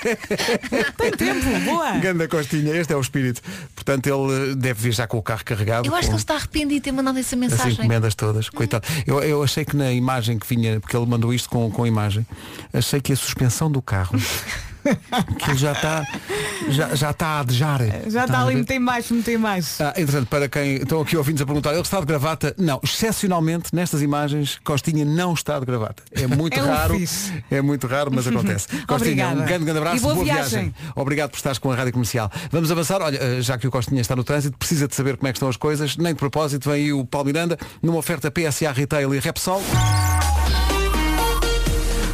[SPEAKER 4] Tem tempo,
[SPEAKER 2] Ah.
[SPEAKER 4] boa!
[SPEAKER 1] Ganda Costinha, este é o espírito. Portanto, ele ah, deve vir já com o carro carregado.
[SPEAKER 2] Eu acho que
[SPEAKER 1] com
[SPEAKER 2] ele está arrependido de ter mandado essa
[SPEAKER 1] As
[SPEAKER 2] mensagem.
[SPEAKER 1] encomendas todas, coitado. Eu, eu achei que na imagem que vinha, porque ele mandou isto com, com imagem, achei que a suspensão do carro, que ele já está já, já está a adejar.
[SPEAKER 7] Já
[SPEAKER 1] Estás
[SPEAKER 7] está
[SPEAKER 1] a
[SPEAKER 7] ali,
[SPEAKER 2] um
[SPEAKER 1] ver?
[SPEAKER 7] metem mais, metem mais.
[SPEAKER 1] Ah, entretanto, para quem estão aqui ouvintes a perguntar, ele está de gravata? Não, excepcionalmente nestas imagens, Costinha não está de gravata. É muito
[SPEAKER 7] É um
[SPEAKER 1] raro.
[SPEAKER 7] fixe.
[SPEAKER 1] É muito raro, mas acontece. Costinha,
[SPEAKER 4] Obrigada.
[SPEAKER 1] um grande, grande abraço,
[SPEAKER 4] E boa viagem.
[SPEAKER 1] Obrigado por estares com a rádio comercial. Vamos avançar. Olha, eh, já que o Costinha está no trânsito, precisa de saber como é que estão as coisas. Nem de propósito, vem aí o Paulo Miranda numa oferta PSA Retail e Repsol.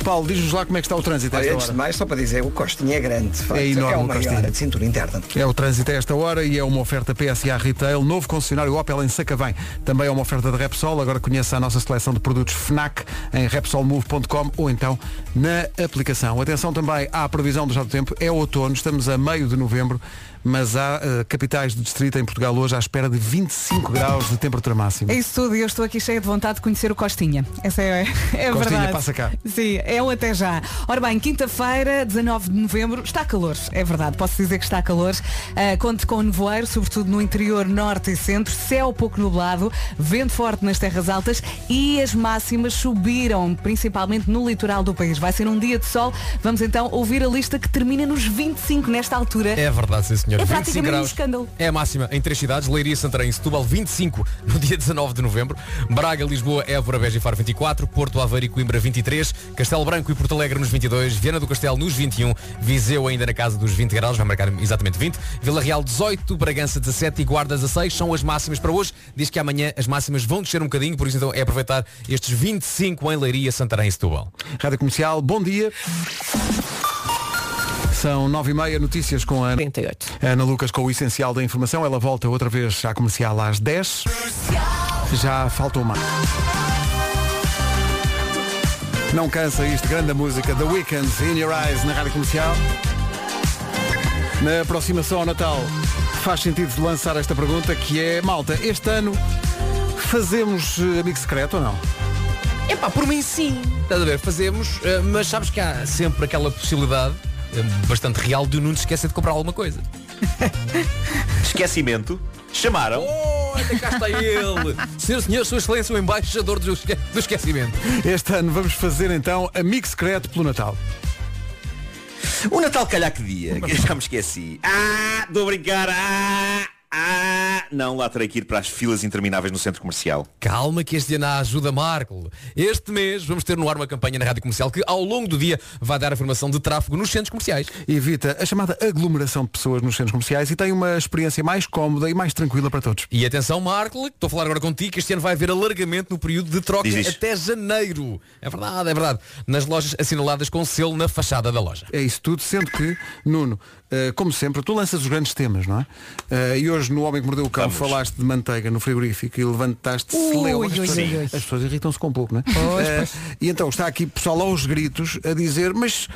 [SPEAKER 1] Paulo, diz-nos lá como é que está o trânsito a
[SPEAKER 3] Olha,
[SPEAKER 1] esta
[SPEAKER 3] antes de
[SPEAKER 1] hora.
[SPEAKER 3] mais, só para dizer, o Costinha é grande. de facto.
[SPEAKER 1] É enorme
[SPEAKER 3] é
[SPEAKER 1] o
[SPEAKER 3] o maior
[SPEAKER 1] Costinha.
[SPEAKER 3] de cintura interna.
[SPEAKER 1] É o trânsito a esta hora e é uma oferta PSA Retail, novo concessionário Opel em Sacavém. Também é uma oferta de Repsol, agora conheça a nossa seleção de produtos FNAC em RepsolMove.com ou então na aplicação. Atenção também à previsão do estado do tempo, é outono, estamos a meio de novembro, mas há eh, capitais de distrito em Portugal hoje à espera de 25 graus de temperatura máxima.
[SPEAKER 4] É isso tudo e eu estou aqui cheia de vontade de conhecer o Costinha. Essa é, é a
[SPEAKER 1] Costinha,
[SPEAKER 4] verdade.
[SPEAKER 1] passa cá.
[SPEAKER 4] Sim, é o até já. Ora bem, quinta-feira, 19 de novembro, está calor, é verdade, posso dizer que está calor. Ah, conte com nevoeiro, sobretudo no interior norte e centro, céu pouco nublado, vento forte nas terras altas e as máximas subiram, principalmente no litoral do país. Vai ser um dia de sol. Vamos então ouvir a lista que termina nos 25 nesta altura.
[SPEAKER 5] É verdade, sim senhor.
[SPEAKER 4] É
[SPEAKER 5] 25
[SPEAKER 4] praticamente um
[SPEAKER 5] graus.
[SPEAKER 4] escândalo.
[SPEAKER 5] É a máxima em três cidades, Leiria, Santarém e Setúbal, 25 no dia 19 de novembro, Braga, Lisboa, Évora, Beja e Faro 24, Porto, Aveiro e Coimbra 23, Castelo Branco e Porto Alegre nos 22, Viana do Castelo nos 21, Viseu ainda na casa dos 20 graus, vai marcar exatamente 20, Vila Real 18, Bragança 17 e Guarda 16 são as máximas para hoje. Diz que amanhã as máximas vão descer um bocadinho, por isso então é aproveitar estes 25 em Leiria, Santarém e Setúbal.
[SPEAKER 1] Rádio Comercial, bom dia. São nove e meia, notícias com a Ana.
[SPEAKER 7] 38.
[SPEAKER 1] Ana Lucas com o essencial da informação. Ela volta outra vez à comercial às 10. Já faltou mais. Não cansa isto, grande música The Weeknd, In Your Eyes, na rádio comercial. Na aproximação ao Natal, faz sentido lançar esta pergunta que é: malta, este ano fazemos eh, amigo secreto ou não?
[SPEAKER 5] Epá, por mim sim. Estás a ver? Fazemos, eh, mas sabes que há sempre aquela possibilidade eh, bastante real de o Nuno se esquecer de comprar alguma coisa.
[SPEAKER 10] Esquecimento. Chamaram.
[SPEAKER 5] Oh, até cá está ele! Senhor, senhor, Sua Excelência, o embaixador do, esque- do esquecimento.
[SPEAKER 1] Este ano vamos fazer então amigo secreto pelo Natal.
[SPEAKER 10] O Natal calhar que dia? Que eu já me esqueci. Ah, estou a brincar. Ah, ah. Não, lá terei que ir para as filas intermináveis no centro comercial.
[SPEAKER 5] Calma que este ano há ajuda Marco. Este mês vamos ter no ar uma campanha na Rádio Comercial que ao longo do dia vai dar a formação de tráfego nos centros comerciais.
[SPEAKER 1] Evita a chamada aglomeração de pessoas nos centros comerciais e tem uma experiência mais cómoda e mais tranquila para todos.
[SPEAKER 5] E atenção Marco, que estou a falar agora contigo, que este ano vai haver alargamento no período de troca
[SPEAKER 1] Diz isso.
[SPEAKER 5] até janeiro. É verdade, é verdade. Nas lojas assinaladas com selo na fachada da loja.
[SPEAKER 1] É isso tudo, sendo que, Nuno, eh, como sempre, tu lanças os grandes temas, não é? Eh, E hoje no Homem que Mordeu o Cão falaste de manteiga no frigorífico e levantaste
[SPEAKER 5] Ui,
[SPEAKER 1] celeuma.
[SPEAKER 5] ui,
[SPEAKER 1] As pessoas-
[SPEAKER 5] ui, ui.
[SPEAKER 1] As pessoas irritam-se com um pouco, não é?
[SPEAKER 5] Pois,
[SPEAKER 1] Eh, E então está aqui pessoal aos gritos a dizer, mas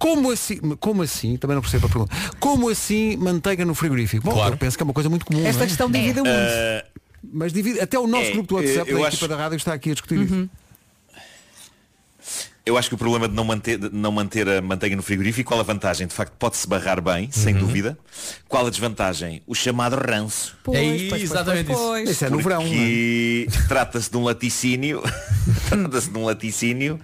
[SPEAKER 1] como assim, como assim, também não percebo a pergunta, como assim manteiga no frigorífico? Bom, eu penso que é uma coisa muito comum.
[SPEAKER 4] Esta
[SPEAKER 1] não é?
[SPEAKER 4] questão divide o mundo.
[SPEAKER 10] Ah,
[SPEAKER 1] Mas divide, até o nosso
[SPEAKER 10] É,
[SPEAKER 1] grupo do WhatsApp
[SPEAKER 10] eu
[SPEAKER 1] da
[SPEAKER 10] acho-
[SPEAKER 1] equipa da rádio está aqui a
[SPEAKER 5] Uhum.
[SPEAKER 1] discutir isso.
[SPEAKER 10] Eu acho que o problema de não manter, de não manter a manteiga no frigorífico, qual a vantagem? De facto, pode-se barrar bem, sem
[SPEAKER 5] Uhum.
[SPEAKER 10] dúvida. Qual a desvantagem? O chamado ranço.
[SPEAKER 5] Pois, É pois, pois, exatamente pois, isso. pois. Isso é no verão, é?
[SPEAKER 10] Porque trata-se de um laticínio, trata-se de um laticínio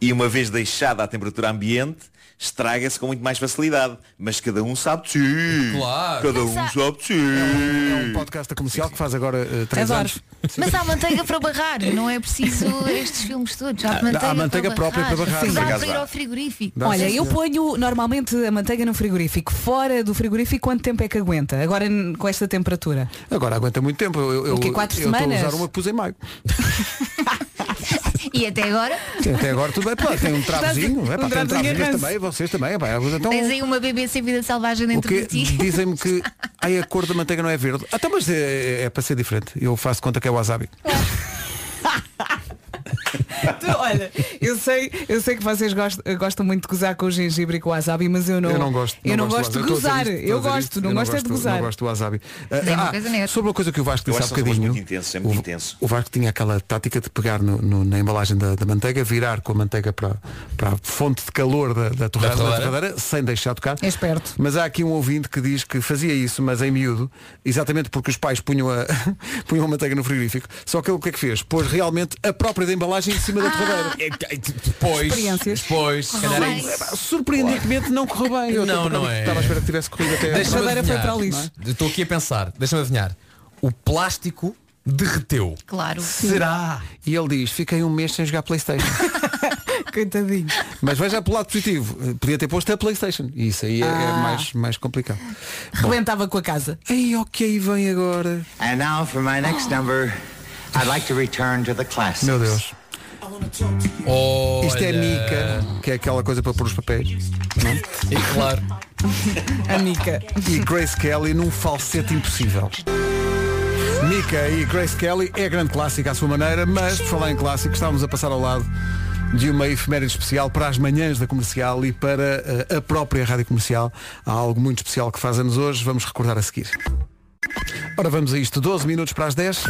[SPEAKER 10] e uma vez deixada à temperatura ambiente, estraga-se com muito mais facilidade. Mas cada um sabe de si.
[SPEAKER 1] Claro.
[SPEAKER 10] Cada um
[SPEAKER 1] Mas há-
[SPEAKER 10] sabe de si.
[SPEAKER 1] É um podcast da comercial que faz agora eh, três
[SPEAKER 2] Adoro.
[SPEAKER 1] anos.
[SPEAKER 2] Mas há manteiga para barrar, não é preciso estes filmes todos. Há
[SPEAKER 1] Há- há
[SPEAKER 2] manteiga,
[SPEAKER 1] manteiga própria para barrar. Sim.
[SPEAKER 2] Dá
[SPEAKER 1] Por
[SPEAKER 2] para
[SPEAKER 1] acaso
[SPEAKER 2] ir
[SPEAKER 1] há.
[SPEAKER 2] ao frigorífico.
[SPEAKER 4] Olha, eu ponho normalmente a manteiga no frigorífico. Fora do frigorífico, quanto tempo é que aguenta? Agora n- com esta temperatura.
[SPEAKER 1] Agora aguenta muito tempo. Eu, eu, eu
[SPEAKER 4] O quê, quatro
[SPEAKER 1] estou a
[SPEAKER 4] semanas?
[SPEAKER 1] usar uma que pus em maio.
[SPEAKER 2] E até agora?
[SPEAKER 1] Sim, Até agora tudo bem. Pá, tem um travozinho.
[SPEAKER 2] Estás-
[SPEAKER 1] É, pá,
[SPEAKER 2] um
[SPEAKER 1] tem um
[SPEAKER 2] travozinho
[SPEAKER 1] travozinho
[SPEAKER 2] arranjo.
[SPEAKER 1] também. Vocês também. É, pá, então,
[SPEAKER 2] Tens aí uma BBC Vida Selvagem
[SPEAKER 1] o
[SPEAKER 2] dentro
[SPEAKER 1] quê?
[SPEAKER 2] de ti.
[SPEAKER 1] Dizem-me que ai, a cor da manteiga não é verde. Ah, então, mas é, é para ser diferente. Eu faço conta que é wasabi.
[SPEAKER 4] Tu, olha, eu sei, eu sei que vocês gost- gostam, muito de gozar com o gengibre e com o wasabi, mas eu não.
[SPEAKER 1] eu não gosto.
[SPEAKER 4] Eu não, gosto,
[SPEAKER 1] do
[SPEAKER 4] de
[SPEAKER 1] wasabi.
[SPEAKER 4] gozar.
[SPEAKER 1] Estou a dizer isto,
[SPEAKER 4] Eu
[SPEAKER 1] estou a dizer
[SPEAKER 4] gosto,
[SPEAKER 1] isto.
[SPEAKER 4] não
[SPEAKER 1] Eu
[SPEAKER 4] gosto é de gozar.
[SPEAKER 1] Não gosto do wasabi. Ah,
[SPEAKER 4] Tem uma
[SPEAKER 1] ah,
[SPEAKER 4] coisa neta.
[SPEAKER 1] sobre uma coisa que o Vasco
[SPEAKER 10] Eu
[SPEAKER 1] disse há
[SPEAKER 10] acho que são sabores
[SPEAKER 1] bocadinho.
[SPEAKER 10] muito intensos, é
[SPEAKER 1] o-
[SPEAKER 10] muito intenso.
[SPEAKER 1] O Vasco tinha aquela tática de pegar no- no- na embalagem da, da manteiga, virar com a manteiga para, para a fonte de calor da, da torrada, da
[SPEAKER 5] torradeira.
[SPEAKER 1] torradeira, sem deixar tocar.
[SPEAKER 4] É esperto.
[SPEAKER 1] Mas há aqui um ouvinte que diz que fazia isso, mas em miúdo, exatamente porque os pais punham a, punham a manteiga no frigorífico. Só que ele o que é que fez? Pôs realmente a própria da embalagem em
[SPEAKER 4] Ah!
[SPEAKER 1] cima da torradeira.
[SPEAKER 5] Depois, depois, se calhar é isso.
[SPEAKER 1] Surpreendentemente não correu bem. Eu
[SPEAKER 5] Não,
[SPEAKER 1] até
[SPEAKER 5] não é.
[SPEAKER 1] Estava à espera que tivesse corrido até
[SPEAKER 5] Deixa-me
[SPEAKER 1] torradeira
[SPEAKER 5] adivinhar, não é? Estou aqui a pensar. Deixa-me adivinhar. O plástico derreteu.
[SPEAKER 2] Claro.
[SPEAKER 1] Será? E ele diz, fiquei um mês sem jogar Playstation.
[SPEAKER 4] Coitadinho.
[SPEAKER 1] Mas veja pelo lado positivo. eh, Podia ter posto a Playstation. E isso aí é, é
[SPEAKER 4] Ah.
[SPEAKER 1] mais, mais complicado.
[SPEAKER 4] Rebentava com a casa.
[SPEAKER 1] Ei, ok, vem agora.
[SPEAKER 15] And now for my next number, I'd like to return to the classics.
[SPEAKER 1] Meu Deus. Isto é mica, que é aquela coisa para pôr os papéis.
[SPEAKER 5] E É claro.
[SPEAKER 4] A mica.
[SPEAKER 1] E Grace Kelly num falsete impossível. Mika e Grace Kelly é grande clássico à sua maneira, mas por falar em clássico, estávamos a passar ao lado de uma efeméride especial para as manhãs da comercial e para eh, a própria rádio comercial. Há algo muito especial que fazemos hoje, vamos recordar a seguir. Ora, vamos a isto, 12 minutos para as 10.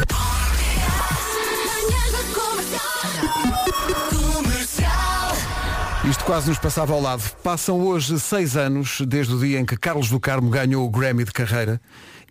[SPEAKER 1] Isto quase nos passava ao lado. Passam hoje seis anos desde o dia em que Carlos do Carmo ganhou o Grammy de carreira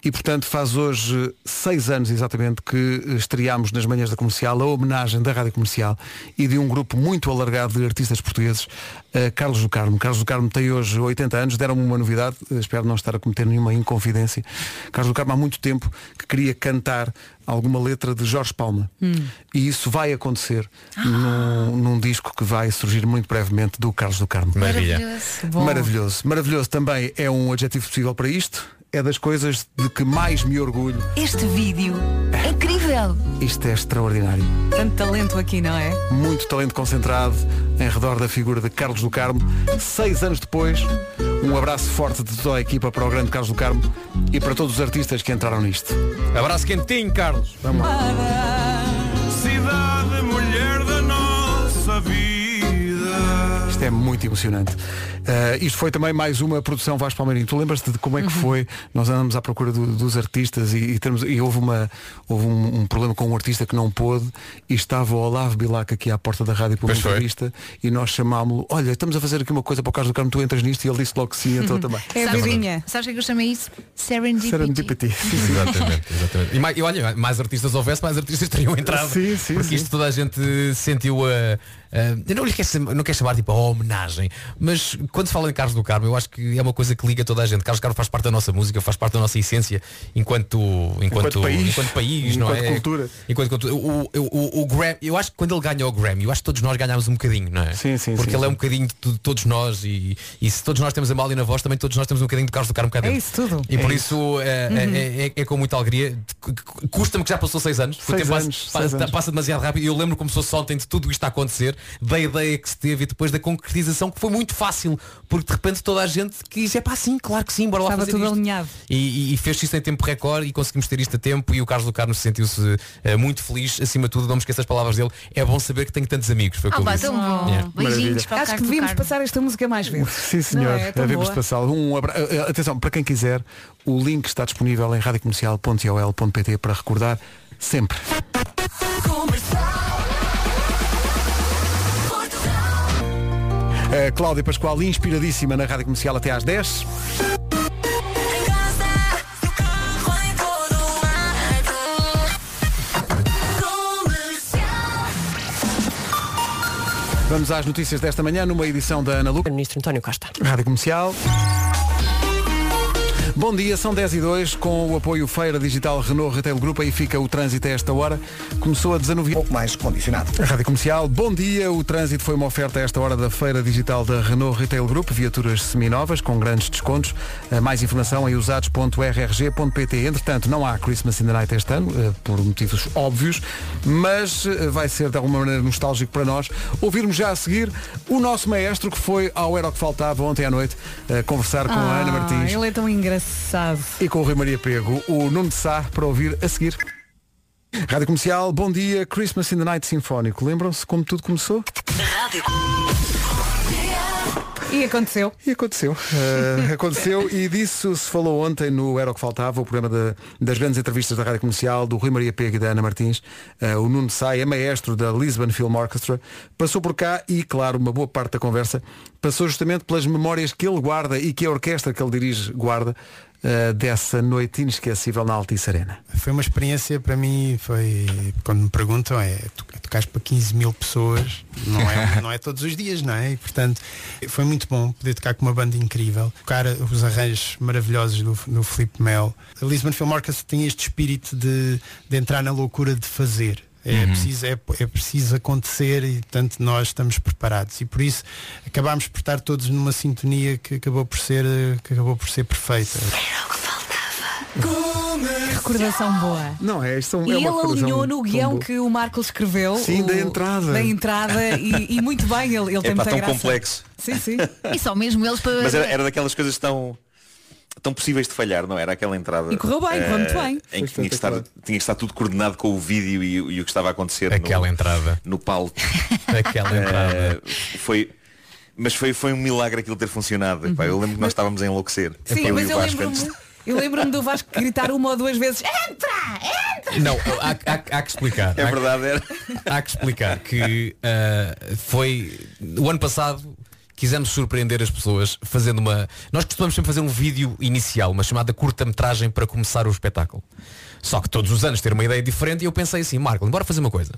[SPEAKER 1] e, portanto, faz hoje seis anos exatamente que estreámos nas manhãs da comercial a homenagem da Rádio Comercial e de um grupo muito alargado de artistas portugueses a Carlos do Carmo. Carlos do Carmo tem hoje 80 anos, deram-me uma novidade, Eh, espero não estar a cometer nenhuma inconfidência. Carlos do Carmo há muito tempo que queria cantar alguma letra de Jorge Palma.
[SPEAKER 4] Hum.
[SPEAKER 1] E isso vai acontecer
[SPEAKER 4] Ah.
[SPEAKER 1] num, num disco que vai surgir muito brevemente do Carlos do Carmo.
[SPEAKER 5] Maravilha.
[SPEAKER 2] Maravilhoso.
[SPEAKER 5] bom.
[SPEAKER 1] Maravilhoso. Maravilhoso também é um adjetivo possível para isto. É das coisas de que mais me orgulho.
[SPEAKER 2] Este vídeo é incrível.
[SPEAKER 1] Isto é extraordinário.
[SPEAKER 4] Tanto talento aqui, não é?
[SPEAKER 1] Muito talento concentrado em redor da figura de Carlos do Carmo. Seis anos depois, um abraço forte de toda a equipa para o grande Carlos do Carmo e para todos os artistas que entraram nisto.
[SPEAKER 5] Abraço quentinho, Carlos.
[SPEAKER 1] Vamos lá.
[SPEAKER 16] Cidade, mulher da nossa vida.
[SPEAKER 1] Isto é muito emocionante. Uh, isto foi também mais uma produção Vasco Palmeirinho. Tu lembras-te de como é que foi? Nós andamos à procura do- dos artistas e, e temos- e houve, uma, houve um, um problema com um artista que não pôde e estava o Olavo Bilac aqui à porta da rádio para uma
[SPEAKER 5] Pois foi.
[SPEAKER 1] entrevista e nós chamámo-lo, olha, estamos a fazer aqui uma coisa para o Carlos do Carmo, tu entras nisto e ele disse logo que sim,
[SPEAKER 5] Uhum.
[SPEAKER 1] entrou também.
[SPEAKER 4] É
[SPEAKER 2] Sabes- Sabes o que é que eu chamei isso? Serendipity.
[SPEAKER 1] Serendipity.
[SPEAKER 5] Exatamente, exatamente. E, mais, e olha, mais artistas houvesse, mais artistas teriam entrado.
[SPEAKER 1] Sim, sim,
[SPEAKER 5] porque
[SPEAKER 1] sim.
[SPEAKER 5] isto toda a gente sentiu a, ah, eu não lhe quero, chamar- não quero chamar tipo a homenagem, mas quando se fala em Carlos do Carmo, eu acho que é uma coisa que liga toda a gente. Carlos do Carmo faz parte da nossa música, faz parte da nossa essência enquanto, enquanto,
[SPEAKER 1] Enquanto país.
[SPEAKER 5] enquanto país, não
[SPEAKER 1] Enquanto
[SPEAKER 5] é?
[SPEAKER 1] cultura.
[SPEAKER 5] Enquanto cultura. O, o, o, o Grammy, eu acho que quando ele ganhou o Grammy, eu acho que todos nós ganhámos um bocadinho, não é? Sim, sim, Porque
[SPEAKER 1] sim,
[SPEAKER 5] ele é
[SPEAKER 1] sim.
[SPEAKER 5] um bocadinho de tu- todos nós e, e se todos nós temos a Mália na voz, também todos nós temos um bocadinho de Carlos do Carmo cá
[SPEAKER 4] É
[SPEAKER 5] dentro.
[SPEAKER 4] isso tudo.
[SPEAKER 5] E
[SPEAKER 4] É
[SPEAKER 5] por
[SPEAKER 4] isso.
[SPEAKER 5] isso, é,
[SPEAKER 4] Uhum.
[SPEAKER 5] é- é- é com muita alegria. C- c- Custa-me que já passou seis anos.
[SPEAKER 1] Seis
[SPEAKER 5] passa-
[SPEAKER 1] anos,
[SPEAKER 5] pa-
[SPEAKER 1] seis
[SPEAKER 5] ta-
[SPEAKER 1] anos.
[SPEAKER 5] passa demasiado rápido. Eu lembro como se fosse ontem de tudo isto a acontecer, da ideia que se teve e depois da concretização, que foi muito fácil, porque de repente toda a gente quis, é pá, sim, claro que sim, bora lá
[SPEAKER 4] Estava
[SPEAKER 5] fazer
[SPEAKER 4] tudo
[SPEAKER 5] isto."
[SPEAKER 4] alinhado.
[SPEAKER 5] E, e- e fez isso em tempo recorde e conseguimos ter isto a tempo e o Carlos do Carmo sentiu-se eh, muito feliz, acima de tudo, não me esqueço as palavras dele, é bom saber que tenho tantos amigos. Foi o que
[SPEAKER 2] Ah,
[SPEAKER 5] eu
[SPEAKER 2] pá,
[SPEAKER 5] disse.
[SPEAKER 2] tão bom.
[SPEAKER 5] Yeah.
[SPEAKER 1] Beijinhos para o
[SPEAKER 4] Acho que devíamos passar esta música mais vezes.
[SPEAKER 1] Sim, senhor.
[SPEAKER 4] Não é? É tão
[SPEAKER 1] Havemos
[SPEAKER 4] boa.
[SPEAKER 1] de passá-lo. Um abra... eh, Atenção, para quem quiser, o link está disponível em radiocomercial.ol.pt para recordar sempre. A Cláudia Pascoal, inspiradíssima na Rádio Comercial até às 10. Vamos às notícias desta manhã numa edição da Ana Luca. Ministro António Costa. Rádio Comercial. Bom dia, são 10 e 2, com o apoio Feira Digital Renault Retail Group, aí fica o trânsito a esta hora. Começou a 19 pouco mais condicionado. Rádio Comercial, bom dia, o trânsito foi uma oferta a esta hora da Feira Digital da Renault Retail Group, viaturas seminovas com grandes descontos. Eh, Mais informação em usados.rrg.pt. Entretanto, não há Christmas in the Night este ano, eh, por motivos óbvios, mas eh, vai ser de alguma maneira nostálgico para nós ouvirmos já a seguir o nosso maestro que foi ao Era o que Faltava ontem à noite eh, conversar com a
[SPEAKER 4] Ah,
[SPEAKER 1] Ana Martins.
[SPEAKER 4] Ele é tão engraçado.
[SPEAKER 1] E com o Rui Maria Pego, o Nuno de Sá para ouvir a seguir. Rádio Comercial, bom dia, Christmas in the Night Sinfónico. Lembram-se como tudo começou?
[SPEAKER 4] E aconteceu.
[SPEAKER 1] E aconteceu. Eh, aconteceu e disso se falou ontem no Era o que Faltava, o programa da- das grandes entrevistas da Rádio Comercial, do Rui Maria Pego e da Ana Martins. Eh, o Nuno de Sá é maestro da Lisbon Film Orchestra. Passou por cá e, claro, uma boa parte da conversa passou justamente pelas memórias que ele guarda e que a orquestra que ele dirige guarda eh, dessa noite inesquecível na Altice Arena.
[SPEAKER 17] Foi uma experiência para mim, foi quando me perguntam, é eh, tu, tocares para 15 mil pessoas, não é, não é todos os dias, não é? E, portanto, foi muito bom poder tocar com uma banda incrível, tocar os arranjos maravilhosos do, do Filipe Mel. A Lisbon Film Orchestra tem este espírito de, de entrar na loucura de fazer. É,
[SPEAKER 12] Uhum.
[SPEAKER 17] preciso, é, é preciso acontecer e, portanto, nós estamos preparados. E por isso acabámos por estar todos numa sintonia que acabou por ser, eh, que acabou por ser perfeita.
[SPEAKER 4] Que recordação boa.
[SPEAKER 1] Não é, isto é um-
[SPEAKER 4] E
[SPEAKER 1] é uma
[SPEAKER 4] ele
[SPEAKER 1] recordação
[SPEAKER 4] alinhou no
[SPEAKER 1] tão
[SPEAKER 4] guião
[SPEAKER 1] boa. É
[SPEAKER 4] que o Marco escreveu.
[SPEAKER 1] Sim,
[SPEAKER 4] o-
[SPEAKER 1] da entrada.
[SPEAKER 4] Da entrada e, e muito bem, ele, ele tem
[SPEAKER 10] É pá,
[SPEAKER 4] muita
[SPEAKER 10] tão
[SPEAKER 4] graça.
[SPEAKER 10] complexo.
[SPEAKER 4] Sim, sim.
[SPEAKER 2] E só mesmo eles para.
[SPEAKER 10] Mas era, era daquelas coisas tão tão possíveis de falhar, não é? era? Aquela entrada.
[SPEAKER 2] E correu bem, correu muito
[SPEAKER 10] eh,
[SPEAKER 2] bem.
[SPEAKER 10] Em que tinha que, estar, tinha que estar tudo coordenado com o vídeo e, o- e o que estava a acontecer
[SPEAKER 5] Aquela
[SPEAKER 10] no,
[SPEAKER 5] entrada.
[SPEAKER 10] no palco.
[SPEAKER 5] Aquela
[SPEAKER 1] É.
[SPEAKER 5] entrada.
[SPEAKER 10] Eh, foi, mas foi, foi um milagre aquilo ter funcionado.
[SPEAKER 2] Uhum.
[SPEAKER 10] Epá, eu lembro que nós estávamos a enlouquecer.
[SPEAKER 4] Sim,
[SPEAKER 10] eu
[SPEAKER 4] mas
[SPEAKER 10] e o
[SPEAKER 4] eu
[SPEAKER 10] Vasco
[SPEAKER 4] lembro-me.
[SPEAKER 10] antes-
[SPEAKER 4] Eu lembro-me do Vasco gritar uma ou duas vezes Entra!
[SPEAKER 5] Não, há, há- há que explicar.
[SPEAKER 10] É verdade, era.
[SPEAKER 5] Há que explicar que ah, foi o ano passado quisemos surpreender as pessoas fazendo uma. Nós costumamos sempre fazer um vídeo inicial, uma chamada curta-metragem para começar o espetáculo. Só que todos os anos ter uma ideia diferente e eu pensei assim, Marco, bora fazer uma coisa.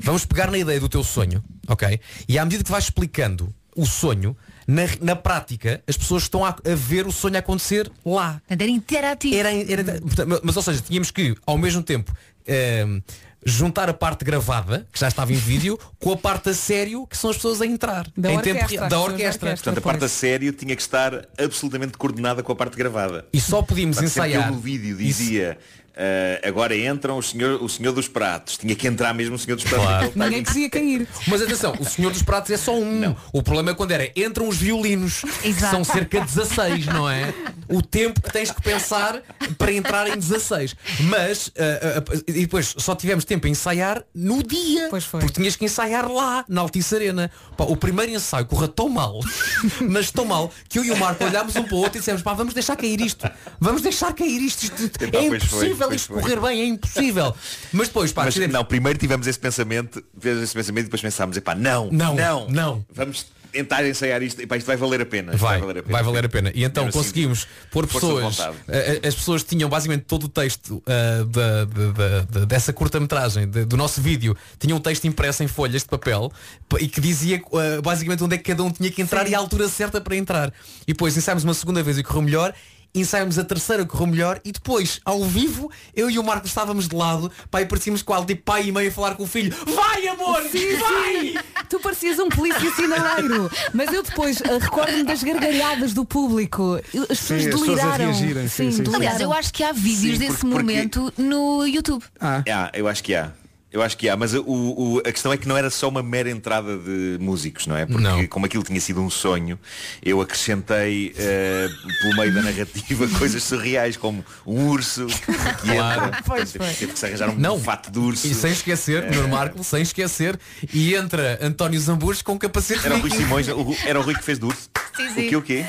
[SPEAKER 5] Vamos pegar na ideia do teu sonho, ok? E à medida que vais explicando o sonho, na, na prática, as pessoas estão a- a ver o sonho acontecer lá.
[SPEAKER 2] Portanto, Era interativo.
[SPEAKER 5] Era, era, Portanto, ma- Mas ou seja, tínhamos que ao mesmo tempo ehm, juntar a parte gravada, que já estava em vídeo, com a parte a sério, que são as pessoas a entrar.
[SPEAKER 10] Da
[SPEAKER 5] em
[SPEAKER 10] orquestra,
[SPEAKER 5] real-
[SPEAKER 10] as
[SPEAKER 5] da
[SPEAKER 10] pessoas da
[SPEAKER 5] orquestra.
[SPEAKER 10] Portanto, a parte a sério tinha que estar absolutamente coordenada com a parte gravada.
[SPEAKER 5] E só podíamos
[SPEAKER 10] Portanto, sempre
[SPEAKER 5] ensaiar.
[SPEAKER 10] Eu no vídeo dizia, "Ah, agora entram o senhor, o senhor dos pratos. Tinha que entrar mesmo o senhor dos pratos.
[SPEAKER 5] Claro.
[SPEAKER 10] Ele tá
[SPEAKER 4] Ninguém queria cair.
[SPEAKER 5] Mas atenção, o Senhor dos Pratos é só um. O problema é quando era entram os violinos, que
[SPEAKER 4] Exato.
[SPEAKER 5] são cerca de 16, não é? O tempo que tens que pensar para entrar em 16. Mas, ah, ah, ah, e depois só tivemos tempo a ensaiar no dia. Porque tinhas que ensaiar lá, na Altice Arena. Pá, o primeiro ensaio correu tão mal, mas tão mal, que eu e o Marco olhámos um para o outro e dissemos, pá, vamos deixar cair isto. Vamos deixar cair isto. isto
[SPEAKER 10] Epá,
[SPEAKER 5] é
[SPEAKER 10] Ah, pois foi.
[SPEAKER 5] impossível impossível isto correr bem, é impossível. Mas depois, pá,
[SPEAKER 10] Mas,
[SPEAKER 5] decidimos-
[SPEAKER 10] não, primeiro tivemos esse pensamento, tivemos esse pensamento e depois pensámos, epá, não,
[SPEAKER 5] Não,
[SPEAKER 10] não, não,
[SPEAKER 5] não.
[SPEAKER 10] Vamos tentar ensaiar isto, epá, isto vai valer a pena. isto
[SPEAKER 5] Vai,
[SPEAKER 10] valer a pena.
[SPEAKER 5] vai valer a pena. E então
[SPEAKER 10] Era assim,
[SPEAKER 5] conseguimos pôr
[SPEAKER 10] força de
[SPEAKER 5] pessoas.
[SPEAKER 10] vontade.
[SPEAKER 5] eh, eh, As pessoas tinham basicamente todo o texto eh, da- da- da- dessa curta-metragem, de- do nosso vídeo, tinham um texto impresso em folhas de papel pa- e que dizia eh, basicamente onde é que cada um tinha que entrar e a altura certa para entrar. E depois ensaiámos uma segunda vez e correu melhor. Ensaiámos a terceira, correu melhor e depois, ao vivo, eu e o Marco estávamos de lado, pai, parecíamos quase tipo pai e mãe a falar com o filho. Vai, amor! vai!
[SPEAKER 4] Tu parecias um polícia sinaleiro. Mas eu depois eh, recordo-me das gargalhadas do público. As pessoas
[SPEAKER 1] Sim, as pessoas a
[SPEAKER 4] deliraram.
[SPEAKER 1] reagirem, sim, sim, sim.
[SPEAKER 2] Aliás, eu acho que há vídeos
[SPEAKER 10] Sim,
[SPEAKER 2] desse
[SPEAKER 10] porque- porque-
[SPEAKER 2] momento no YouTube.
[SPEAKER 10] Ah, eu acho que há. Eu acho que há, mas o- o- a questão é que não era só uma mera entrada de músicos, não é? Porque como aquilo tinha sido um sonho, eu acrescentei eh, pelo meio da narrativa coisas surreais, como um urso que
[SPEAKER 5] Claro.
[SPEAKER 10] entra,
[SPEAKER 5] Pois
[SPEAKER 10] teve,
[SPEAKER 5] foi.
[SPEAKER 10] teve que se arranjar um
[SPEAKER 5] Não.
[SPEAKER 10] fato de urso.
[SPEAKER 5] E sem esquecer,
[SPEAKER 10] Eh,
[SPEAKER 5] Nuno Marco, sem esquecer, e entra António Zambujo com capacete
[SPEAKER 10] Era o Rui
[SPEAKER 5] viking.
[SPEAKER 10] Simões, o Ru- era o Rui que fez do urso.
[SPEAKER 2] Sim,
[SPEAKER 10] O
[SPEAKER 2] sim.
[SPEAKER 10] quê, o quê?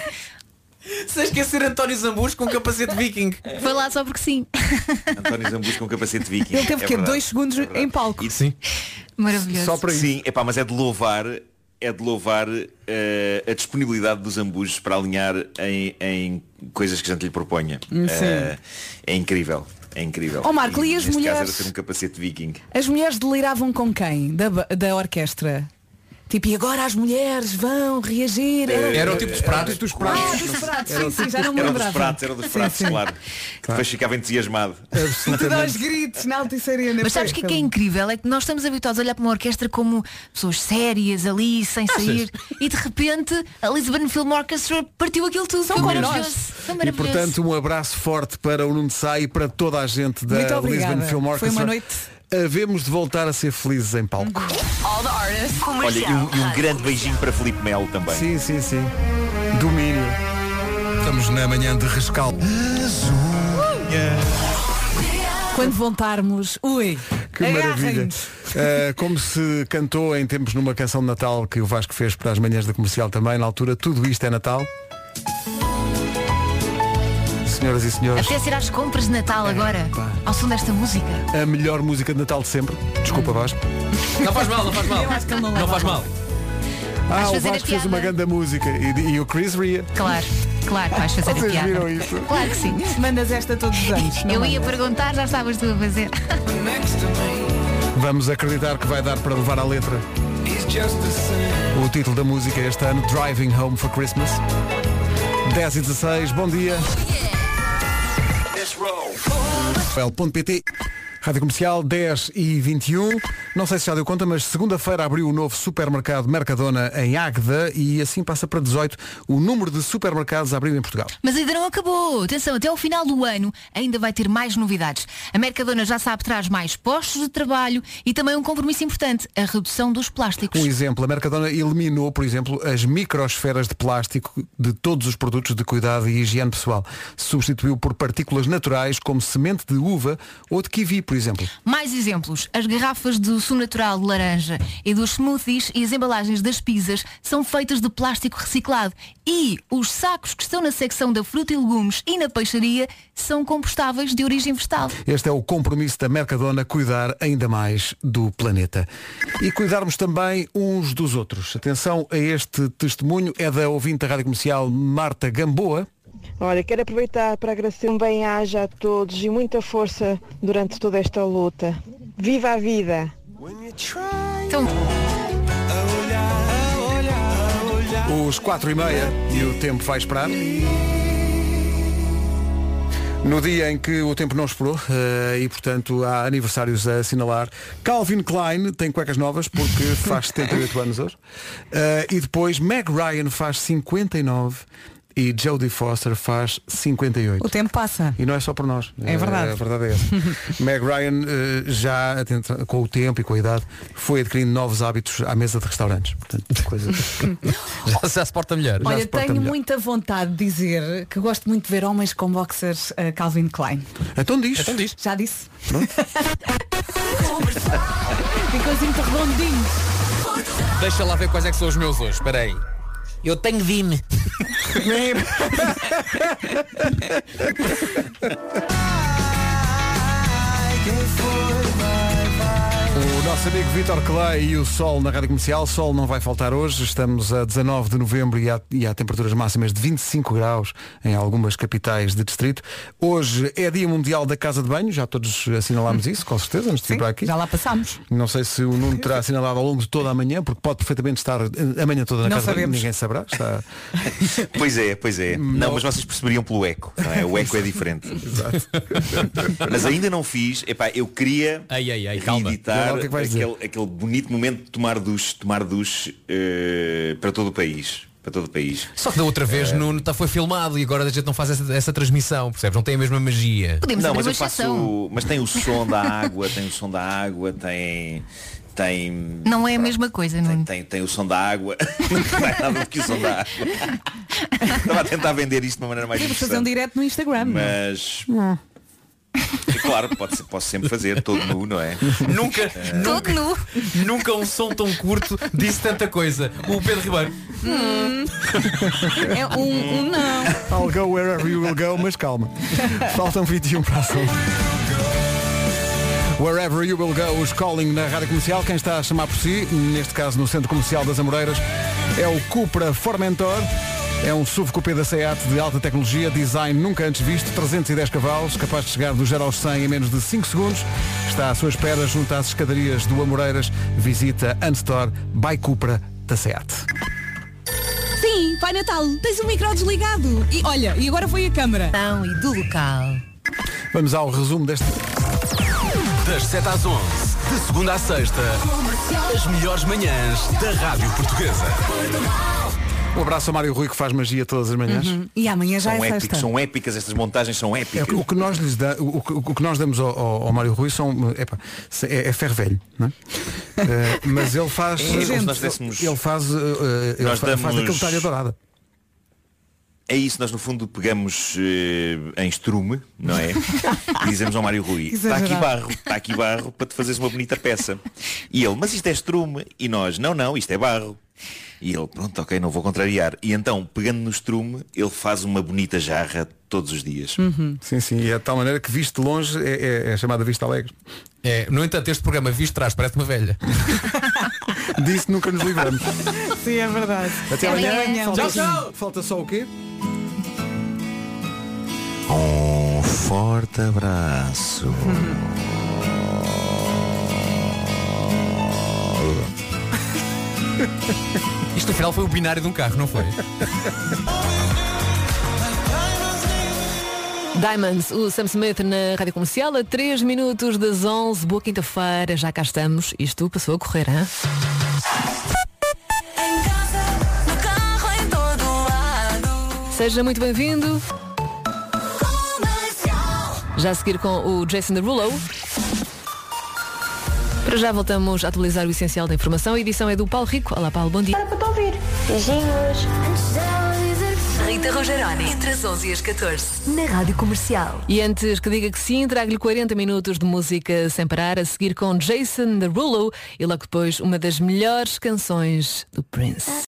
[SPEAKER 5] Sem esquecer António Zambujo com capacete viking.
[SPEAKER 2] Foi lá só porque sim.
[SPEAKER 10] António Zambujo com capacete viking.
[SPEAKER 4] Ele teve
[SPEAKER 10] é
[SPEAKER 4] que
[SPEAKER 10] verdade.
[SPEAKER 4] dois segundos em palco.
[SPEAKER 5] Sim.
[SPEAKER 2] Maravilhoso.
[SPEAKER 10] Sim, epá, mas é de louvar, é de louvar eh, a disponibilidade dos ambujos para alinhar em, em coisas que a gente lhe proponha.
[SPEAKER 4] Hum, sim.
[SPEAKER 10] Eh, é incrível. É incrível.
[SPEAKER 4] Ó, Marco, e as
[SPEAKER 10] neste caso
[SPEAKER 4] mulheres?
[SPEAKER 10] era ter um capacete viking.
[SPEAKER 4] As mulheres deliravam com quem? Da, ba- da orquestra? Tipo, e agora as mulheres vão reagir?
[SPEAKER 5] Era o tipo dos pratos.
[SPEAKER 4] dos pratos. Ah, dos pratos, sim, sim, já não me
[SPEAKER 10] um Era
[SPEAKER 4] lembrava.
[SPEAKER 10] dos pratos, era dos
[SPEAKER 4] Sim,
[SPEAKER 10] pratos,
[SPEAKER 4] sim.
[SPEAKER 10] claro. Que depois ficava entusiasmado.
[SPEAKER 4] Tu dá os gritos na Altice Arena.
[SPEAKER 2] Mas sabes o que, é que é incrível? É que nós estamos habituados a olhar para uma orquestra como pessoas sérias ali, sem
[SPEAKER 5] Achas?
[SPEAKER 2] sair, e de repente a Lisbon Film Orchestra partiu aquilo tudo. Foi
[SPEAKER 1] Mesmo.
[SPEAKER 2] maravilhoso. Foi
[SPEAKER 1] E
[SPEAKER 2] maravilhoso.
[SPEAKER 1] portanto um abraço forte para o Nuno de Sá e para toda a gente da
[SPEAKER 2] Muito obrigada.
[SPEAKER 1] Lisbon Film
[SPEAKER 2] Foi
[SPEAKER 1] Orchestra.
[SPEAKER 2] uma noite. Uhum.
[SPEAKER 1] Havemos de voltar a ser felizes em palco.
[SPEAKER 8] All the artists.
[SPEAKER 10] Olha, e um, e um grande beijinho para Felipe Melo também.
[SPEAKER 1] Sim, sim, sim. Domínio. Estamos na manhã de rescaldo.
[SPEAKER 4] Quando voltarmos, ui,
[SPEAKER 1] Que maravilha.
[SPEAKER 4] agarrem-nos.
[SPEAKER 1] Uh, como se cantou em tempos numa canção de Natal que o Vasco fez para as manhãs da comercial também, na altura, tudo isto é Natal. Senhoras e senhores,
[SPEAKER 2] Até ser às compras de Natal agora, ao som desta música.
[SPEAKER 1] a melhor música de Natal de sempre. Desculpa, Vasco.
[SPEAKER 5] Não faz mal, não faz mal.
[SPEAKER 2] Eu acho que ele não
[SPEAKER 5] não,
[SPEAKER 2] leva
[SPEAKER 5] faz
[SPEAKER 2] a
[SPEAKER 5] mal.
[SPEAKER 1] Ah, o
[SPEAKER 2] fazer a
[SPEAKER 1] Vasco fez
[SPEAKER 2] piada.
[SPEAKER 1] uma grande música e, e o Chris ria.
[SPEAKER 2] Claro, claro, vais fazer
[SPEAKER 1] Vocês
[SPEAKER 2] a piada.
[SPEAKER 1] viram isso?
[SPEAKER 2] Claro que sim.
[SPEAKER 4] Mandas esta todos os anos. não
[SPEAKER 2] Eu ia
[SPEAKER 4] mandas?
[SPEAKER 2] perguntar, já estavas tu a fazer.
[SPEAKER 1] Vamos acreditar que vai dar para levar à letra. O título da música este ano, Driving Home for Christmas. 10 e 16, bom dia. L.pt Rádio Comercial 10 e 21. Não sei se já deu conta, mas segunda-feira abriu o novo supermercado Mercadona em Águeda e assim passa para 18 o número de supermercados a abrir em Portugal.
[SPEAKER 2] Mas ainda não acabou. Atenção, até ao final do ano ainda vai ter mais novidades. A Mercadona já sabe traz mais postos de trabalho e também um compromisso importante, a redução dos plásticos.
[SPEAKER 1] Um exemplo, a Mercadona eliminou, por exemplo, as microsferas de plástico de todos os produtos de cuidado e higiene pessoal. Substituiu por partículas naturais como semente de uva ou de kiwi, por exemplo.
[SPEAKER 2] Mais exemplos. As garrafas do sumo natural de laranja e dos smoothies e as embalagens das pizzas são feitas de plástico reciclado. E os sacos que estão na secção da fruta e legumes e na peixaria são compostáveis de origem vegetal.
[SPEAKER 1] Este é o compromisso da Mercadona cuidar ainda mais do planeta. E cuidarmos também uns dos outros. Atenção a este testemunho, é da ouvinte da Rádio Comercial Marta Gamboa.
[SPEAKER 18] Olha, quero aproveitar para agradecer um bem-aja a todos e muita força durante toda esta luta. Viva a vida!
[SPEAKER 2] Então,
[SPEAKER 1] Os 4 e meia e o tempo vai esperar. No dia em que o tempo não esperou eh, e, portanto, há aniversários a assinalar. Calvin Klein tem cuecas novas porque faz 78 anos hoje. Eh, e depois Meg Ryan faz 59 e Jodie Foster faz 58.
[SPEAKER 4] O tempo passa.
[SPEAKER 1] E não é só por nós.
[SPEAKER 4] É verdade.
[SPEAKER 1] A verdade é essa. Meg Ryan eh, já, atenta- com o tempo e com a idade, foi adquirindo novos hábitos à mesa de restaurantes. Portanto, coisa...
[SPEAKER 5] já, já se porta melhor.
[SPEAKER 4] Olha, tenho muita vontade de dizer que gosto muito de ver homens com boxers eh, Calvin Klein.
[SPEAKER 1] Então diz.
[SPEAKER 4] Já disse. Ficou assim muito redondinho.
[SPEAKER 5] Deixa lá ver quais é que são os meus hoje. Espera aí. Eu tenho Vime.
[SPEAKER 1] Nosso amigo Vitor Clay e o Sol na Rádio Comercial. Sol não vai faltar hoje. Estamos a 19 de novembro e há, e há temperaturas máximas de 25 graus em algumas capitais de distrito. Hoje é Dia Mundial da Casa de Banho. Já todos assinalámos isso, com certeza, antes de vir para aqui.
[SPEAKER 4] Hum. Já lá passámos.
[SPEAKER 1] Não sei se o Nuno terá assinalado ao longo de toda a manhã, porque pode perfeitamente estar eh, a manhã toda na
[SPEAKER 4] Não
[SPEAKER 1] casa de banho.
[SPEAKER 4] sabemos.
[SPEAKER 1] Ninguém saberá. Está...
[SPEAKER 10] Pois é, pois é. Não, mas vocês perceberiam pelo eco, não é? O eco é diferente. Mas ainda não fiz. Epá, eu queria
[SPEAKER 5] Ai, ai, ai, calma.
[SPEAKER 10] reeditar
[SPEAKER 5] Olha lá o que é que vais dizer.
[SPEAKER 10] aquele, aquele bonito momento de tomar duche, tomar duche eh, para todo o país. Para todo o país.
[SPEAKER 5] Só que da outra vez Nuno tá, foi filmado e agora a gente não faz essa, essa transmissão, percebes? Não tem a mesma magia.
[SPEAKER 10] não, mas eu faço. Mas tem o som da água, tem o som da água, tem. Tem,
[SPEAKER 2] Não é a mesma coisa, não
[SPEAKER 10] tem, tem o som da água. Não é nada do que o som da água. Estava a tentar vender isto de uma maneira mais
[SPEAKER 4] Podemos fazer um
[SPEAKER 10] interessante.
[SPEAKER 4] direto no Instagram.
[SPEAKER 10] Mas E claro, pode ser- posso sempre fazer, todo nu, não é?
[SPEAKER 5] Nunca,
[SPEAKER 10] Eh,
[SPEAKER 5] nunca, nunca um som tão curto disse tanta coisa. O Pedro Ribeiro.
[SPEAKER 4] Hum. É um, um não.
[SPEAKER 1] I'll go wherever you will go, mas calma. Faltam 21 para a saúde. Wherever you will go, os calling na rádio comercial. Quem está a chamar por si, neste caso no Centro Comercial das Amoreiras, é o Cupra Formentor. É um SUV coupé da SEAT de alta tecnologia, design nunca antes visto, 310 cavalos, capaz de chegar do 0 aos 100 em menos de 5 segundos. Está à sua espera junto às escadarias do Amoreiras. Visita Unstore by Cupra da SEAT.
[SPEAKER 7] Sim, Pai Natal, tens o micro desligado. E olha, e agora foi a câmara.
[SPEAKER 2] Não, Então, e do local.
[SPEAKER 1] Vamos ao resumo deste...
[SPEAKER 13] Das 7 às 11, de segunda à sexta, as melhores manhãs da Rádio Portuguesa.
[SPEAKER 1] Um abraço ao Mário Rui que faz magia todas as manhãs.
[SPEAKER 4] E amanhã já
[SPEAKER 10] São,
[SPEAKER 4] é sexta.
[SPEAKER 10] épicos, são épicas, estas montagens são
[SPEAKER 1] É,
[SPEAKER 10] épicas.
[SPEAKER 1] o que nós lhes dá, o, que- o que nós damos ao, ao- ao Mário Rui são epá, se- é, é ferro velho, não é? Eh, mas ele faz,
[SPEAKER 10] É, como se nós dessemos-
[SPEAKER 1] ele faz, eh, eh, ele
[SPEAKER 10] Nós
[SPEAKER 1] fa- faz
[SPEAKER 10] damos-
[SPEAKER 1] daquele talha dourada.
[SPEAKER 10] É isso, nós no fundo pegamos eh, em estrume, não é? E dizemos ao Mário Rui, está
[SPEAKER 4] Exagerado.
[SPEAKER 10] aqui barro, está aqui barro para te fazeres uma bonita peça. E ele, mas isto é estrume. E nós, não, não, isto é barro. E ele, pronto, ok, não vou contrariar. E então, pegando no estrume, ele faz uma bonita jarra todos os dias.
[SPEAKER 1] Sim, sim, e é de tal maneira que visto de longe é, é- é chamada vista alegre.
[SPEAKER 5] É, no entanto, este programa visto atrás parece uma velha.
[SPEAKER 1] Disso nunca nos livramos.
[SPEAKER 7] Sim, é verdade.
[SPEAKER 1] Até amanhã. Falta,
[SPEAKER 5] Tchau, tchau.
[SPEAKER 1] falta só o quê?
[SPEAKER 10] Um forte abraço.
[SPEAKER 5] Isto no final foi o binário de um carro, não foi?
[SPEAKER 19] Diamonds, o Sam Smith na Rádio Comercial, a 3 minutos das 11, boa quinta-feira, já cá estamos. Isto passou a correr, hã?
[SPEAKER 6] No carro em todo lado.
[SPEAKER 19] Seja muito bem-vindo. Já a seguir com o Jason Derulo. Para já voltamos a atualizar o essencial da informação. A edição é do Paulo Rico. Olá, Paulo, bom dia.
[SPEAKER 6] Para te ouvir. Beijinhos. Antes dela dizer que sim.
[SPEAKER 19] Rita Rogeroni, entre as 11 e as 14, na Rádio Comercial. E antes que diga que sim, trago-lhe 40 minutos de música sem parar, a seguir com Jason Derulo e logo depois uma das melhores canções do Prince.